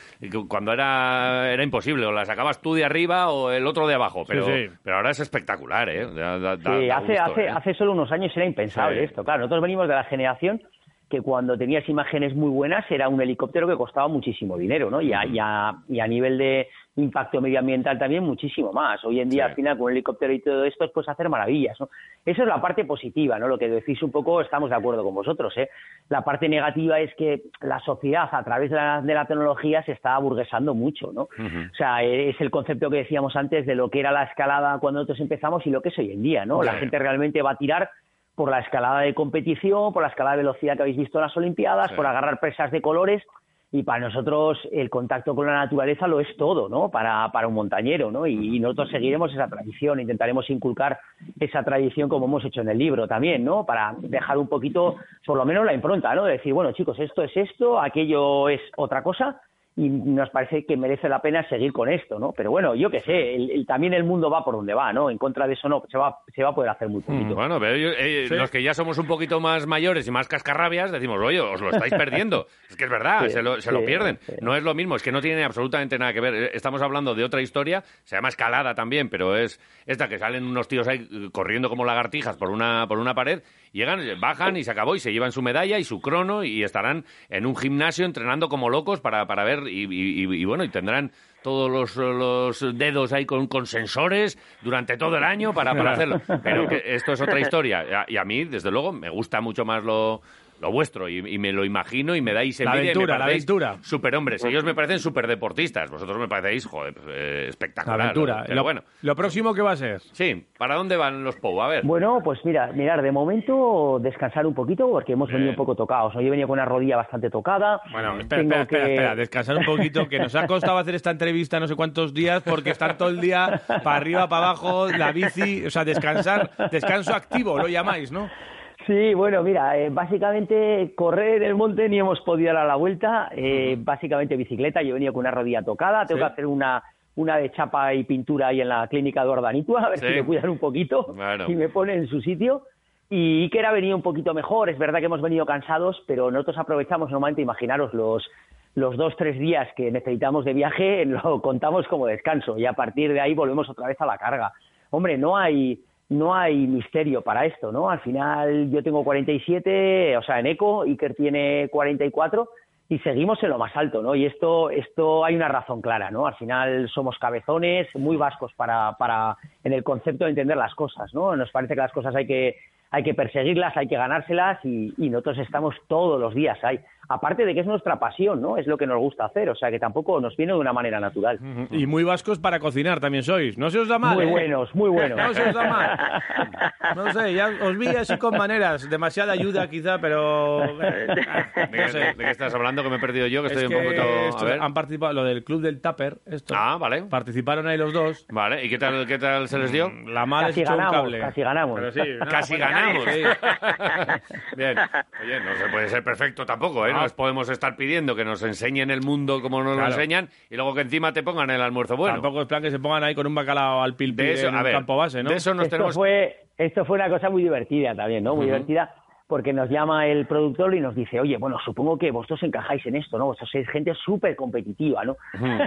cuando era, era imposible, o la sacabas tú de arriba o el otro de abajo, pero...
sí.
Pero ahora es espectacular, ¿eh? Da- da- da-
Sí,
da
hace,
gusto,
hace,
¿eh?
hace solo unos años era impensable
Sí.
esto. Claro, nosotros venimos de la generación que cuando tenías imágenes muy buenas era un helicóptero que costaba muchísimo dinero, ¿no? Y a, y a- y a nivel de impacto medioambiental también muchísimo más. Hoy en día,
Sí.
al final, con un helicóptero y todo esto, puedes hacer maravillas, ¿no? Esa es la parte positiva, ¿no? Lo que decís un poco, estamos de acuerdo con vosotros, ¿eh? La parte negativa es que la sociedad, a través de la, de la tecnología, se está aburguesando mucho, ¿no? O sea, eh, es el concepto que decíamos antes de lo que era la escalada cuando nosotros empezamos y lo que es hoy en día, ¿no? La
Ya.
gente realmente va a tirar por la escalada de competición, por la escalada de velocidad que habéis visto en las Olimpiadas,
Sí.
por agarrar presas de colores. Y para nosotros el contacto con la naturaleza lo es todo, ¿no? Para, para un montañero, ¿no? Y, y nosotros seguiremos esa tradición, intentaremos inculcar esa tradición como hemos hecho en el libro también, ¿no? Para dejar un poquito, por lo menos la impronta, ¿no? De decir, bueno, chicos, esto es esto, aquello es otra cosa, y nos parece que merece la pena seguir con esto, ¿no? Pero bueno, yo qué sé, el- el- también el mundo va por donde va, ¿no? En contra de eso no, se va, se va a poder hacer muy poquito.
Bueno, pero yo- eh,
Sí.
los que ya somos un poquito más mayores y más cascarrabias, decimos, oye, os lo estáis perdiendo.
[LAUGHS]
es que es verdad,
Sí,
se, lo, se lo
sí,
pierden. No es lo mismo, es que no tiene absolutamente nada que ver. Eh, Estamos hablando de otra historia, se llama Escalada también, pero es esta que salen unos tíos ahí eh, corriendo como lagartijas por una, por una pared, llegan, eh, bajan y se acabó y se llevan su medalla y su crono y estarán en un gimnasio entrenando como locos para, para ver y, y- y- y bueno, y tendrán todos los, los dedos ahí con, con sensores durante todo el año para,
[LAUGHS]
para hacerlo. Pero que esto es otra historia. Y a- Y a mí, desde luego, me gusta mucho más lo, lo vuestro. Y, y me lo imagino y me dais
La
envidia.
aventura, la aventura.
Superhombres. Ellos me parecen superdeportistas. Vosotros me parecéis, joder, pues, eh, espectacular.
La aventura.
Pero
lo,
bueno.
lo próximo que va a ser.
Sí, ¿para dónde van los POU? A ver.
Bueno, pues mira, mirar, de momento descansar un poquito porque hemos venido un poco tocados. ¿no? Yo he venido con una rodilla bastante tocada.
Bueno, espera,
Mm.
espera,
Tengo
espera,
que-
espera, descansar un poquito, que nos ha costado hacer esta entrevista no sé cuántos días porque están todo el día para arriba, para abajo, la bici, o sea, descansar, descanso activo, lo llamáis, ¿no?
Sí, bueno, mira, eh, básicamente correr en el monte ni hemos podido dar la vuelta. eh, Básicamente bicicleta, yo he venido con una rodilla tocada. Tengo
Sí.
que hacer una, una de chapa y pintura ahí en la clínica de Ordanitua, a ver
Sí.
si me cuidan un poquito.
Bueno.
y me pone en su sitio. Y Iker ha venido un poquito mejor, es verdad que hemos venido cansados, pero nosotros aprovechamos normalmente, imaginaros, los, los dos, tres días que necesitamos de viaje, [LAUGHS] lo contamos como descanso y a partir de ahí volvemos otra vez a la carga. Hombre, no hay, no hay misterio para esto, ¿no? Al final yo tengo 47, o sea, en eco, Iker tiene 44 y seguimos en lo más alto, ¿no? Y esto, esto hay una razón clara, ¿no? Al final somos cabezones, muy vascos para, para en el concepto de entender las cosas, ¿no? Nos parece que las cosas hay que, hay que perseguirlas, hay que ganárselas y, y nosotros estamos todos los días ahí. Aparte de que es nuestra pasión, ¿no? Es lo que nos gusta hacer, o sea que tampoco nos viene de una manera natural.
Y muy vascos para cocinar también sois. No se os da mal.
Muy
¿eh?
buenos, muy buenos.
No se os da mal. No sé, ya os vi así con maneras. Demasiada ayuda quizá, pero.
¿De qué, de qué estás hablando? Que me he perdido yo, que
Es
estoy un
que
poquito...
esto-
A ver.
Han participado lo del club del Tupper. Esto.
Ah, vale.
Participaron ahí los dos. Mm,
Vale, ¿y qué tal, qué tal se les dio?
La mala
Casi
es un
ganamos,
cable.
casi ganamos.
Pero
[LAUGHS]
sí,
[LAUGHS]
nada,
Casi
bueno,
ganamos.
sí. [LAUGHS]
Bien. Oye, no se puede ser perfecto tampoco, ¿eh? No
Ah.
les podemos estar pidiendo que nos enseñen el mundo como nos
Claro.
lo enseñan y luego que encima te pongan el almuerzo bueno.
Tampoco es plan que se pongan ahí con un bacalao al pil
De
pil
eso,
en
a
un
ver,
campo base, ¿no?
de eso nos
esto fue esto fue una cosa muy divertida también no muy
Ujú.
divertida porque nos llama el productor y nos dice oye bueno supongo que vosotros encajáis en esto no vosotros sois gente súper competitiva no [LAUGHS]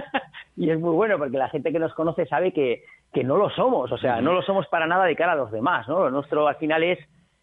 y es muy bueno porque la gente que nos conoce sabe que que no lo somos o sea no lo somos para nada de cara a los demás no lo nuestro al final es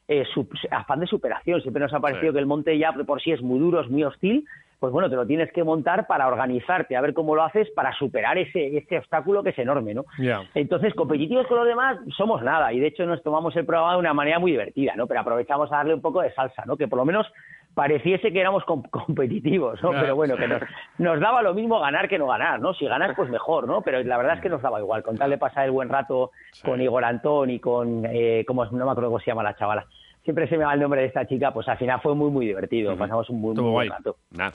eh, su- afán de superación siempre nos ha parecido
Sí.
que el monte ya de por sí es muy duro es muy hostil pues bueno, te lo tienes que montar para organizarte, a ver cómo lo haces para superar ese, ese obstáculo que es enorme, ¿no?
Ya.
Entonces, competitivos con los demás somos nada y de hecho nos tomamos el programa de una manera muy divertida, ¿no? Pero aprovechamos a darle un poco de salsa, ¿no? Que por lo menos pareciese que éramos com- [LAUGHS] competitivos, ¿no?
Claro.
Pero bueno, que nos, nos daba lo mismo ganar que no ganar, ¿no? Si ganas, pues mejor, ¿no? Pero la verdad es que nos daba igual, con tal de pasar el buen rato con Igor Antón y con, eh, ¿cómo es? no me acuerdo cómo se llama la chavala. Siempre se me va el nombre de esta chica, pues al final fue muy, muy divertido, pasamos un muy, muy buen rato.
Nah.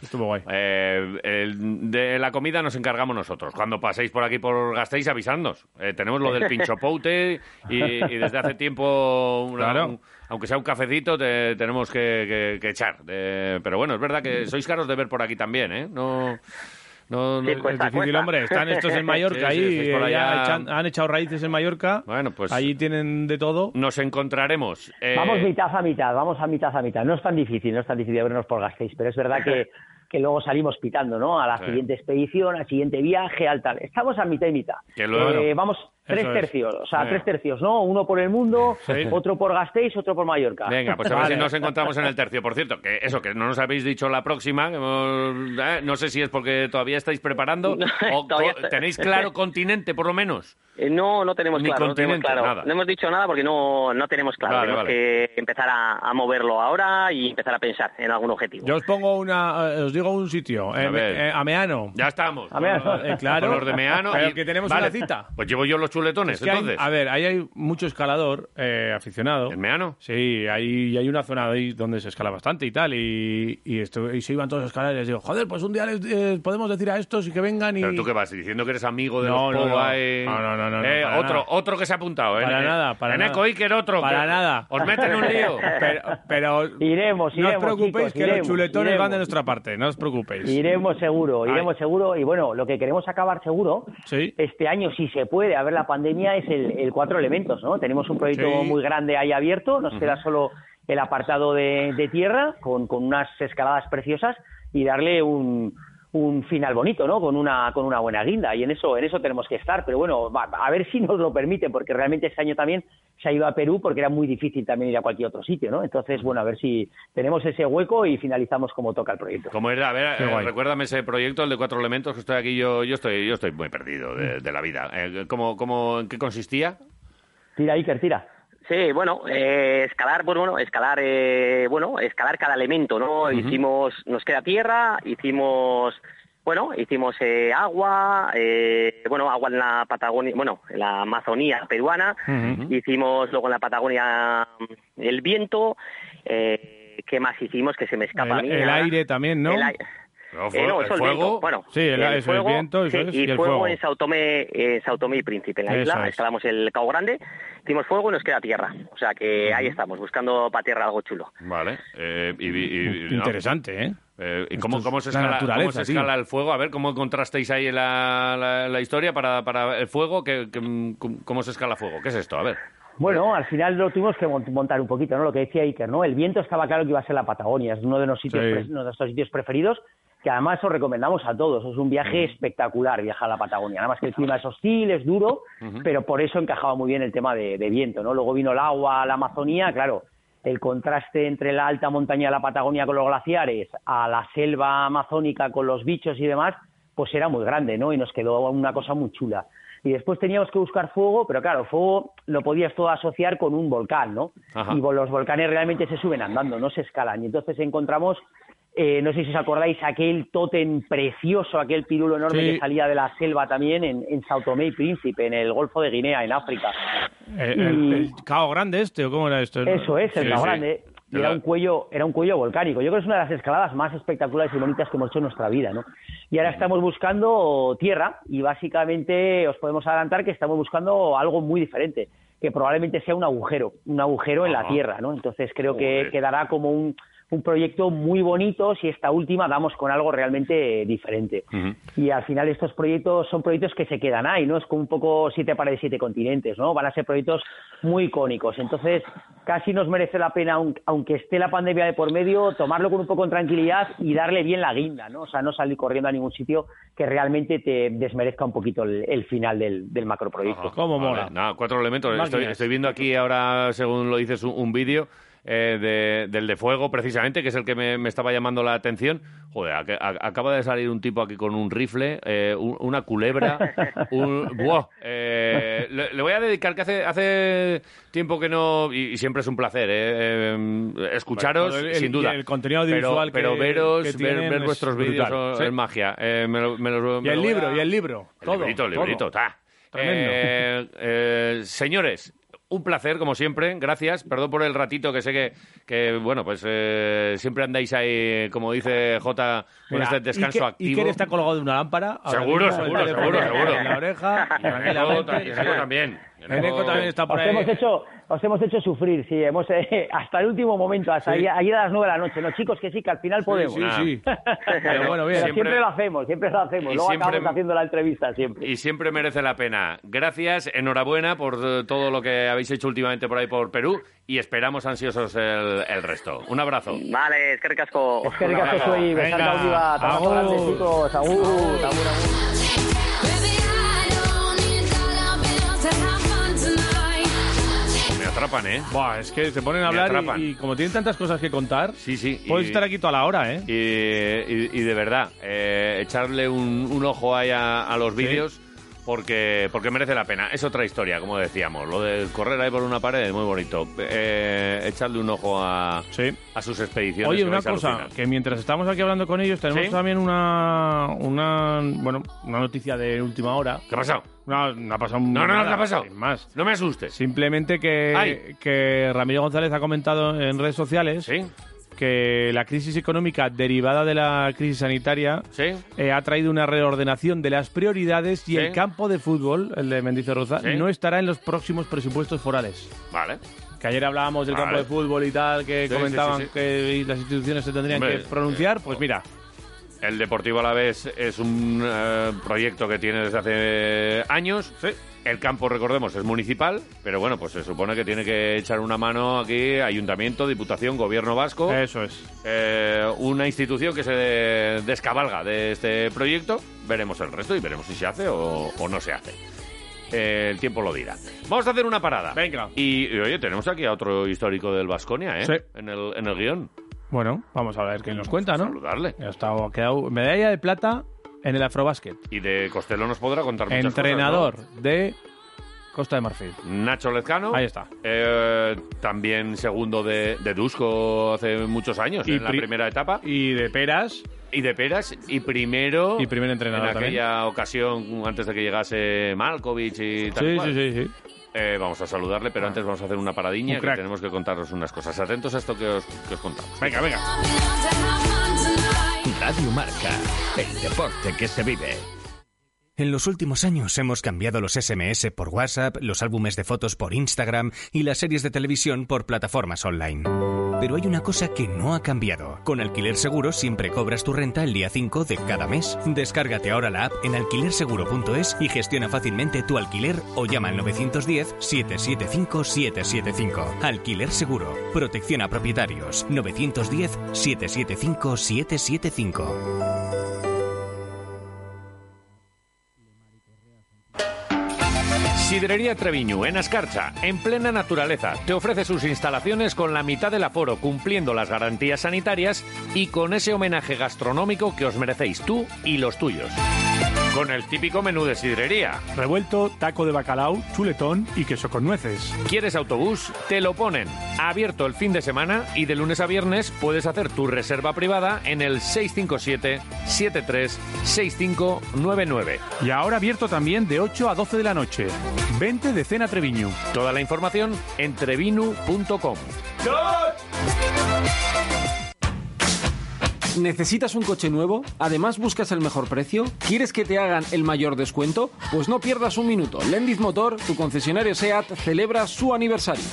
Eh, el- de la comida nos encargamos nosotros. Cuando paséis por aquí por Gasteiz, avisadnos. Eh, tenemos lo del pincho poute y, y desde hace tiempo, una-
Claro.
un- aunque sea un cafecito, te- tenemos que, que- que echar. Eh, pero bueno, es verdad que sois caros de ver por aquí también, ¿eh? No... No, no-
es difícil, hombre. Están estos
[LAUGHS]
en Mallorca
Sí,
ahí.
sí, estáis por
eh, ya
allá.
echan- han echado raíces en Mallorca.
Bueno, pues
Allí tienen de todo.
nos encontraremos. Eh,
Vamos mitad a mitad, vamos a mitad a mitad. No es tan difícil, no es tan difícil vernos por Gasteiz, pero es verdad
[LAUGHS]
que, que luego salimos pitando, ¿no? A la
Sí.
siguiente expedición, al siguiente viaje, al tal. Estamos a mitad y mitad.
Que luego-
Eh, vamos, Tres
Eso es.
tercios, o sea,
Venga.
tres tercios, ¿no? Uno por el mundo,
Sí.
otro por Gasteiz, otro por Mallorca.
Venga, pues a ver
Vale.
si nos encontramos en el tercio. Por cierto, que eso, que no nos habéis dicho la próxima, que hemos- eh, no sé si es porque todavía estáis preparando
[LAUGHS]
o
todavía
co-
está-
tenéis claro continente, por lo menos.
Eh, No, no tenemos
Ni
claro. No, tenemos
continente,
claro.
nada.
No hemos dicho nada porque no, no tenemos claro.
Vale,
tenemos
vale.
que empezar a, a moverlo ahora y empezar a pensar en algún objetivo.
Yo os pongo una, eh, os digo un sitio, eh,
ver.
eh, Ameano.
Ya estamos.
Ameano.
Eh,
claro.
Con los de Meano.
Pero
y-
que tenemos
vale,
una cita.
Pues llevo yo los chuletones,
Es que hay-
entonces.
a ver, ahí hay mucho escalador eh, aficionado. ¿En
Meano?
Sí, ahí y hay una zona ahí donde se escala bastante y tal. Y, y, esto, y se iban todos a escalar y les digo, joder, pues un día les, eh, podemos decir a estos y que vengan y...
Pero tú qué vas diciendo que eres amigo de
No,
los
no,
Poba,
no.
eh?
No, no, no, no, no,
Eh,
para
otro,
nada.
otro que se ha apuntado, ¿eh?
Para
Eh,
nada, para
Eneco
nada.
Iker, otro.
Para
que-
nada.
Os meten en un lío.
[LAUGHS] Pero, pero
Iremos,
no os
iremos,
preocupéis
chicos,
que los
iremos,
chuletones van de
iremos.
nuestra parte, no os preocupéis.
Iremos seguro,
Ay.
iremos seguro. Y bueno, lo que queremos acabar seguro este año, si se puede, a ver la pandemia, es el, el cuatro elementos, ¿no? Tenemos un proyecto
Sí.
muy grande ahí abierto, nos
Ujú.
queda solo el apartado de, de tierra con, con unas escaladas preciosas y darle un, un final bonito, ¿no? Con una, con una buena guinda y en eso, en eso tenemos que estar. Pero bueno, va- a ver si nos lo permiten, porque realmente este año también se ha ido a Perú porque era muy difícil también ir a cualquier otro sitio, ¿no? Entonces, bueno, a ver si tenemos ese hueco y finalizamos como toca el proyecto.
Como era, a ver,
Qué
eh,
guay.
recuérdame ese proyecto, el de cuatro elementos, que estoy aquí, yo, yo estoy, yo estoy muy perdido de, de la vida. Eh, ¿cómo, cómo, en qué consistía?
Tira, Iker, tira.
Sí, bueno, eh, escalar, pues bueno, escalar, eh, bueno, escalar cada elemento, ¿no? Hicimos, nos queda tierra, hicimos, bueno, hicimos eh, agua, eh, bueno, agua en la Patagonia, bueno, en la Amazonía peruana, hicimos luego en la Patagonia mm, el viento, eh, ¿qué más hicimos que se me escapa a
El,
mí?
el
ahora?
aire también, ¿no?
El ai- eh, no, eso es viento. Bueno,
sí, el, eso es
fuego,
viento, eso
sí,
es,
y,
el
fuego,
fuego.
en Sao Tomé, eh, en Sao Tomé y Príncipe, en la
Eso
isla.
es.
Escalamos el Cabo Grande, hicimos fuego y nos queda tierra. O sea que ahí estamos, buscando para tierra algo chulo.
Vale. eh, y, y- y-
Interesante, ¿eh?
Eh, ¿Y cómo,
Esto es
cómo se
la
escala, cómo
naturaleza,
se
tío.
escala el fuego? A ver, ¿cómo contrastáis ahí la, la- la historia para, para el fuego? ¿Qué- qué- ¿Cómo se escala fuego? ¿Qué es esto? A ver.
Bueno, al final lo tuvimos que mont- montar un poquito, ¿no? Lo que decía Iker, ¿no? El viento estaba claro que iba a ser la Patagonia, es uno de, los sitios
Sí.
pre- uno de nuestros sitios preferidos, que además os recomendamos a todos. Es un viaje espectacular viajar a la Patagonia, nada más que el clima es hostil, es duro,
Ujú.
pero por eso encajaba muy bien el tema de, de viento, ¿no? Luego vino el agua, la Amazonía, claro, el contraste entre la alta montaña de la Patagonia con los glaciares a la selva amazónica con los bichos y demás, pues era muy grande, ¿no? Y nos quedó una cosa muy chula. Y después teníamos que buscar fuego, pero claro, fuego lo podías todo asociar con un volcán, ¿no?
Ajá.
Y vol- los volcanes realmente se suben andando, no se escalan. Y entonces encontramos, eh, no sé si os acordáis, aquel tótem precioso, aquel pirulo enorme
Sí.
que salía de la selva también en, en Sao Tomé y Príncipe, en el Golfo de Guinea, en África.
eh, El, el- el cao grande este, ¿o cómo era esto?
Eso es, el
Sí,
Cabo
sí.
Grande. Y era un cuello, era un cuello volcánico. Yo creo que es una de las escaladas más espectaculares y bonitas que hemos hecho en nuestra vida, ¿no? Y ahora estamos buscando tierra y básicamente os podemos adelantar que estamos buscando algo muy diferente, que probablemente sea un agujero, un agujero en la
Ajá.
tierra, ¿no? Entonces creo que
Joder.
quedará como un, un proyecto muy bonito si esta última damos con algo realmente diferente. Y al final estos proyectos son proyectos que se quedan ahí, ¿no? Es como un poco siete para de siete continentes, ¿no? Van a ser proyectos muy icónicos. Entonces, casi nos merece la pena, aun- aunque esté la pandemia de por medio, tomarlo con un poco de tranquilidad y darle bien la guinda, ¿no? O sea, no salir corriendo a ningún sitio que realmente te desmerezca un poquito el, el final del, del macroproyecto.
¿Cómo
Vale, nada, cuatro elementos. Estoy,
Máquinas.
estoy viendo aquí ahora, según lo dices, un, un vídeo eh, de- del de fuego, precisamente, que es el que me, me estaba llamando la atención. Joder, ac- a- acaba de salir un tipo aquí con un rifle, eh, un- una culebra, un... ¡Buah! [LAUGHS] Eh, le, le voy a dedicar que hace, hace tiempo que no... Y, y siempre es un placer, eh, eh, escucharos,
Todo el- el-
sin duda.
el contenido audiovisual
Pero,
que-
pero veros,
que
ver,
tienen
ver
es
vuestros vídeos
brutal,
oh,
sí.
es magia. Eh, me lo- me los-
Y
me
el
lo voy
libro,
a-
y el libro.
el
todo,
librito, el
todo.
librito, ta.
Tremendo.
Eh, eh, señores, un placer, como siempre. Gracias. Perdón por el ratito que sé que, que bueno, pues eh, siempre andáis ahí, como dice J, con
Mira,
este descanso
Iker-
activo.
Iker está colgado de una lámpara. ahora
Seguro,
mismo,
seguro,
el teléfono
seguro,
en
seguro.
la oreja,
Y Eneco
tranquilamente.
ta- y Eneco también.
Eneco también está por
os
ahí.
Hemos hecho, os hemos hecho sufrir, sí, hemos, [LAUGHS] eh, hasta el último momento, hasta
Sí.
ayer, ayer a las nueve de la noche, ¿no? Chicos, que sí, que al final podemos.
sí, sí.
Pero
bueno, bien.
Pero
Siempre-
siempre, lo hacemos, siempre lo hacemos.
Y
Luego
siempre-
acabamos haciendo la entrevista siempre.
Y siempre merece la pena. Gracias, enhorabuena por eh, todo lo que habéis hecho últimamente por ahí por Perú y esperamos ansiosos el, el resto. Un abrazo.
Vale, es que ricasco.
Eskerrik asko zuei, besarka handi bat, abrazo grande, chicos, agur, agur, agur.
Baby, I don't need dollar bills and
atrapan, ¿eh?
Buah, es que se ponen a
Me
hablar
atrapan.
y, y como tienen tantas cosas que contar, pues
sí, sí,
puedes
y-
estar aquí toda la hora, ¿eh?
Y, y- y de verdad, eh, echarle un, un ojo ahí a, a los vídeos porque, porque merece la pena. Es otra historia, como decíamos. Lo de correr ahí por una pared es muy bonito. Eh, echarle un ojo a, a sus expediciones.
Oye,
que
una
vais a
cosa,
alucinar.
que mientras estamos aquí hablando con ellos, tenemos
¿Sí?
también una, una, bueno, una noticia de última hora.
¿Qué ha pasado?
No, no ha pasado
No, no, no,
nada,
¿qué ha pasado?
sin más.
No me asustes.
Simplemente que,
Ay.
que Ramiro González ha comentado en redes sociales que la crisis económica derivada de la crisis sanitaria eh, ha traído una reordenación de las prioridades y
Sí.
el campo de fútbol, el de Mendizorroza,
Sí.
no estará en los próximos presupuestos forales.
Vale.
Que ayer hablábamos del
Vale.
campo de fútbol y tal, que
Sí,
comentaban
sí, sí, sí.
que las instituciones se tendrían
Hombre, eh,
que pronunciar, pues mira,
El Deportivo Alavés es un eh, proyecto que tiene desde hace años. El campo, recordemos, es municipal, pero bueno, pues se supone que tiene que echar una mano aquí Ayuntamiento, Diputación, Gobierno Vasco. Eh,
Eso es.
una institución que se de- descabalga de este proyecto. Veremos el resto y veremos si se hace o, o no se hace. Eh, el tiempo lo dirá. Vamos a hacer una parada.
Venga.
Y, y, oye, tenemos aquí a otro histórico del Vasconia, ¿eh? En el, en el guión.
bueno, vamos a ver qué nos cuenta, ¿no?
Saludarle.
Ha estado- ha quedado medalla de plata en el Afrobasket.
Y de Costello nos podrá contar muchas cosas, ¿no?
Entrenador de Costa de Marfil.
Nacho Lezcano.
Ahí está.
Eh, también segundo de, de Dusko hace muchos años,
Y
en la
pri-
primera etapa.
Y de Peras.
Y de Peras. Y primero.
Y primer entrenador
En aquella ocasión, antes de que llegase Malkovich y tal.
Sí,
y cual.
sí, sí, sí.
Eh, vamos a saludarle, pero antes vamos a hacer una paradiña
Un
que
crack.
tenemos que contaros unas cosas. Atentos a esto que os, que os contamos.
Venga, venga.
Radio Marca, el deporte que se vive.
En los últimos años hemos cambiado los SMS por WhatsApp, los álbumes de fotos por Instagram y las series de televisión por plataformas online. Pero hay una cosa que no ha cambiado. Con Alquiler Seguro siempre cobras tu renta el día 5 de cada mes. Descárgate ahora la app en alquilerseguro.es y gestiona fácilmente tu alquiler o llama al 910-775-775. Alquiler Seguro. Protección a propietarios. 910-775-775.
Sidrería Treviñu, en Ascarcha, en plena naturaleza, te ofrece sus instalaciones con la mitad del aforo, cumpliendo las garantías sanitarias y con ese homenaje gastronómico que os merecéis tú y los tuyos. Con el típico menú de sidrería.
Revuelto, taco de bacalao, chuletón y queso con nueces.
¿Quieres autobús? Te lo ponen. Abierto el fin de semana y de lunes a viernes puedes hacer tu reserva privada en el 657-736599.
Y ahora abierto también de 8 a 12 de la noche. 20 de cena Treviño.
Toda la información en trevinu.com.
¿Necesitas un coche nuevo? ¿Además buscas el mejor precio? ¿Quieres que te hagan el mayor descuento? Pues no pierdas un minuto. Lendiz Motor, tu concesionario SEAT, celebra su aniversario.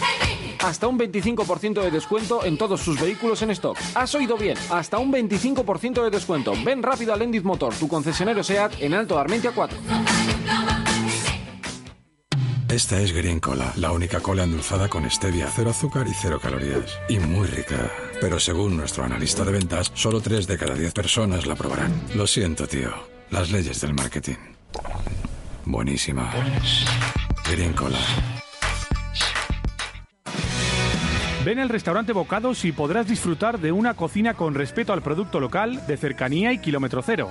Hasta un 25% de descuento en todos sus vehículos en stock. ¿Has oído bien? Hasta un 25% de descuento. Ven rápido a Lendiz Motor, tu concesionario SEAT, en Alto Armentia 4.
Esta es Green Cola, la única cola endulzada con stevia, cero azúcar y cero calorías. Y muy rica. Pero según nuestro analista de ventas, solo 3 de cada 10 personas la probarán. Lo siento, tío. Las leyes del marketing. Buenísima. Green Cola.
Ven al restaurante Bocados y podrás disfrutar de una cocina con respeto al producto local, de cercanía y kilómetro cero.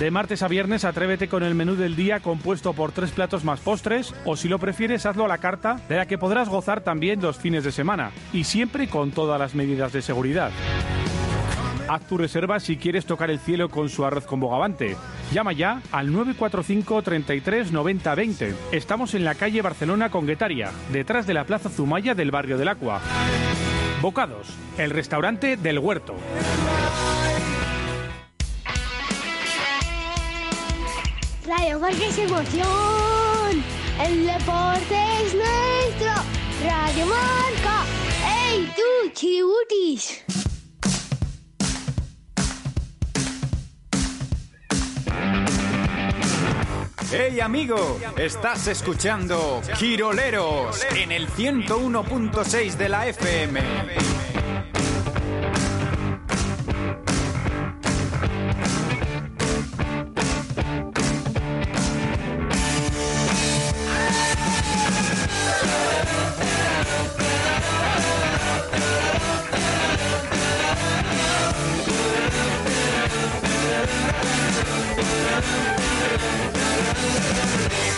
De martes a viernes atrévete con el menú del día compuesto por tres platos más postres o si lo prefieres hazlo a la carta de la que podrás gozar también los fines de semana y siempre con todas las medidas de seguridad. Haz tu reserva si quieres tocar el cielo con su arroz con bogavante. Llama ya al 945 33 90 20. Estamos en la calle Barcelona con Guetaria, detrás de la Plaza Zumaya del barrio del Acua. Bocados, el restaurante del huerto.
Radio Marca es emoción. El deporte es nuestro. Radio Marca. ¡Ey, tú, chiributis!
¡Hey amigo! Estás escuchando Quiroleros en el 101.6 de la FM.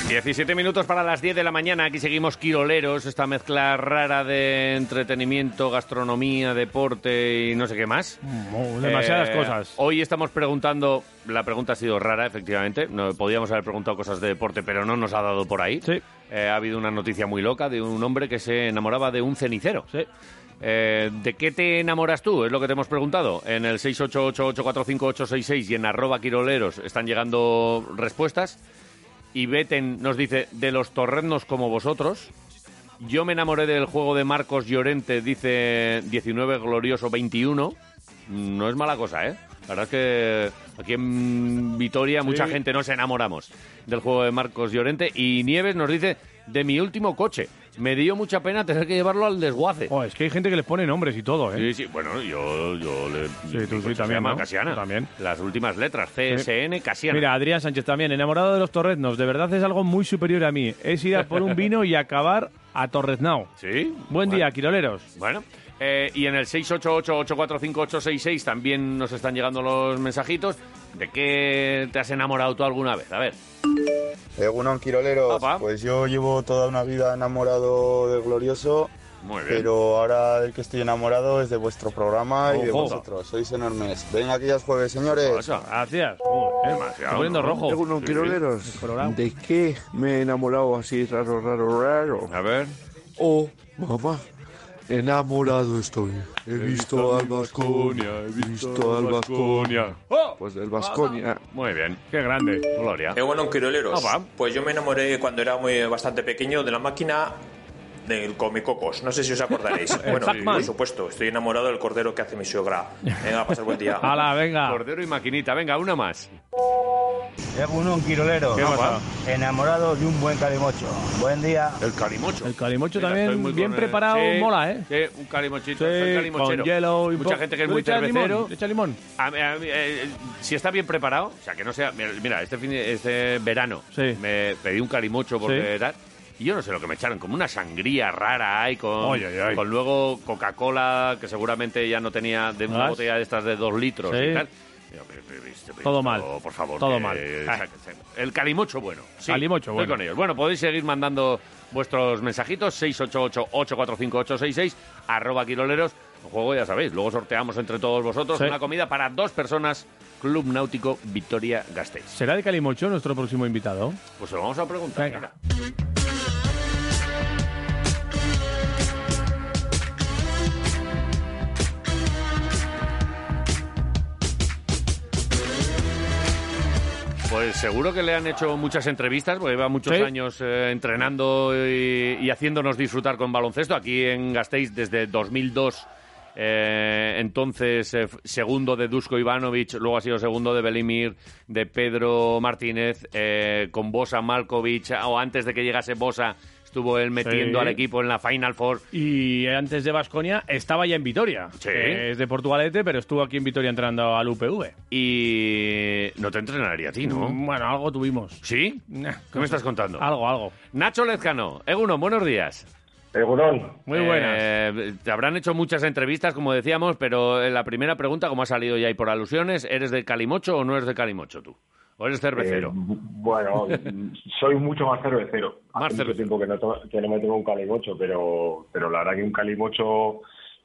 17 minutos para las 10 de la mañana. Aquí seguimos Quiroleros, esta mezcla rara de entretenimiento, gastronomía, deporte y no sé qué más. Eh,
demasiadas cosas.
Hoy estamos preguntando, la pregunta ha sido rara, efectivamente. No, podíamos haber preguntado cosas de deporte, pero no nos ha dado por ahí. Eh, ha habido una noticia muy loca de un hombre que se enamoraba de un cenicero. Eh, ¿De qué te enamoras tú? Es lo que te hemos preguntado. En el 688845866 y en arroba quiroleros están llegando respuestas. Y Beten nos dice, de los torrenos como vosotros. Yo me enamoré del juego de Marcos Llorente, dice 19 glorioso 21. No es mala cosa, ¿eh? La verdad es que aquí en Vitoria mucha gente nos enamoramos del juego de Marcos Llorente. Y Nieves nos dice, de mi último coche. Me dio mucha pena tener que llevarlo al desguace.
Oh, es que hay gente que les pone nombres y todo, ¿eh?
Sí, sí, bueno, yo, yo le...
Sí, tú
mi
sí,
coche se
también,
llama
¿no?
Casiana.
También.
Las últimas letras, CSN, Casiana.
Mira, Adrián Sánchez también, enamorado de los torreznos. De verdad es algo muy superior a mí. Es ir a por un vino y acabar a Torreznao.
Sí.
Buen día, Quiroleros.
Bueno, eh, y en el 688-845-866 también nos están llegando los mensajitos. ¿De qué te has enamorado tú alguna vez? A ver.
Egunon Quiroleros, Eh, pues yo llevo toda una vida enamorado del Glorioso,
Muy bien.
pero ahora el que estoy enamorado es de vuestro programa y de
Ojo. Pues
vosotros, sois enormes. Venga aquí los jueves, señores.
Gracias.
Está poniendo rojo.
Egunon,
Sí,
quiroleros.
sí. Programa.
¿De qué me he enamorado así raro, raro, raro?
A ver.
Oh, mamá. Enamorado estoy. He visto al Vasconia. He visto al Vasconia. Pues del Vasconia.
¡Oh! Muy bien.
Qué grande.
Gloria.
Eh, bueno, Quiroleros.
Opa.
Pues yo me enamoré cuando era muy bastante pequeño de la máquina del Comicocos. No sé si os
[LAUGHS]
acordaréis.
Eh,
El
bueno,
Pac-Man.
por supuesto, estoy enamorado del cordero que hace mi suegra. Venga, pasar buen día.
Hala, venga.
Cordero y maquinita, venga, una más.
Egunon Quirolero.
¿Qué pasa?
Enamorado de un buen calimocho. Buen día.
El calimocho.
El calimocho
Mira, estoy
también,
muy
bien
con-
preparado,
sí,
mola, ¿eh?
Sí, un calimochito,
Sí,
soy calimochero.
con hielo y un
Mucha
poco-
gente que es
¿Le
muy
echas limón?
cervecero.
¿Le echas limón?
A mí- a mí, eh, eh, si está bien preparado, o sea, que no sea... Mira, este, fin, de- este verano me pedí un calimocho porque
Sí.
era... Y yo no sé lo que me echaron, como una sangría rara ahí, con,
Ay, ay, ay.
con luego Coca-Cola, que seguramente ya no tenía de una
¿Más?
botella de estas de dos litros
Sí.
y tal. Y yo, pero, pero, esto, pero,
Todo mal.
Por favor.
Todo
que-
mal.
sa- sa- El calimocho bueno. Sí,
Calimocho
estoy
bueno.
con ellos. Bueno, podéis seguir mandando vuestros mensajitos 688-845-866 arroba quiroleros. Un juego, ya sabéis, luego sorteamos entre todos vosotros
Sí.
una comida para dos personas Club Náutico Victoria Gasteiz.
¿Será de Calimocho nuestro próximo invitado?
Pues se lo vamos a preguntar. mira. Pues seguro que le han hecho muchas entrevistas, porque lleva muchos
Sí.
años eh, entrenando y, y haciéndonos disfrutar con baloncesto. Aquí en Gasteiz desde 2002, eh, entonces eh, f- segundo de Dusko Ivanovic, luego ha sido segundo de Belimir, de Pedro Martínez, eh, con Bosa Malkovic, ah, o antes de que llegase Bosa, estuvo él metiendo
Sí.
al equipo en la Final Four.
Y antes de Vasconia estaba ya en Vitoria. Que Es de Portugalete, pero estuvo aquí en Vitoria entrando al UPV.
Y no te entrenaría a ti, ¿no?
Mm, Bueno, algo tuvimos.
¿Sí? ¿Qué me estás contando?
Algo, algo.
Nacho Lezcano, Egunon, buenos días.
Egunon.
Muy buenas.
Eh, te habrán hecho muchas entrevistas, como decíamos, pero en la primera pregunta, como ha salido ya y por alusiones, ¿eres de Calimocho o no eres de Calimocho tú? ¿O eres cervecero?
Eh, bueno, soy mucho más cervecero. Hace
Más
mucho
cervecero.
tiempo que no, to- que no me tomo un calimocho, pero, pero la verdad que un calimocho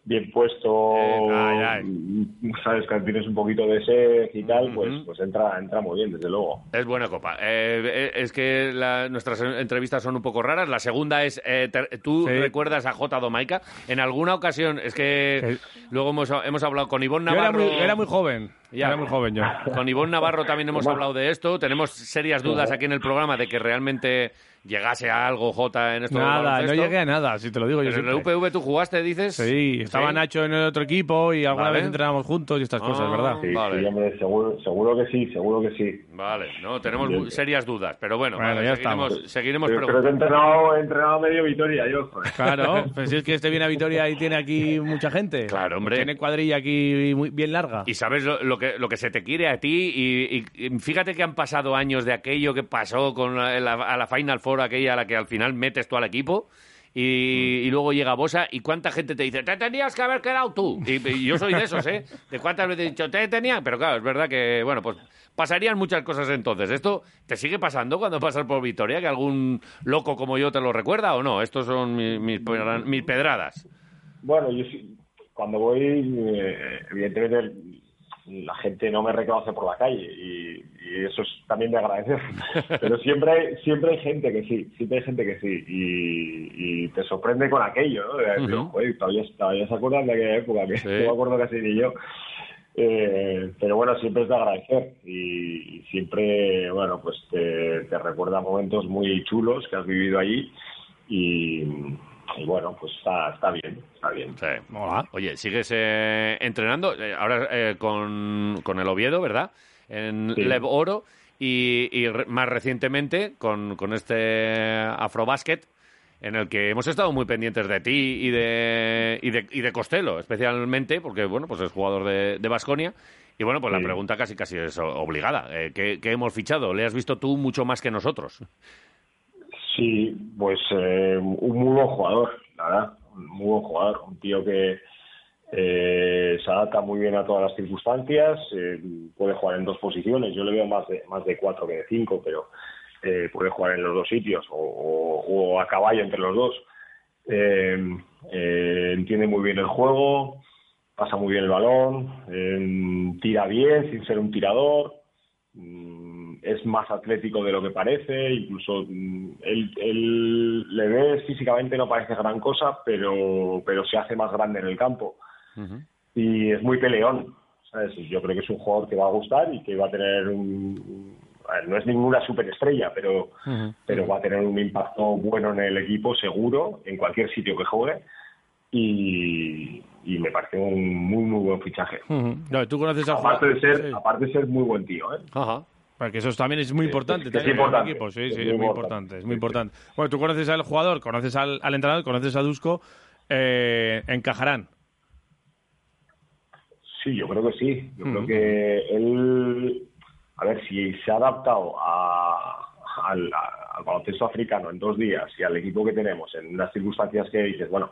bien puesto,
Eh,
mm, sabes que tienes un poquito de sed y tal, pues, pues entra, entra muy bien, desde luego.
Es buena copa. Eh, eh, es que la- nuestras entrevistas son un poco raras. La segunda es, eh, te- tú
Sí.
recuerdas a J. Domaica. En alguna ocasión, es que luego hemos, hemos hablado con Ivonne
Yo era
Navarro.
muy, era muy joven.
Ya.
Era muy joven yo.
Con Ivonne Navarro también hemos
Bueno.
hablado de esto. Tenemos serias dudas aquí en el programa de que realmente llegase a algo J en esto. del
Nada, no
baloncesto.
llegué a nada, si te lo digo yo
Pero en el
siempre.
UPV tú jugaste, dices.
Sí, estaba
Sí.
Nacho en el otro equipo y alguna
Vale.
vez entrenábamos juntos y estas cosas,
Ah,
¿verdad?
Sí, vale. sí,
hombre, seguro, seguro que sí, seguro que sí.
Vale, no, tenemos
Bien.
bu- serias dudas, pero bueno,
Bueno,
vale,
ya
seguiremos,
estamos.
seguiremos
Pero creo que he
preguntando.
entrenado, he entrenado medio Vitoria, yo. joder.
Claro, pues si es que este viene a Vitoria y tiene aquí mucha gente. Claro,
hombre.
Tiene cuadrilla aquí muy, bien larga.
Y sabes lo, lo que, lo que se te quiere a ti y, y- y fíjate que han pasado años de aquello que pasó con la, la- a la Final Four, aquella a la que al final metes tú al equipo. Y, y luego llega Bosa y cuánta gente te dice, te tenías que haber quedado tú. Y, y yo soy de esos, ¿eh? De cuántas veces he dicho, te tenía. Pero claro, es verdad que, bueno, pues Pasarían muchas cosas entonces. ¿Esto te sigue pasando cuando pasas por Vitoria? ¿Que algún loco como yo te lo recuerda o no? Estos son mi- mis, pedra- mis pedradas.
[LAUGHS] Bueno, yo sí- cuando voy, eh, evidentemente el- la gente no me reconoce por la calle y, y eso es también de agradecer.
[LAUGHS]
Pero siempre, hay- siempre hay gente que sí, siempre hay gente que sí y, y te sorprende con aquello, ¿no? De decir,
Ujú.
"Joder, todavía, todavía se acuerdan de aquella época, que no me acuerdo casi ni yo. Eh, pero bueno, siempre es de agradecer y, y siempre, bueno, pues te, te recuerda momentos muy chulos que has vivido allí y, y bueno, pues está, está bien, está bien.
Oye, sigues eh, entrenando eh, ahora eh, con, con el Oviedo, ¿verdad? En
Sí.
Lev Oro y, y re- más recientemente con, con este Afrobasket en el que hemos estado muy pendientes de ti y de, y de, y de Costello, especialmente porque, bueno, pues es jugador de de Basconia. y bueno, pues la
Sí.
pregunta casi casi es o- obligada. Eh, ¿qué, qué hemos fichado? ¿Le has visto tú mucho más que nosotros?
Sí, pues eh, un muy buen jugador, la verdad, un muy buen jugador, un tío que eh, se adapta muy bien a todas las circunstancias, eh, puede jugar en dos posiciones, yo le veo más de, más de cuatro que de cinco, pero eh, puede jugar en los dos sitios o, o- o a caballo entre los dos. Eh, eh, entiende muy bien el juego, pasa muy bien el balón, eh, tira bien sin ser un tirador, es más atlético de lo que parece, incluso mm, él, él le ves físicamente no parece gran cosa, pero, pero se hace más grande en el campo y es muy peleón. ¿sabes? Y Yo creo que es un jugador que va a gustar y que va a tener un... a ver, No es ninguna superestrella, pero, pero va a tener un impacto bueno en el equipo seguro, en cualquier sitio que juegue y, y me parece un muy, muy buen fichaje.
Ujú. No, tú conoces a
Aparte de ser,
Sí.
aparte de ser muy buen tío, ¿eh?
Porque eso también es muy
Sí,
importante.
es que es
también para el
importante,
equipo. Sí,
es
sí,
muy
es muy
importante.
importante. Es muy importante. Bueno, tú conoces al jugador, conoces al, al entrenador, conoces a Dusko. eh, encajarán.
Sí, yo creo que sí. Yo
Ujú.
creo que él, a ver, si se ha adaptado a, al, a- al baloncesto africano en dos días y al equipo que tenemos en unas circunstancias que dices, bueno,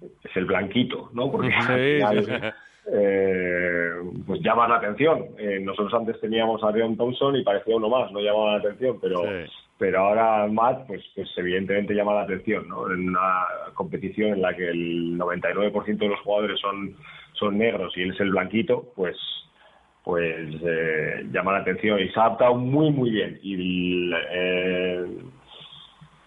es el blanquito, ¿no? Porque [LAUGHS] al final, eh, pues llama la atención. Eh, nosotros antes teníamos a Leon Thompson y parecía uno más, no llamaba la atención, pero pero ahora Matt, pues, pues evidentemente llama la atención, ¿no? En una competición en la que el 99% de los jugadores son son negros y él es el blanquito, pues pues eh, llama la atención y se ha adaptado muy muy bien y eh,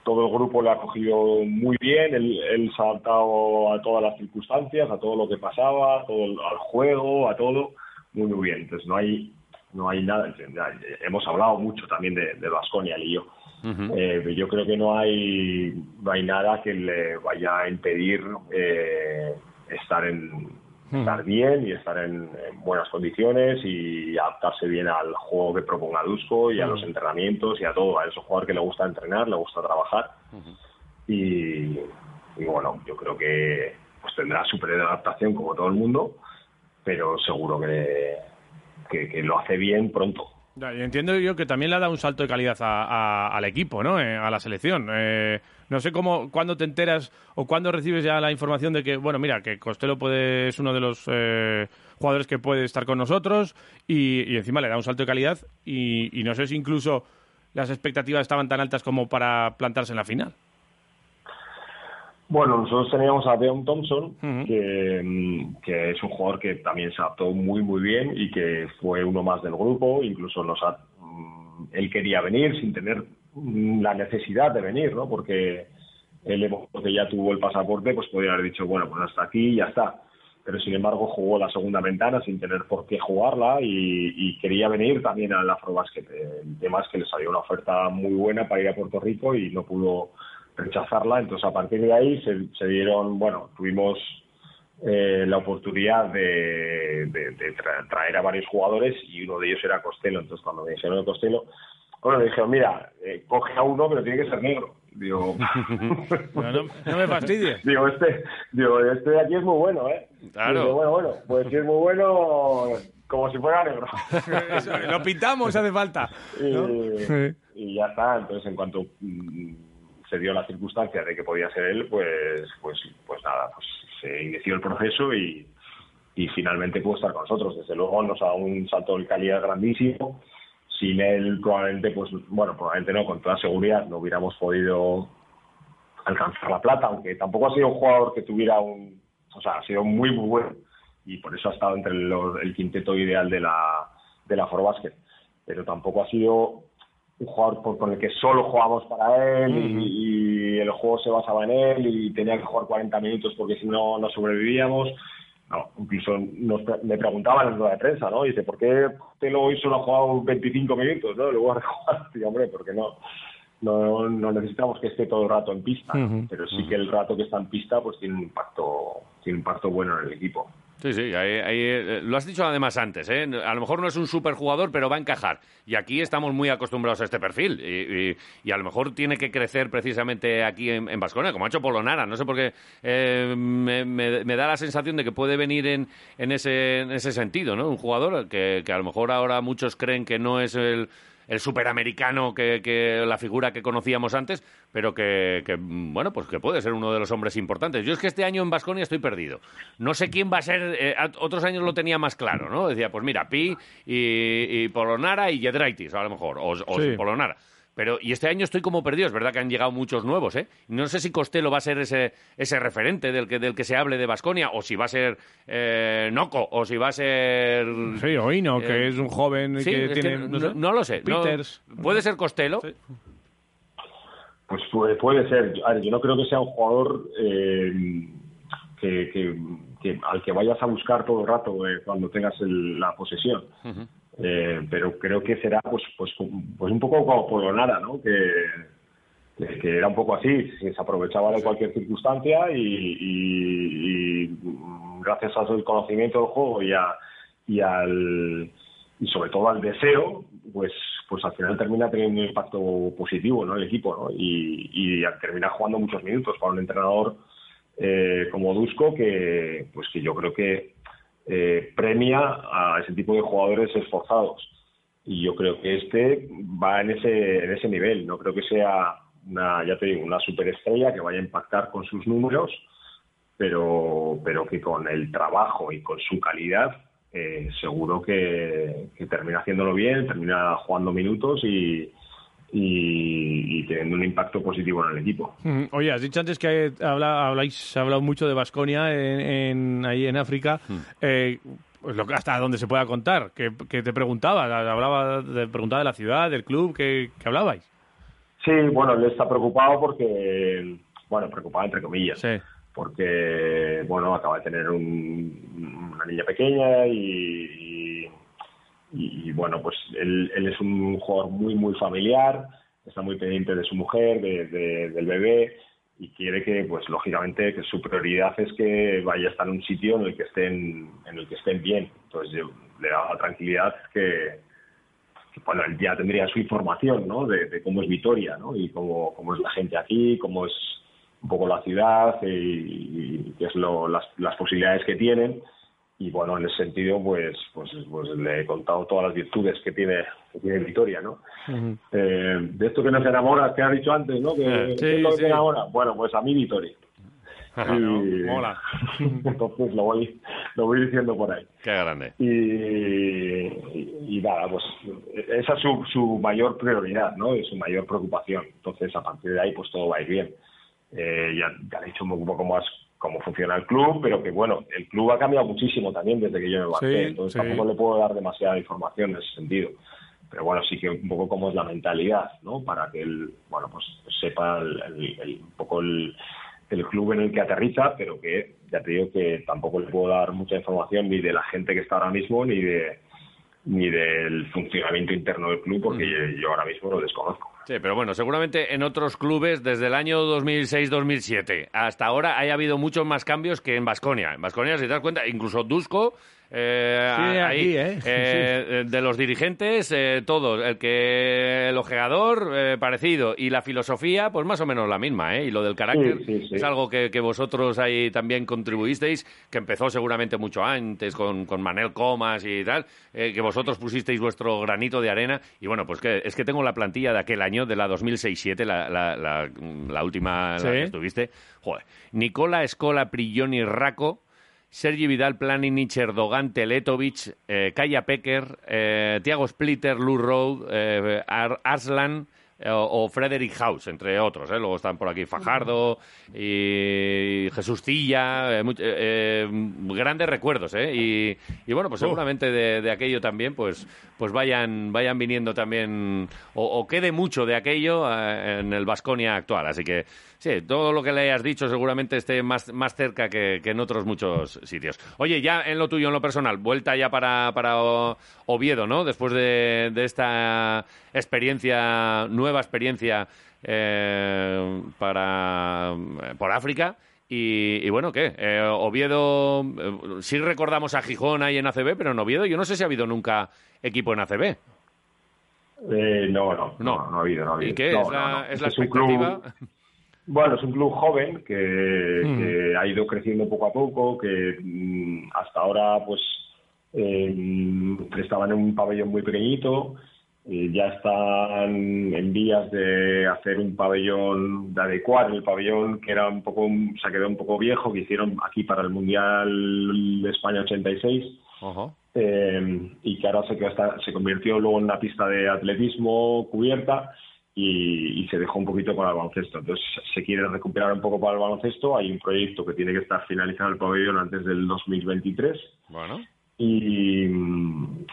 todo el grupo lo ha cogido muy bien, él, él se ha adaptado a todas las circunstancias, a todo lo que pasaba, a todo el- al juego, a todo, muy muy bien. Entonces no hay no hay nada, ya hemos hablado mucho también de, de Baskonia, él y yo. Eh, yo creo que no hay no hay nada que le vaya a impedir eh, estar en
Mm.
estar bien y estar en, en buenas condiciones y adaptarse bien al juego que proponga Dusko y a los entrenamientos y a todo. A él es un jugador que le gusta entrenar, le gusta trabajar y, y bueno, yo creo que pues tendrá su periodo de adaptación como todo el mundo, pero seguro que, que, que lo hace bien pronto.
Ya, y entiendo yo que también le ha dado un salto de calidad a- a- al equipo, ¿no? Eh, a la selección. Eh, no sé cómo, cuándo te enteras o cuándo recibes ya la información de que, bueno, mira, que Costello puede, es uno de los eh, jugadores que puede estar con nosotros y, y encima le da un salto de calidad y, y no sé si incluso las expectativas estaban tan altas como para plantarse en la final.
Bueno, nosotros teníamos a Deon Thompson, que, mm, que es un jugador que también se adaptó muy, muy bien y que fue uno más del grupo. Incluso nos ha- mm, él quería venir sin tener mm, la necesidad de venir, ¿no? Porque él, que ya tuvo el pasaporte, pues podría haber dicho, bueno, pues hasta aquí y ya está. Pero sin embargo jugó la segunda ventana sin tener por qué jugarla y, y quería venir también al Afrobasket. Eh, El tema es que le salió una oferta muy buena para ir a Puerto Rico y no pudo rechazarla. Entonces, a partir de ahí se, se dieron, bueno, tuvimos eh, la oportunidad de, de- de tra- traer a varios jugadores y uno de ellos era Costello. Entonces, cuando me dijeron de Costello, bueno, me dijeron, mira, eh, coge a uno, pero tiene que ser negro.
[LAUGHS]
Digo,
no, me fastidies.
Digo, este, digo, este de aquí es muy bueno, ¿eh?
Claro.
Digo, bueno, bueno, pues si es muy bueno, como si fuera
[LAUGHS]
negro.
Lo pintamos, hace falta.
[LAUGHS] Y- y ya está. Entonces, en cuanto mm, se dio la circunstancia de que podía ser él, pues, pues, pues nada, pues se inició el proceso y, y finalmente pudo estar con nosotros. Desde luego nos ha dado un salto de calidad grandísimo. Sin él probablemente, pues bueno, probablemente no, con toda seguridad no hubiéramos podido alcanzar la plata, aunque tampoco ha sido un jugador que tuviera un, o sea, ha sido muy muy bueno y por eso ha estado entre los- el quinteto ideal de la de la For Basket. Pero tampoco ha sido un jugador por- con el que solo jugamos para él y-
Ujú.
y, el juego se basaba en él y tenía que jugar 40 minutos porque si no no sobrevivíamos. No, incluso nos pre- me preguntaban en la rueda de prensa, ¿no? Y dice, ¿por qué te lo hoy solo ha jugado 25 minutos, no? Luego ha [LAUGHS] jugado, Y, hombre, porque no, no, no necesitamos que esté todo el rato en pista,
Ujú.
pero sí que el rato que está en pista pues tiene un impacto, tiene un impacto bueno en el equipo.
Sí, sí, ahí- ahí, eh, lo has dicho además antes, ¿eh? A lo mejor no es un superjugador, pero va a encajar. Y aquí estamos muy acostumbrados a este perfil. Y, y- y a lo mejor tiene que crecer precisamente aquí en, en Baskonia, como ha hecho Polonara. No sé por qué eh, me, me- me da la sensación de que puede venir en, en ese, en ese sentido, ¿no? Un jugador que, que a lo mejor ahora muchos creen que no es el, el superamericano que, que la figura que conocíamos antes, pero que, que, mm, bueno, pues que puede ser uno de los hombres importantes. Yo es que este año en Vasconia estoy perdido. No sé quién va a ser, eh, a- otros años lo tenía más claro, ¿no? Decía, pues mira, Pi y, y Polonara y Yedraitis, a lo mejor, o, o
Sí.
Polonara. Pero, y este año estoy como perdido, es verdad que han llegado muchos nuevos, ¿eh? No sé si Costello va a ser ese, ese referente del que, del que se hable de Vasconia, o si va a ser eh, Noco, o si va a ser...
Sí, Oino, que
Eh,
es un joven
sí,
que
es que
tiene.
no, no lo sé. no-
Peters.
puede ser Costello.
Pues puede, puede ser. A ver, yo no creo que sea un jugador eh, que, que- que- al que vayas a buscar todo el rato eh, cuando tengas el- la posesión. Eh, pero creo que será pues pues un- pues un poco como Polonara, ¿no? Que, que, que era un poco así, se aprovechaba de cualquier circunstancia y, y- y, mm, gracias a su conocimiento del juego y a- y al y sobre todo al deseo, pues pues al final termina teniendo un impacto positivo, ¿no? El equipo, ¿no? Y, y termina jugando muchos minutos para un entrenador eh, como Dusko que pues que yo creo que eh, premia a ese tipo de jugadores esforzados y yo creo que este va en ese en ese nivel no creo que sea una ya te digo una superestrella que vaya a impactar con sus números pero pero que con el trabajo y con su calidad eh, seguro que, que termina haciéndolo bien termina jugando minutos y y- y teniendo un impacto positivo en el equipo
Mm, Oye, has dicho antes que habla, habláis, ha hablado mucho de Vasconia en, en- ahí en África.
Mm.
Eh, pues lo que- hasta donde se pueda contar, que, que te preguntaba, hablaba de, preguntaba de la ciudad, del club, que, que hablabais.
Sí, bueno, él está preocupado porque, bueno, preocupado entre comillas, porque, bueno, acaba de tener un- una niña pequeña y, y- y, bueno, pues él, él es un jugador muy, muy familiar, está muy pendiente de su mujer, de- de- del bebé y quiere que, pues lógicamente, que su prioridad es que vaya a estar en un sitio en el que estén, en el que estén bien. Entonces yo- le da la tranquilidad que, bueno, él ya tendría su información, ¿no? De, de cómo es Vitoria, ¿no? Y cómo, cómo es la gente aquí, cómo es un poco la ciudad y, y qué es lo, las, las posibilidades que tienen. Y bueno, en ese sentido, pues, pues, pues le he contado todas las virtudes que tiene, que tiene Vitoria, ¿no? Eh, de esto que nos enamora, que has dicho antes, ¿no? Que,
Eh,
¿qué es
sí,
lo que
sí.
te enamora? Bueno, pues a mí
[LAUGHS]
Vitoria. Y-
Mola.
[LAUGHS] Entonces lo voy, lo voy diciendo por ahí.
Qué grande.
Y, y- y nada, pues esa es su, su mayor prioridad, ¿no? Y su mayor preocupación. Entonces, a partir de ahí, pues todo va a ir bien. Eh, ya, ya le he dicho un poco más cómo funciona el club, pero que bueno, el club ha cambiado muchísimo también desde que yo me marqué,
Sí,
entonces
sí.
tampoco le puedo dar demasiada información en ese sentido. Pero bueno, sí que un poco cómo es la mentalidad, ¿no? Para que él, bueno, pues sepa el- el- el- un poco el, el club en el que aterriza, pero que ya te digo que tampoco le puedo dar mucha información ni de la gente que está ahora mismo ni de ni del funcionamiento interno del club porque yo- yo ahora mismo lo desconozco.
Sí, pero bueno, seguramente en otros clubes desde el año 2006-2007 hasta ahora haya habido muchos más cambios que en Vasconia. En Vasconia, si te das cuenta, incluso Dusko, eh,
Sí,
a-
aquí, ¿eh? [LAUGHS]
eh, de los dirigentes, eh, todos, el que el ojeador, eh, parecido, y la filosofía, pues más o menos la misma, ¿eh? Y lo del carácter
Sí, sí, sí.
es algo que, que vosotros ahí también contribuisteis, que empezó seguramente mucho antes con, con Manel Comas y tal, eh, que vosotros pusisteis vuestro granito de arena. Y bueno, pues que, es que tengo la plantilla de aquel año, de la 2006-7, la, la- la- la última en la
Sí.
que estuviste. Joder. Nicola Escola Prilloni Raco. Sergi Vidal, Planinic, Erdogan, Teletovic, eh, Kaya Pecker, eh, Thiago Splitter, Lou Road, eh, Ar- Arslan eh, o o Frederick House, entre otros. ¿eh? Luego están por aquí Fajardo y Jesús Tilla. eh, much- eh, eh, grandes recuerdos. ¿eh? Y, y bueno, pues
Oh.
seguramente de, de aquello también, pues, pues vayan, vayan viniendo también o, o quede mucho de aquello eh, en el Vasconia actual. Así que sí, todo lo que le hayas dicho seguramente esté más, más cerca que, que en otros muchos sitios. Oye, ya en lo tuyo, en lo personal, vuelta ya para, para O- Oviedo, ¿no? Después de, de esta experiencia, nueva experiencia eh, para, eh, por África. Y, y bueno, ¿qué? Eh, Oviedo, eh, sí recordamos a Gijón ahí en ACB, pero en Oviedo yo no sé si ha habido nunca equipo en ACB.
Eh, no, no, no, no, ha habido, no ha habido.
¿Y qué?
No,
¿Es la-
no, no.
es la
un club-
expectativa?
bueno, es un club joven que,
Mm.
que ha ido creciendo poco a poco, que mm, hasta ahora pues eh, estaban en un pabellón muy pequeñito, eh, ya están en vías de hacer un pabellón, de adecuar el pabellón que era un poco, un- se quedó un poco viejo, que hicieron aquí para el Mundial de España 86 eh, y que ahora se, quedó hasta- se convirtió luego en una pista de atletismo cubierta y, y se dejó un poquito para el baloncesto. Entonces se quiere recuperar un poco para el baloncesto. Hay un proyecto que tiene que estar finalizado el pabellón antes del 2023
Bueno.
y,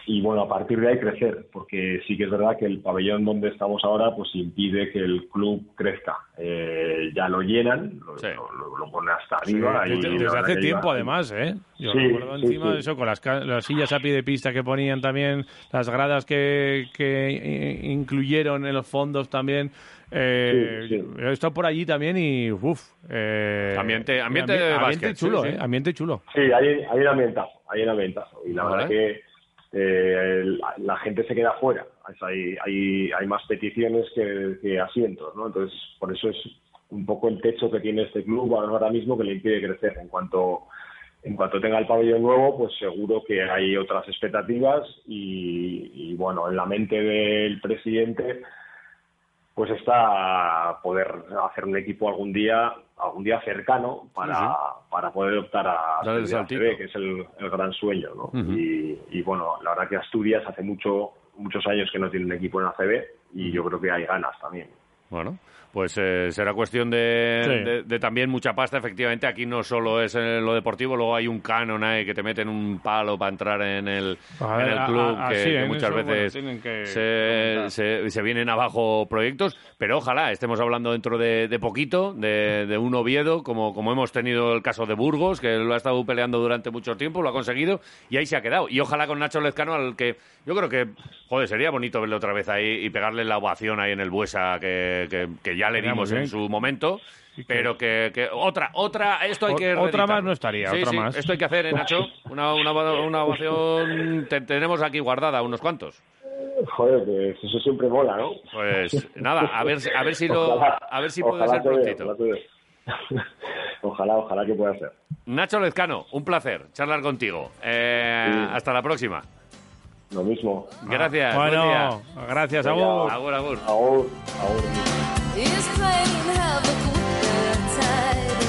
y, bueno, a partir de ahí crecer, porque sí que es verdad que el pabellón donde estamos ahora pues impide que el club crezca. Eh, ya lo llenan, lo, lo- lo- lo ponen hasta arriba.
Sí,
y
desde,
la
desde
verdad
hace
que
tiempo,
lleva-
además, ¿eh? Yo
Sí,
recuerdo
sí,
encima
sí.
de eso, con las, ca- las sillas a pie de pista que ponían también, las gradas que, que i- incluyeron en los fondos también. Eh,
Sí, sí.
He estado por allí también y, uff. Eh,
Ambiente- ambiente
ambi-
de
ambiente
básquet,
chulo,
sí, sí.
¿eh? Ambiente chulo.
Sí, hay, hay un ambientazo, hay un ambientazo. Y la
Vale.
verdad que eh, la, la gente se queda fuera. Es- hay, hay, hay más peticiones que, que asientos, ¿no? Entonces, por eso es un poco el techo que tiene este club ahora mismo que le impide crecer. En cuanto en cuanto tenga el pabellón nuevo, pues seguro que hay otras expectativas y, y, bueno, en la mente del presidente pues está poder hacer un equipo algún día algún día cercano para,
Sí,
para poder optar a
Dar el
Asturias
saltito.
CB, que es el, el gran sueño, ¿no?
Ujú.
y, y, bueno, la verdad que Asturias hace mucho muchos años que no tiene un equipo en ACB y yo creo que hay ganas también.
Bueno, pues eh, será cuestión de,
Sí.
de- de también mucha pasta. Efectivamente, aquí no solo es eh, lo deportivo, luego hay un canon ahí que te meten un palo para entrar en el,
A ver,
en el
a-
club,
a-
que,
así,
que
en
muchas
eso, bueno,
veces
tienen que
se, se- se vienen abajo proyectos. Pero ojalá estemos hablando dentro de, de poquito de, de un Oviedo, como, como hemos tenido el caso de Burgos, que lo ha estado peleando durante mucho tiempo, lo ha conseguido y ahí se ha quedado. Y ojalá con Nacho Lezcano, al que yo creo que, joder, sería bonito verle otra vez ahí y pegarle la ovación ahí en el Buesa que, que- que ya le
Estaría
dimos
muy
en
bien.
su momento. Pero que, que otra, otra, esto hay
O-
que.
otra
reeditarlo.
más no estaría,
Sí,
otra
sí,
más.
Esto hay que hacer, ¿eh, Nacho. Una, una, una ovación te- tenemos aquí guardada, unos cuantos.
Joder, pues eso siempre mola, ¿no?
Pues nada, a ver, si- a ver si lo, a ver si puede
ojalá
ser
se dé,
prontito.
ojalá se dé. [LAUGHS] Ojalá, ojalá que pueda ser.
Nacho Lezcano, un placer charlar contigo. Eh,
Sí. Ah.
Hasta la próxima.
Lo mismo.
Gracias. buen
Bueno,
día.
gracias,
Venga,
Agur.
Agur, agur.
is playing havoc with the tide.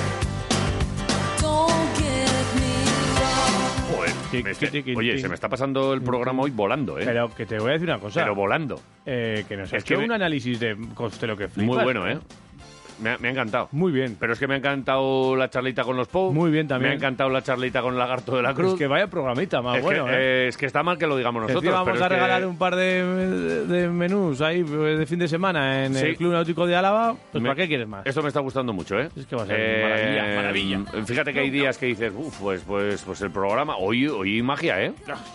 Don't get me wrong.
Joder, me está- oye, se me está pasando el programa hoy volando, ¿eh?
Pero que te voy a decir una cosa.
Pero volando.
Eh, que nos
Es
es
que
que
me-
un análisis de costero que flipas.
Muy bueno, ¿eh? Me ha, me ha encantado.
Muy bien.
Pero es que me ha encantado la charlita con los Pou.
Muy bien también.
Me ha encantado la charlita con Lagarto de la Cruz.
Es que vaya programita más
Es
bueno,
que,
¿eh?
eh, es que está mal que lo digamos
Encima
nosotros.
vamos
pero
a
es que-
regalar un par de, de menús ahí pues, de fin de semana en
Sí.
el Club Náutico de Álava. Pues
Me-
¿para qué quieres más?
Esto me está gustando mucho, ¿eh? Es
que va a ser maravilla,
maravilla. Fíjate que hay días que dices, uff, pues, pues, pues el programa, hoy, hoy magia, ¿eh?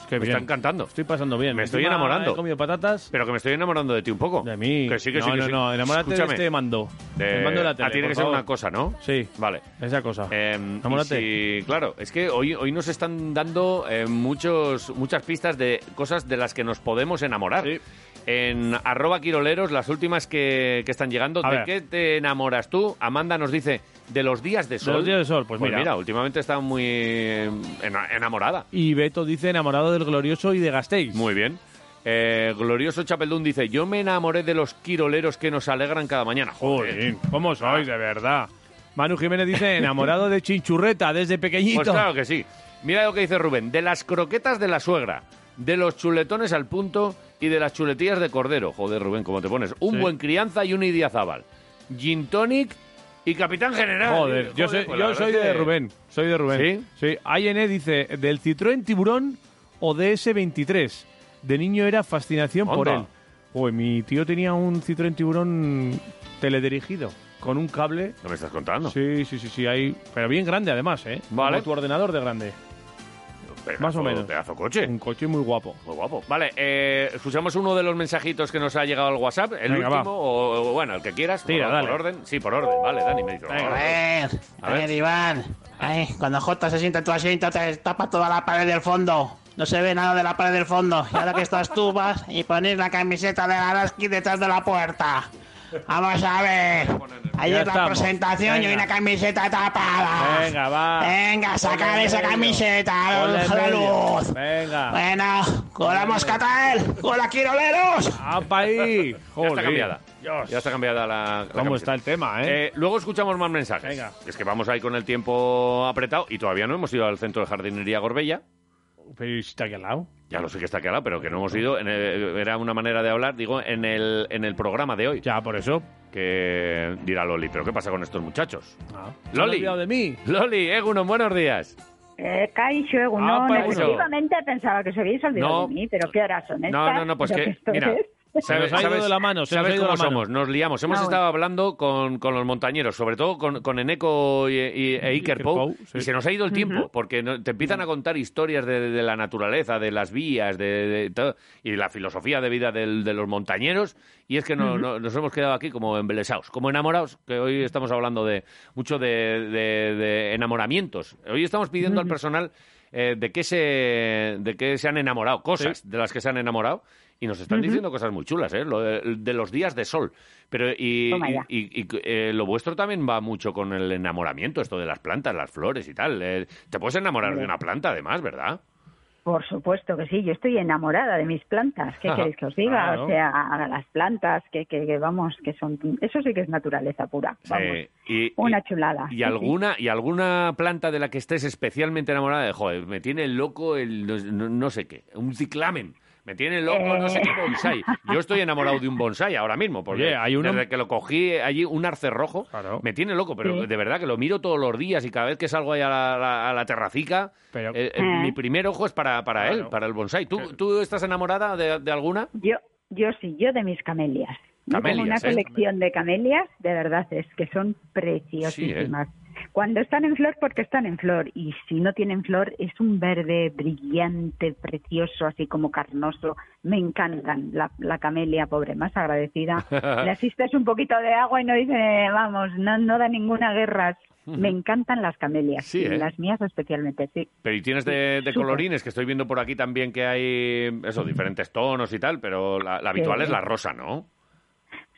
que
me
bien.
está encantando.
Estoy pasando bien.
Me estoy
Encima
enamorando.
He comido patatas.
Pero que me estoy enamorando de ti un poco. De mí. Que sí, que sí,
no,
que
no,
sí.
no. Enamórate
Escúchame.
de este mando.
De-
El mando de la tele,
ah, tiene
por
que ser
favor.
una cosa, ¿no?
Sí.
Vale.
Esa cosa.
Em, y
Enamórate.
si- claro, es que hoy, hoy nos están dando eh, muchos, muchas pistas de cosas de las que nos podemos enamorar. En arroba quiroleros, las últimas que, que están llegando.
A
¿De
ver.
qué te enamoras tú? Amanda nos dice, de los días de
De
sol.
los días de sol, pues mira.
últimamente está muy eh, ena- enamorada.
Y Beto dice enamorado del glorioso y de Gasteiz.
Muy bien. Eh, Glorioso Chapeldún dice, yo me enamoré de los quiroleros que nos alegran cada mañana. Joder,
¿Cómo sois, de verdad? Manu
[LAUGHS]
Jiménez dice, enamorado de Chinchurreta desde pequeñito.
Pues claro que sí. Mira lo que dice Rubén. De las croquetas de la suegra, de los chuletones al punto y de las chuletillas de cordero. Joder, Rubén, ¿cómo te pones? Un
Sí.
buen crianza y un idiazábal. Gin tonic y capitán general.
Joder, yo, soy,
Joder, pues la
yo
verdad
soy
es
de
que-
Rubén. Soy de Rubén. ¿Sí? Sí. INE dice, del Citroën Tiburón o DS23. De niño era fascinación por
Anda.
él. Uy, mi tío tenía un Citroën Tiburón teledirigido, con un cable.
¿No me estás contando?
Sí, sí, sí, sí. Hay... Pero bien grande además, ¿eh?
Vale.
Como tu ordenador de grande.
Pedazo-
Más o menos.
Pedazo coche.
Un coche muy guapo.
Muy guapo. Vale, eh, escuchamos uno de los mensajitos que nos ha llegado al WhatsApp, el
Venga,
último, o, o, bueno, el que quieras.
Tira,
por, por
dale.
orden. Sí, por orden, vale, Dani me dice.
A ver,
A
a
ver.
ver, Iván. Ay, cuando J se sienta en tu asiento, te tapa toda la pared del fondo. No se ve nada de la pared del fondo. Y ahora que estás tú, vas y pones la camiseta de Garaski detrás de la puerta. Vamos a ver.
Ya
Ayer la
estamos.
presentación y
Venga.
una camiseta tapada.
Venga, va.
Venga, sacar
Ponle
esa
medio.
camiseta a
Ponle
la
medio.
luz.
Venga.
Bueno, con la moscatel, con la quiroleros.
¡Apa ahí!
Ya está
Joder.
cambiada. Ya está cambiada la. la
¿Cómo
camiseta.
está el tema, eh?
Eh, luego escuchamos más mensajes.
Venga.
Es que vamos ahí con el tiempo apretado y todavía no hemos ido al centro de jardinería Gorbella.
Pero está aquí al lado.
Ya lo sé que está aquí al lado, pero que no hemos ido. en el- era una manera de hablar, digo, en el, en el programa de hoy.
Ya, por eso.
Que dirá Loli, ¿pero qué pasa con estos muchachos?
Ah, ¿Se han
Loli.
olvidado de mí?
Loli, Egunon, buenos días.
Eh, Kaixo,
Ah,
Egunon,
Paixo.
efectivamente pensaba que se habéis olvidado
No.
de mí, pero ¿qué horas son estas?
No, no, no, pues
Yo
que,
estoy- [LAUGHS]
mira,
Se nos ha ido de la mano, se nos
sabes
ha ido de
cómo
la mano.
somos, nos liamos. Hemos
Ah, bueno.
estado hablando con, con los montañeros, sobre todo con, con Eneco y, y- e Iker Pou, y se nos ha ido el tiempo, porque no- te empiezan a contar historias de, de la naturaleza, de las vías, de, de todo, y la filosofía de vida del- de los montañeros, y es que no-
Ujú.
no- nos hemos quedado aquí como embelesados, como enamorados, que hoy estamos hablando de mucho de, de- de enamoramientos. Hoy estamos pidiendo al personal eh, de qué se de qué se han enamorado, cosas de las que se han enamorado. Y nos están
Ujú.
diciendo cosas muy chulas, ¿eh? Lo de, de los días de sol. Pero y,
Toma
y-
ya.
y- y, eh, lo vuestro también va mucho con el enamoramiento, esto de las plantas, las flores y tal. Eh, te puedes enamorar de una planta, además, ¿verdad?
Por supuesto que sí, yo estoy enamorada de mis plantas, ¿qué
Ah,
queréis que os diga?
claro.
O sea, a las plantas, que, que, que vamos, que son, eso sí que es naturaleza pura, vamos,
Eh, y,
una chulada.
y
sí, sí.
alguna y alguna planta de la que estés especialmente enamorada de, joder, me tiene loco el no, no sé qué, un ciclamen. Me tiene loco, no sé qué
Eh.
bonsai. Yo estoy enamorado de un bonsai ahora mismo, porque
Oye, hay uno-
desde que lo cogí allí, un arce rojo, me tiene loco, pero
Sí.
de verdad que lo miro todos los días y cada vez que salgo ahí a la, la- a la terracica, eh, eh,
Ah.
mi primer ojo es para, para él, para el bonsai. ¿Tú, ¿Tú estás enamorada de, de alguna?
Yo, yo sí, yo de mis camelias. Yo tengo
Camelias, ¿eh?
una colección de camelias, de verdad es que son preciosísimas. Cuando están en flor, porque están en flor, y si no tienen flor, es un verde brillante, precioso, así como carnoso. Me encantan la, la camelia, pobre, más
[LAUGHS]
agradecida. Le asistes un poquito de agua y no dice, vamos, no, no da
[LAUGHS]
ninguna guerra. Me encantan las camelias,
Sí,
y
¿eh?
las mías especialmente, sí.
Pero y tienes de, de
súper.
colorines, que estoy viendo por aquí también que hay, eso, diferentes tonos y tal, pero la, la habitual
Sí.
es la rosa, ¿no?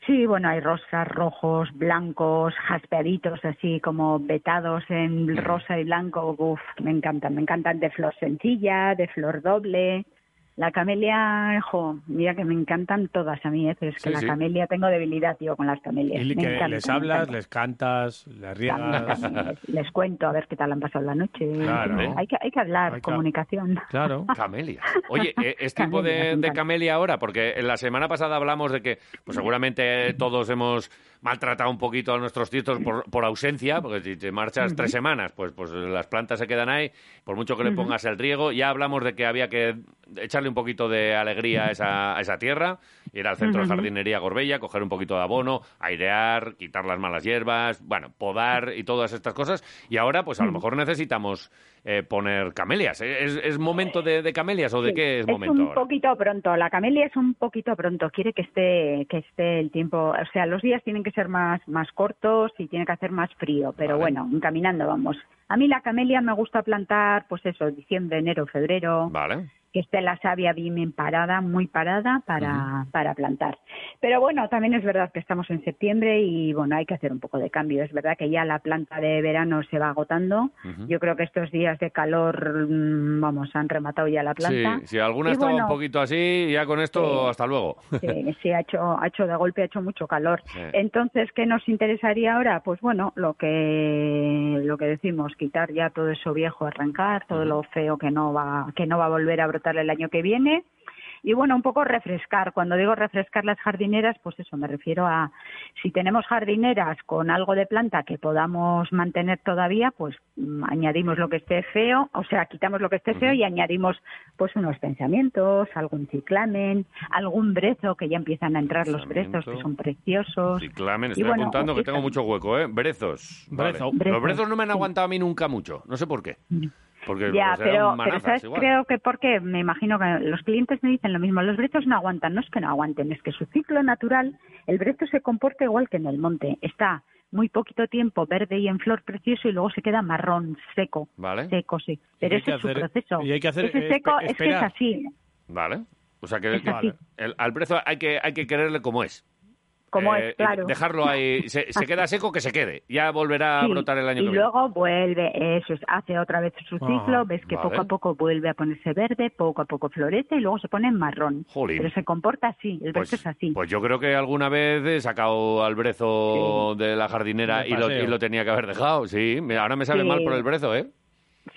Sí, bueno, hay rosas, rojos, blancos, jaspeaditos, así como vetados en rosa y blanco. Uf, me encantan, me encantan de flor sencilla, de flor doble. La camelia, jo, mira que me encantan todas a mí, ¿eh? pero es que
Sí,
la
sí.
camelia, tengo debilidad, tío, con las camelias.
Y
me
que
encantan,
les
me
hablas,
encantan.
les cantas, les riegas.
También, también. Les cuento a ver qué tal han pasado la noche.
Claro.
Hay, que, hay que hablar,
Hay que-
comunicación. [LAUGHS]
Claro.
Camelia. Oye, eh,
[LAUGHS]
¿es tiempo
Camelia,
de,
me
de
encanta.
camelia ahora? Porque la semana pasada hablamos de que pues seguramente todos hemos maltratado un poquito a nuestros títulos por, por ausencia, porque si te marchas
Ujú.
tres semanas, pues, pues las plantas se quedan ahí, por mucho que le
Ujú.
pongas el riego. Ya hablamos de que había que echarle un poquito de alegría a esa, a esa tierra, ir al centro de
Ujú.
jardinería Gorbella, coger un poquito de abono, airear, quitar las malas hierbas, bueno, podar y todas estas cosas. Y ahora, pues a lo
Ujú.
mejor necesitamos eh, poner camelias. ¿Es, es momento de, de camelias o de
Sí,
qué es momento
un
ahora?
poquito pronto. La camelia es un poquito pronto. Quiere que esté que esté el tiempo, o sea, los días tienen que ser más más cortos y tiene que hacer más frío. Pero bueno, caminando vamos. A mí la camelia me gusta plantar, pues eso, diciembre, enero, febrero.
Vale.
que esté la savia bien parada, muy parada para, para plantar. Pero bueno, también es verdad que estamos en septiembre y bueno, hay que hacer un poco de cambio. Es verdad que ya la planta de verano se va agotando.
Ujú.
Yo creo que estos días de calor, mm, vamos, han rematado ya la planta.
Sí, si alguna
Y
estaba
bueno,
un poquito así, ya con esto hasta luego. [LAUGHS]
Sí, sí, ha hecho, ha hecho de golpe, ha hecho mucho calor.
Sí.
Entonces, ¿qué nos interesaría ahora? Pues bueno, lo que lo que decimos, quitar ya todo eso viejo, arrancar todo lo feo que no va que no va a volver a brotar el año que viene. Y bueno, un poco refrescar. Cuando digo refrescar las jardineras, pues eso me refiero a si tenemos jardineras con algo de planta que podamos mantener todavía, pues mm, añadimos lo que esté feo, o sea, quitamos lo que esté feo y añadimos pues unos pensamientos, algún ciclamen, algún brezo que ya empiezan a entrar los brezos que
Pensamiento.
son preciosos.
Ciclamen,
Y
estoy
bueno,
apuntando que
esta-
tengo mucho hueco, ¿eh? Brezos. Vale.
Brezo. Brezo,
Los brezos no me han aguantado a mí nunca mucho, no sé por qué. Porque
Ya,
serán
pero, pero
manazas
¿sabes?
igual.
Creo que porque me imagino que los clientes me dicen lo mismo. Los brezos no aguantan, no es que no aguanten, es que su ciclo natural, el brezo se comporta igual que en el monte. Está muy poquito tiempo verde y en flor precioso y luego se queda marrón, seco.
Vale.
Seco, sí.
¿Eh? Y
Pero
hay
ese
que
es su
hacer-
proceso.
y hay que hacer,
ese
eh,
seco
espe-
es que es
esperar.
así,
Vale. O sea que
Es así.
el- al brezo hay que, hay que quererle como es.
como
Eh,
es, claro.
Dejarlo ahí, se, se queda seco que se quede. Ya volverá a
Sí,
brotar el año
y
que viene.
luego vuelve, eso es, hace otra vez su
Ah,
ciclo, ves que
vale.
poco a poco vuelve a ponerse verde, poco a poco florece y luego se pone en marrón.
Jolín.
Pero se comporta así, el brezo es así.
Pues yo creo que alguna vez he sacado al brezo de la jardinera
De
y lo,
paseo.
y lo tenía que haber dejado. Sí, Me- ahora me sabe
Sí.
mal por el brezo, ¿eh?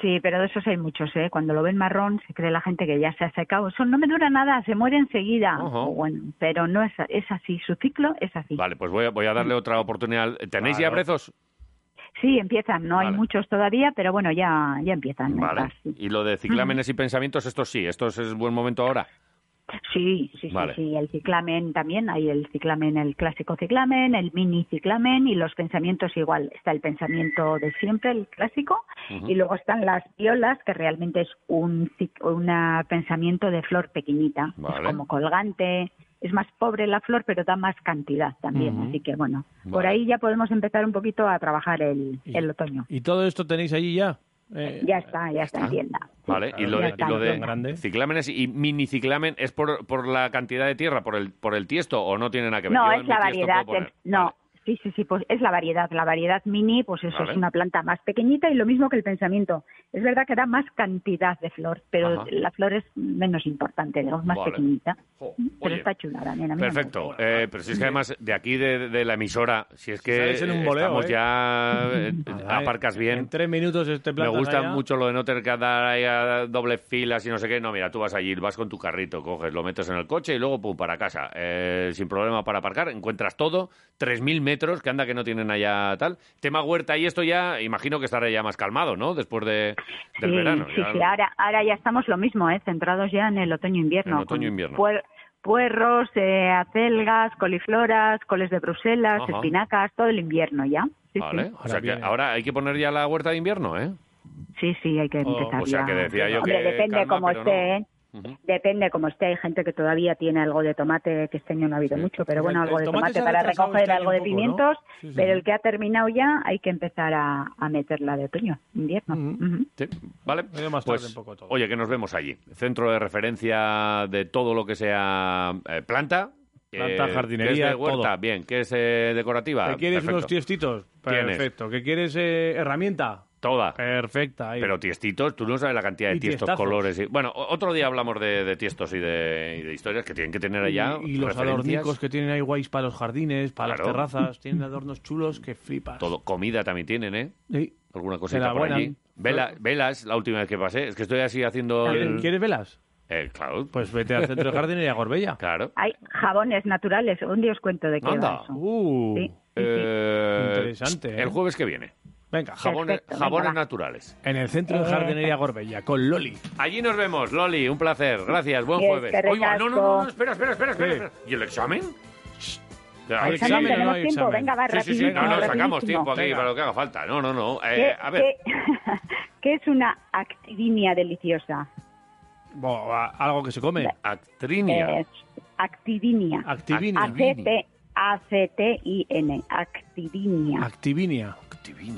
Sí, pero de esos hay muchos, ¿eh? Cuando lo ven marrón, se cree la gente que ya se ha secado. Eso no me dura nada, se muere enseguida.
Ojo.
O Bueno, pero no es, es así, su ciclo es así.
Vale, pues voy a, voy a darle otra oportunidad. ¿Tenéis ya
Claro.
brezos?
Sí, empiezan, no hay muchos todavía, pero bueno, ya, ya empiezan. ¿eh?
Vale. Y lo de ciclámenes
Mm.
y pensamientos, estos sí, estos es buen momento ahora.
Sí, sí, sí,
Vale.
sí, el ciclamen también, hay el ciclamen, el clásico ciclamen, el mini ciclamen y los pensamientos igual. Está el pensamiento de siempre, el clásico,
Ujú.
y luego están las violas, que realmente es un cic- una pensamiento de flor pequeñita, Es
Vale.
como colgante, es más pobre la flor, pero da más cantidad también.
Ujú.
Así que bueno, por
Vale.
ahí ya podemos empezar un poquito a trabajar el, el otoño.
¿Y todo esto tenéis allí ya? Eh,
Ya está, ya está en tienda.
Vale, y lo
ya
de,
está.
y lo de
Tan grande.
ciclámenes y miniciclamen es por, por la cantidad de tierra, por el, por el tiesto, o no tiene nada que ver.
No,
Yo
es
en
la
mi tiesto
variedad.
puedo
del-
poner.
no, sí, sí, sí, pues es la variedad. La variedad mini, pues eso
Vale.
es una planta más pequeñita y lo mismo que el pensamiento. Es verdad que da más cantidad de flor, pero
Ajá.
la flor es menos importante, digamos, más
Vale.
pequeñita. pero
oye.
está chula también. a mí me
Perfecto. Eh, pero si es que además de aquí, de, de la emisora, si es que
Sales en un voleo,
estamos
¿eh?
ya...
[LAUGHS]
eh,
Nada,
aparcas bien.
En tres minutos este
Me
plato.
gusta mucho lo de no tener que andar ahí a doble filas y no sé qué. No, mira, tú vas allí, vas con tu carrito, coges, lo metes en el coche y luego, pum, para casa. Eh, sin problema para aparcar, encuentras todo, 3.000 metros, que anda que no tienen allá tal. Tema huerta y esto ya, imagino que estará ya más calmado, ¿no? Después de, del
Sí,
verano.
Sí,
ya-
sí, ahora, ahora ya estamos lo mismo, ¿eh? centrados ya en el otoño-invierno.
En otoño-invierno.
con puer- puerros, eh, acelgas, colifloras, coles de Bruselas,
Ajá.
espinacas, todo el invierno ya. Sí,
Vale,
sí.
o sea que ahora hay que poner ya la huerta de invierno, ¿eh?
Sí, sí, hay que
Oh,
empezar
o sea,
ya.
que decía yo
Hombre,
que
depende
calma,
cómo
pero
esté,
no.
¿eh? Depende cómo esté. Hay gente que todavía tiene algo de tomate, que este año no ha habido mucho, pero bueno,
El- el
algo de
tomate
tomate
se ha
para
retrasado
recoger,
este año
algo
un
de
poco, ¿no?
pimientos,
Sí, sí.
pero el que ha terminado ya hay que empezar a, a meterla de otoño, invierno. Ujú.
Sí, vale.
tarde
Pues,
un poco todo.
Oye, que nos vemos allí. Centro de referencia de todo lo que sea eh, planta.
Planta,
que
jardinería,
es de huerta,
todo.
bien. que es eh, decorativa?
¿Te quieres
Perfecto.
unos tiestitos?
Tienes.
Perfecto. ¿Qué quieres eh, herramienta?
Toda.
Perfecta. ahí.
Pero tiestitos, tú no sabes la cantidad de
Y
tiestos,
tiestazos.
colores. y- Bueno, o- otro día hablamos de, de tiestos y de, y de historias que tienen que tener allá.
y, y los
referencias,
adornicos que tienen ahí guays para los jardines, para
Claro.
las
[LAUGHS]
terrazas. Tienen adornos chulos que flipas.
Todo, comida también tienen, ¿eh?
Sí.
Alguna cosita
la
por
buena.
allí. Vela- velas, la última vez que pasé. Es que estoy así haciendo. el-
¿Quieres velas?
eh, claro.
Pues vete al centro de jardinería Gorbella.
Claro.
Hay jabones naturales. Un día os cuento de qué
Anda.
va eso.
Uh,
Sí, sí, sí.
Eh,
Interesante, ¿eh?
El jueves que viene.
Venga,
Jabones,
Perfecto,
jabones
venga, va.
naturales.
En el centro de
Eh.
jardinería Gorbella, con Loli.
Allí nos vemos, Loli. Un placer. Gracias. Buen
Sí,
jueves.
es que
Oiga, no, no, no, no,
ricasco.
espera, espera, espera. espera,
¿Qué?
espera. ¿Y el examen?
¿Hay examen o no Tenemos hay tiempo, examen? venga,
sí,
va,
sí, sí,
rapidísimo,
no, no, sacamos
rapidísimo.
tiempo aquí
Venga.
para lo que haga falta. No, no, no. Eh,
¿Qué-
a ver,
qué- [LAUGHS] qué es una activinia deliciosa?
Bo- a- algo que se come.
Actrinia.
Es activinia.
Activinia.
A-C-T- A-C-T-I-N. Activinia.
Activinia.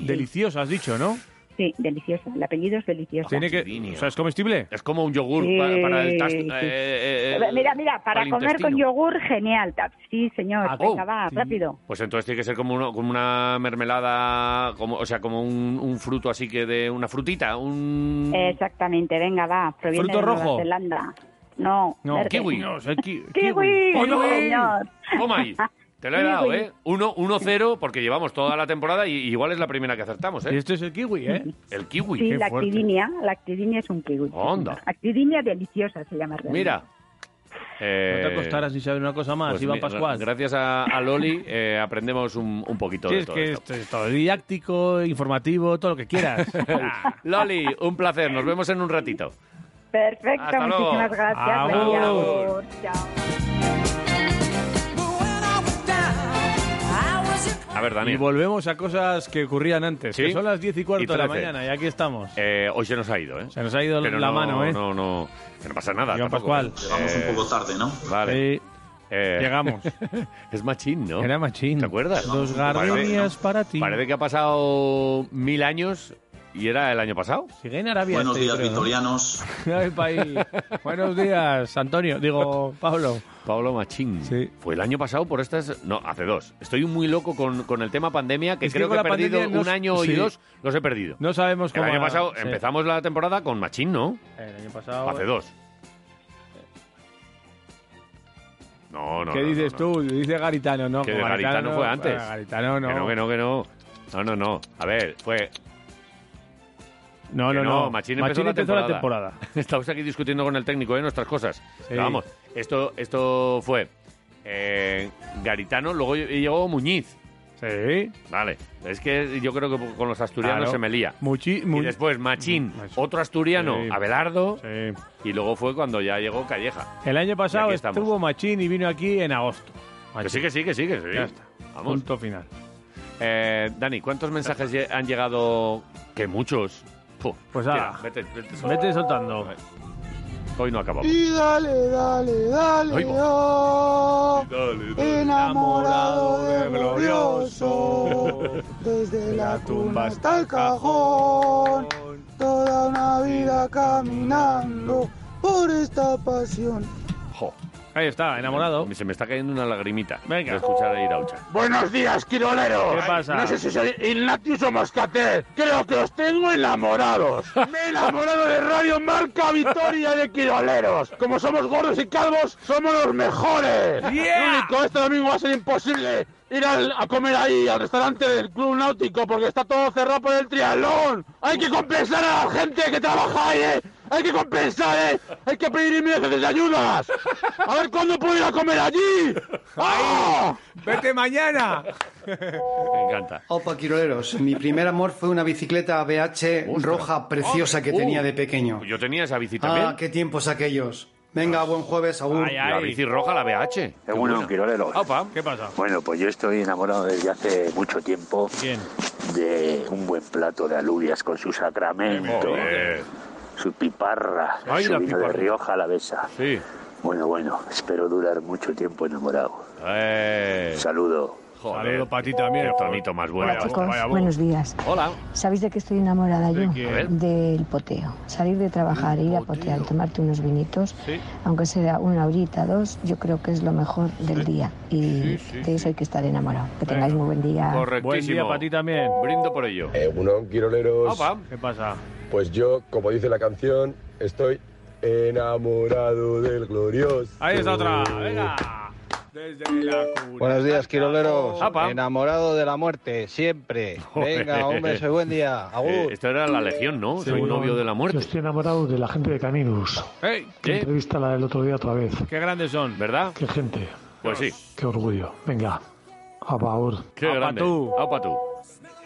Delicioso, has dicho, ¿no?
Sí, deliciosa. El apellido es delicioso.
Tiene que, o sea, ¿Es comestible?
Es como un yogur
Sí,
pa- para, el tas-
sí.
eh, eh, eh,
mira, mira, para
el
comer con
intestino.
yogur, genial. Tab. Sí, señor.
Ah,
venga,
oh.
va, rápido.
Pues entonces tiene que ser como, uno- como una mermelada, como, o sea, como un, un fruto así que de una frutita, un...
Eh, Exactamente, venga, va. Proviene
Mm. ¿Fruto
de Nueva
rojo?
Zelanda. No, verde.
kiwi. No, o sea, ki-
Kiwi,
¡Oh, no!
señor.
Toma
[LAUGHS]
ahí. Te lo he dado,
Kiwi.
¿eh? 1-0 porque llevamos toda la temporada y igual es la primera que acertamos, ¿eh?
Y esto es el kiwi, ¿eh?
El kiwi.
Sí, la actidinia, la actidinia es un kiwi.
Onda.
Actidinia deliciosa se llama. realmente.
Mira.
No te
Eh,
acostaras ni saber una cosa más,
pues
Iván
mira,
Pascual.
Gracias a, a Loli eh, aprendemos un, un poquito
Sí,
de
es
todo
que
esto.
esto es todo didáctico, informativo, todo lo que quieras.
[LAUGHS] Loli, un placer. Nos vemos en un ratito.
Perfecto,
Hasta luego.
muchísimas gracias.
Agur.
Venga, agur. Chao.
A ver,
Y
Daniel.
volvemos a cosas que ocurrían antes.
Sí.
que son las 10 y cuarto
Y
de la
13.
mañana y aquí estamos.
Eh, hoy se nos ha ido, ¿eh?
Se nos ha ido
Pero
la
no,
mano, ¿eh?
No, no, que no pasa nada.
Iván
tampoco.
Pascual. Llegamos un poco
tarde, ¿no? Vale. Eh,
Llegamos.
[LAUGHS] es machín, ¿no?
Era machín.
¿Te acuerdas?
Dos
Parece-
gardenias para ti.
Parece que ha pasado mil años y era el año pasado.
Sigue en Arabia. este, creo, ¿no?
[LAUGHS]
Ay, país. Buenos días, Antonio. Digo, Pablo.
Pablo Machín. Fue el año pasado por estas... No, hace dos. Estoy muy loco con, con el tema pandemia, que
Es que
creo
con
que he
la
perdido
pandemia
un
nos-
año
sí.
y dos. Los he perdido.
No sabemos
El
cómo.
año pasado
sí.
empezamos la temporada con Machín, ¿no?
El año pasado.
Hace dos. No, no.
¿Qué
no, no,
dices
no.
tú? Dice Garitano, ¿no?
Que
Con
de Garitano fue antes.
bueno, Garitano no.
Que no, que no, que no. No, no, no. A ver, fue.
No,
que
no, no.
Machín empezó,
Machín empezó
la
la
temporada. [LAUGHS] Estamos aquí discutiendo con el técnico, ¿eh? Nuestras cosas. Pero vamos, esto, esto fue. eh, Garitano, luego llegó Muñiz.
Sí.
Vale. Es que yo creo que con los asturianos
Claro.
se me lía.
Muchi- mu-
Y después Machín, otro asturiano,
Sí.
Abelardo. Y luego fue cuando ya llegó Calleja.
El año
Y
pasado
aquí estamos.
estuvo Machín y vino aquí en agosto.
Que sí, que sí, que sí, que sí.
Ya está.
Vamos.
Punto final.
Eh, Dani, ¿cuántos mensajes lle- han llegado? Que muchos. Puh,
Pues
mira,
ala.
vete, vete,
Vete soltando.
Hoy no acabamos.
Y dale, dale, dale,
Ay,
oh,
Dale,
enamorado de glorioso, desde la tumba hasta el cajón, toda una vida caminando por esta pasión.
Ahí está, enamorado.
Se me está cayendo una lagrimita.
Venga.
De escuchar a Iraucha.
Buenos días, Quirolero.
¿Qué pasa?
No sé si soy Ignatius o Moscatel. Creo que os tengo enamorados. Me he enamorado de Radio Marca Victoria de Quiroleros. Como somos gordos y calvos, somos los mejores.
Lo
único, este domingo va a ser imposible ir al- a comer ahí al restaurante del Club Náutico porque está todo cerrado por el triatlón. Hay que compensar a la gente que trabaja ahí, ¿eh? Hay que compensar, ¿eh? Hay que pedir inmediatamente ayudas. A ver cuándo puedo ir a comer allí. ¡Ah!
¡Vete mañana!
Me encanta.
Opa, Quiroleros. Mi primer amor fue una bicicleta BH roja preciosa que
Oh,
tenía
uh,
de pequeño.
Yo tenía esa bici también.
Ah, qué tiempos aquellos. Venga, buen jueves, aún.
La bici roja, la BH.
Es bueno,
Quiroleros.
¿Qué pasa?
Bueno, pues yo estoy enamorado desde hace mucho tiempo de un buen plato de alubias con su sacramento,
Joder.
su piparra,
Ay,
su
la
vino
piparra.
de Rioja a la besa.
Sí.
Bueno, bueno, espero durar mucho tiempo enamorado.
Eh.
Saludo.
Saludo para ti también.
Qué tonito más bueno.
Hola chicos, buenos días.
Hola.
¿Sabéis de qué estoy enamorada yo?
quién? A ver.
Del poteo. Salir de trabajar, ir a potear, tomarte unos vinitos, aunque sea una horita, dos, yo creo que es lo mejor del día. Y de eso hay que estar enamorado. Que tengáis muy buen día.
Correctísimo.
Buen día para ti también.
Brindo por ello.
Egunon, Eh, quiroleros.
¿Qué pasa?
Pues yo, como dice la canción, estoy enamorado del glorioso.
Ahí está otra. Venga. Desde la cuna.
Buenos días, Quiroleros.
Apa.
Ah.
Enamorado de la
[LAUGHS]
muerte, siempre. Venga, hombre, soy buen día.
Eh,
Agur.
esto era la legión, ¿no? Soy novio de la muerte.
Yo estoy enamorado de la gente de Caminus.
¡Ey!
Qué entrevista la del otro día otra vez.
Qué grandes son.
¿Verdad?
Qué gente,
Pues sí.
qué orgullo. Venga, a favor.
Qué grande. Apa tú.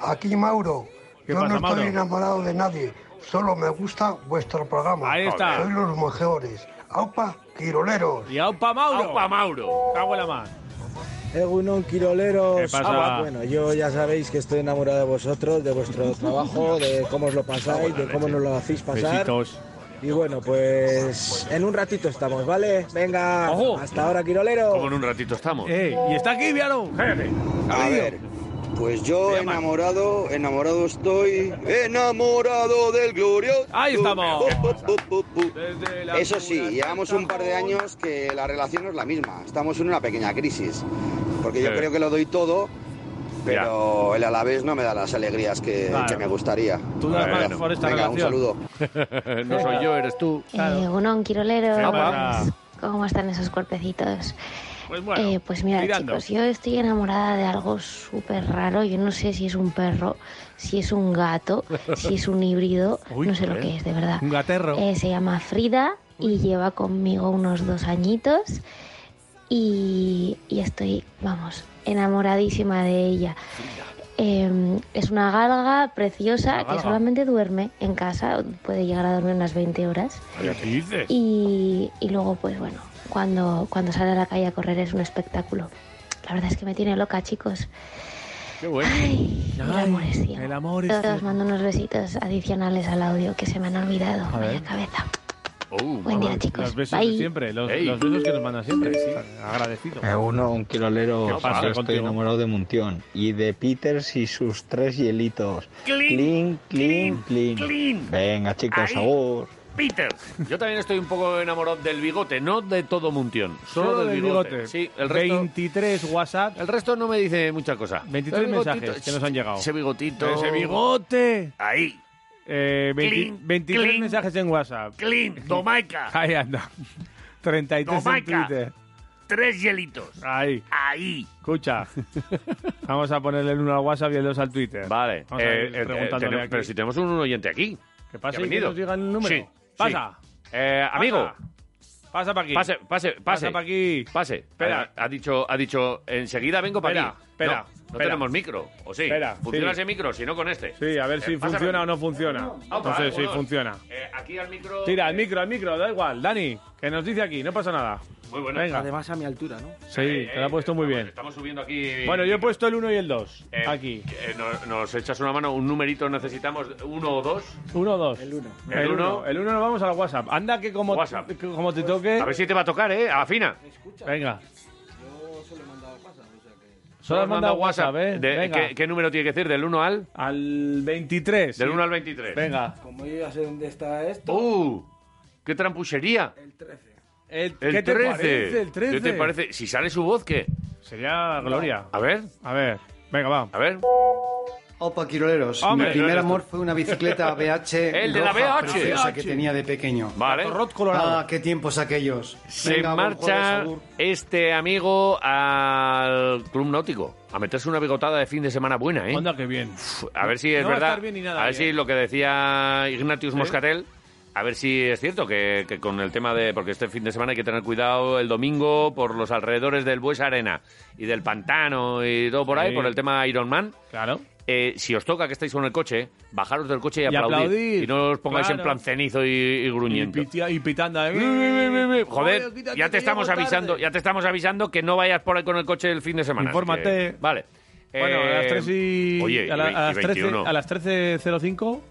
Aquí Mauro,
¿Qué
yo
pasa,
no
Mauro?
estoy enamorado de nadie, solo me gusta vuestro programa.
Ahí está.
Soy los mejores. Aupa, Quiroleros.
Y aupa Mauro.
Aupa Mauro.
Cago en la mar.
Egunon Quiroleros.
¿Qué pasa?
Ah, Bueno, yo ya sabéis que estoy enamorado de vosotros, de vuestro trabajo, de cómo os lo pasáis, de cómo nos lo hacéis pasar.
Besitos.
Y bueno, pues en un ratito estamos, ¿vale? Venga, hasta ahora Quirolero.
Como en un ratito estamos.
Ey, y está aquí, Viano. Jefe.
A ver, Pues yo enamorado, enamorado estoy, enamorado del glorioso.
Ahí estamos.
[LAUGHS] Eso sí, llevamos un par de años que la relación no es la misma. Estamos en una pequeña crisis, porque yo
Sí.
creo que lo doy todo, pero el Alavés no me da las alegrías que,
Claro.
que me gustaría.
Tú das más
Venga,
por esta
venga,
relación.
un
[LAUGHS]
saludo.
no soy yo, eres tú.
Eh, Egunon, Quiroleros.
¿Qué pasa?
¿Cómo están esos cuerpecitos?
Pues bueno,
Eh, pues mira,
tirando.
chicos, yo estoy enamorada de algo súper raro. Yo no sé si es un perro, si es un gato, si es
[LAUGHS]
un híbrido.
Uy,
no sé lo
¿eh?
joder.
que es, de verdad.
Un gaterro.
Eh, se llama Frida y lleva conmigo unos dos añitos. Y, y estoy, vamos, enamoradísima de ella. Eh, es una galga preciosa
Una galga.
que solamente duerme en casa, puede llegar a dormir unas 20 horas.
¿Qué dices?
Y, y luego, pues bueno, cuando, cuando sale a la calle a correr es un espectáculo. La verdad es que me tiene loca, chicos.
Qué bueno.
el amor es ciego.
El amor es
Todos os
ciego.
mando unos besitos adicionales al audio que se me han olvidado.
A ver.
Vaya cabeza.
Oh,
Buen día, chicos.
Los besos de
Bye.
siempre, los,
Ey.
los besos que nos mandan siempre. Agradecido.
Eh, uno, un quirolero.
¿Qué
Yo
pasa
estoy
contigo?
enamorado de Muntión y de Peters y sus tres hielitos.
Clean,
Clean, clean,
clean,
clean.
clean.
Venga, chicos,
Ahí.
sabor.
Peter. Yo también estoy un poco enamorado del bigote, no de todo Muntión, solo, del bigote. Sí, el resto.
23 WhatsApp.
El resto no me dice mucha cosa.
23
El bigotito,
mensajes que nos han llegado.
Ese bigotito.
¡Ese bigote!
Ahí.
Eh, 20
Clean,
23
clean.
mensajes en WhatsApp. [LAUGHS]
Clean, Tomaica.
Ahí anda. [LAUGHS] 33
Tomaica.
en Twitter.
Tres hielitos.
Ahí.
Ahí. [LAUGHS]
Escucha. Vamos a ponerle el uno al WhatsApp y el dos al Twitter.
Vale.
Vamos a
Eh, eh,
ir
eh,
preguntándole
tenemos-
aquí.
pero si tenemos un oyente aquí.
¿Qué pasa?
que ha
¿Y que
venido.
nos digan el número?
Sí,
Pasa.
sí. Eh, amigo.
Pasa para aquí.
Pase, pase, pase.
Pasa pa' aquí.
Pase.
Espera.
Ha, ha dicho, ha dicho, enseguida vengo para
Espera,
aquí.
espera,
No, no
espera.
tenemos micro, ¿o sí?
Espera,
Funciona
sí.
ese micro, si no con este.
Sí, a ver si funciona o no funciona. Entonces, si funciona.
Eh, aquí al micro...
Tira, al micro, al micro, da igual. Dani, que nos dice aquí, no pasa nada.
Muy Eh, bueno.
Venga.
Además,
a mi altura, ¿no? Sí, te la he puesto muy bien.
Estamos subiendo aquí...
Bueno, yo he puesto el 1 y el 2.
Eh,
aquí.
eh, no- nos, echas una mano, un numerito necesitamos, uno o dos.
1 o 2. El 1.
El
El
uno.
1. El 1 nos vamos al WhatsApp. Anda que como, que como te toque...
A ver si te va a tocar, ¿eh? Afina.
Venga.
Solo
Solo
has
has
mandado
mandado WhatsApp, ¿eh?
De-
Venga.
¿qué, qué número tiene que decir? ¿Del 1 al?
Al 23.
Del
sí.
1 al 23.
Venga.
Como yo ya sé dónde está esto.
¡Uh! ¡Qué trampuchería!
El,
El 13.
¿Qué te parece el 13?
¿Qué te parece? Si sale su voz, ¿qué?
Sería gloria.
A ver.
A ver. Venga, va.
A ver.
Opa, Quiroleros. Mi
Hombre, no
primer
eres tú.
amor fue una bicicleta BH
[LAUGHS] El de la
roja
BH.
preciosa que tenía de pequeño.
Vale.
Ah, qué tiempos aquellos.
Se
Venga, buen
marcha
jueves, agur.
este amigo al Club Náutico a meterse una bigotada de fin de semana buena, ¿eh?
Onda, qué bien.
A ver si es
No va a
verdad.
estar bien ni nada
a ver
bien.
si lo que decía Ignatius
¿Sí?
Moscatel. A ver si es cierto que, que con el tema de. Porque este fin de semana hay que tener cuidado el domingo por los alrededores del Bues Arena y del Pantano y todo por ahí,
Sí.
por el tema Iron Man.
Claro.
Eh, si os toca que estáis con el coche, bajaros del coche y,
Y
aplaudid,
aplaudid,
Y no os pongáis en
claro.
plan cenizo y, y
Y,
gruñendo.
pitia- y pitanda. eh.
Joder,
quítate,
ya
que
te estamos
llego tarde.
avisando, ya te estamos avisando que no vayas por ahí con el coche el fin de semana.
Infórmate.
Que- vale.
Bueno, a las 3 y.
Eh, Oye,
a, la-
y ve-
a
y
las 13
21.
a las 13.05,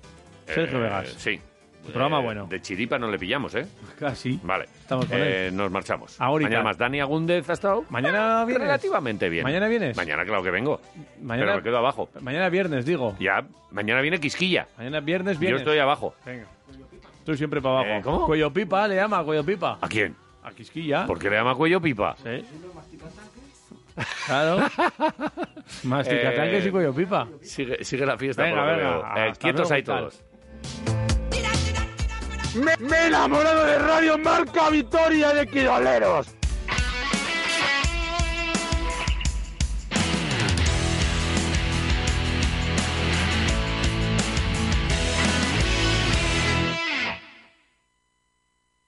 Sergio
Eh,
Vegas.
Sí.
programa
Eh,
bueno.
De chiripa no le pillamos,
[LAUGHS]
¿eh?
Casi.
Vale.
Estamos con
Eh, nos marchamos.
Ahorita.
Mañana más. Dani Agúndez ha estado. Ah,
Mañana vienes.
Relativamente bien.
Mañana vienes.
Mañana, claro que vengo.
Mañana-
Pero me quedo abajo.
Mañana viernes, digo.
Ya, mañana viene Quisquilla.
Mañana viernes,
Yo
viernes.
estoy abajo.
Venga. Tú siempre para abajo.
Eh, ¿Cómo?
Cuello pipa, le llama cuello pipa.
¿A quién?
A Quisquilla.
¿Por qué le llama cuello pipa?
Sí.
[LAUGHS]
Claro. Masticatanques
Eh,
y cuello pipa.
Sigue, sigue la fiesta.
Venga,
por lo que
venga.
veo. Eh,
Hasta
quietos
luego,
ahí
tal.
todos.
Me, me he enamorado de Radio Marca Vitoria de Quiroleros.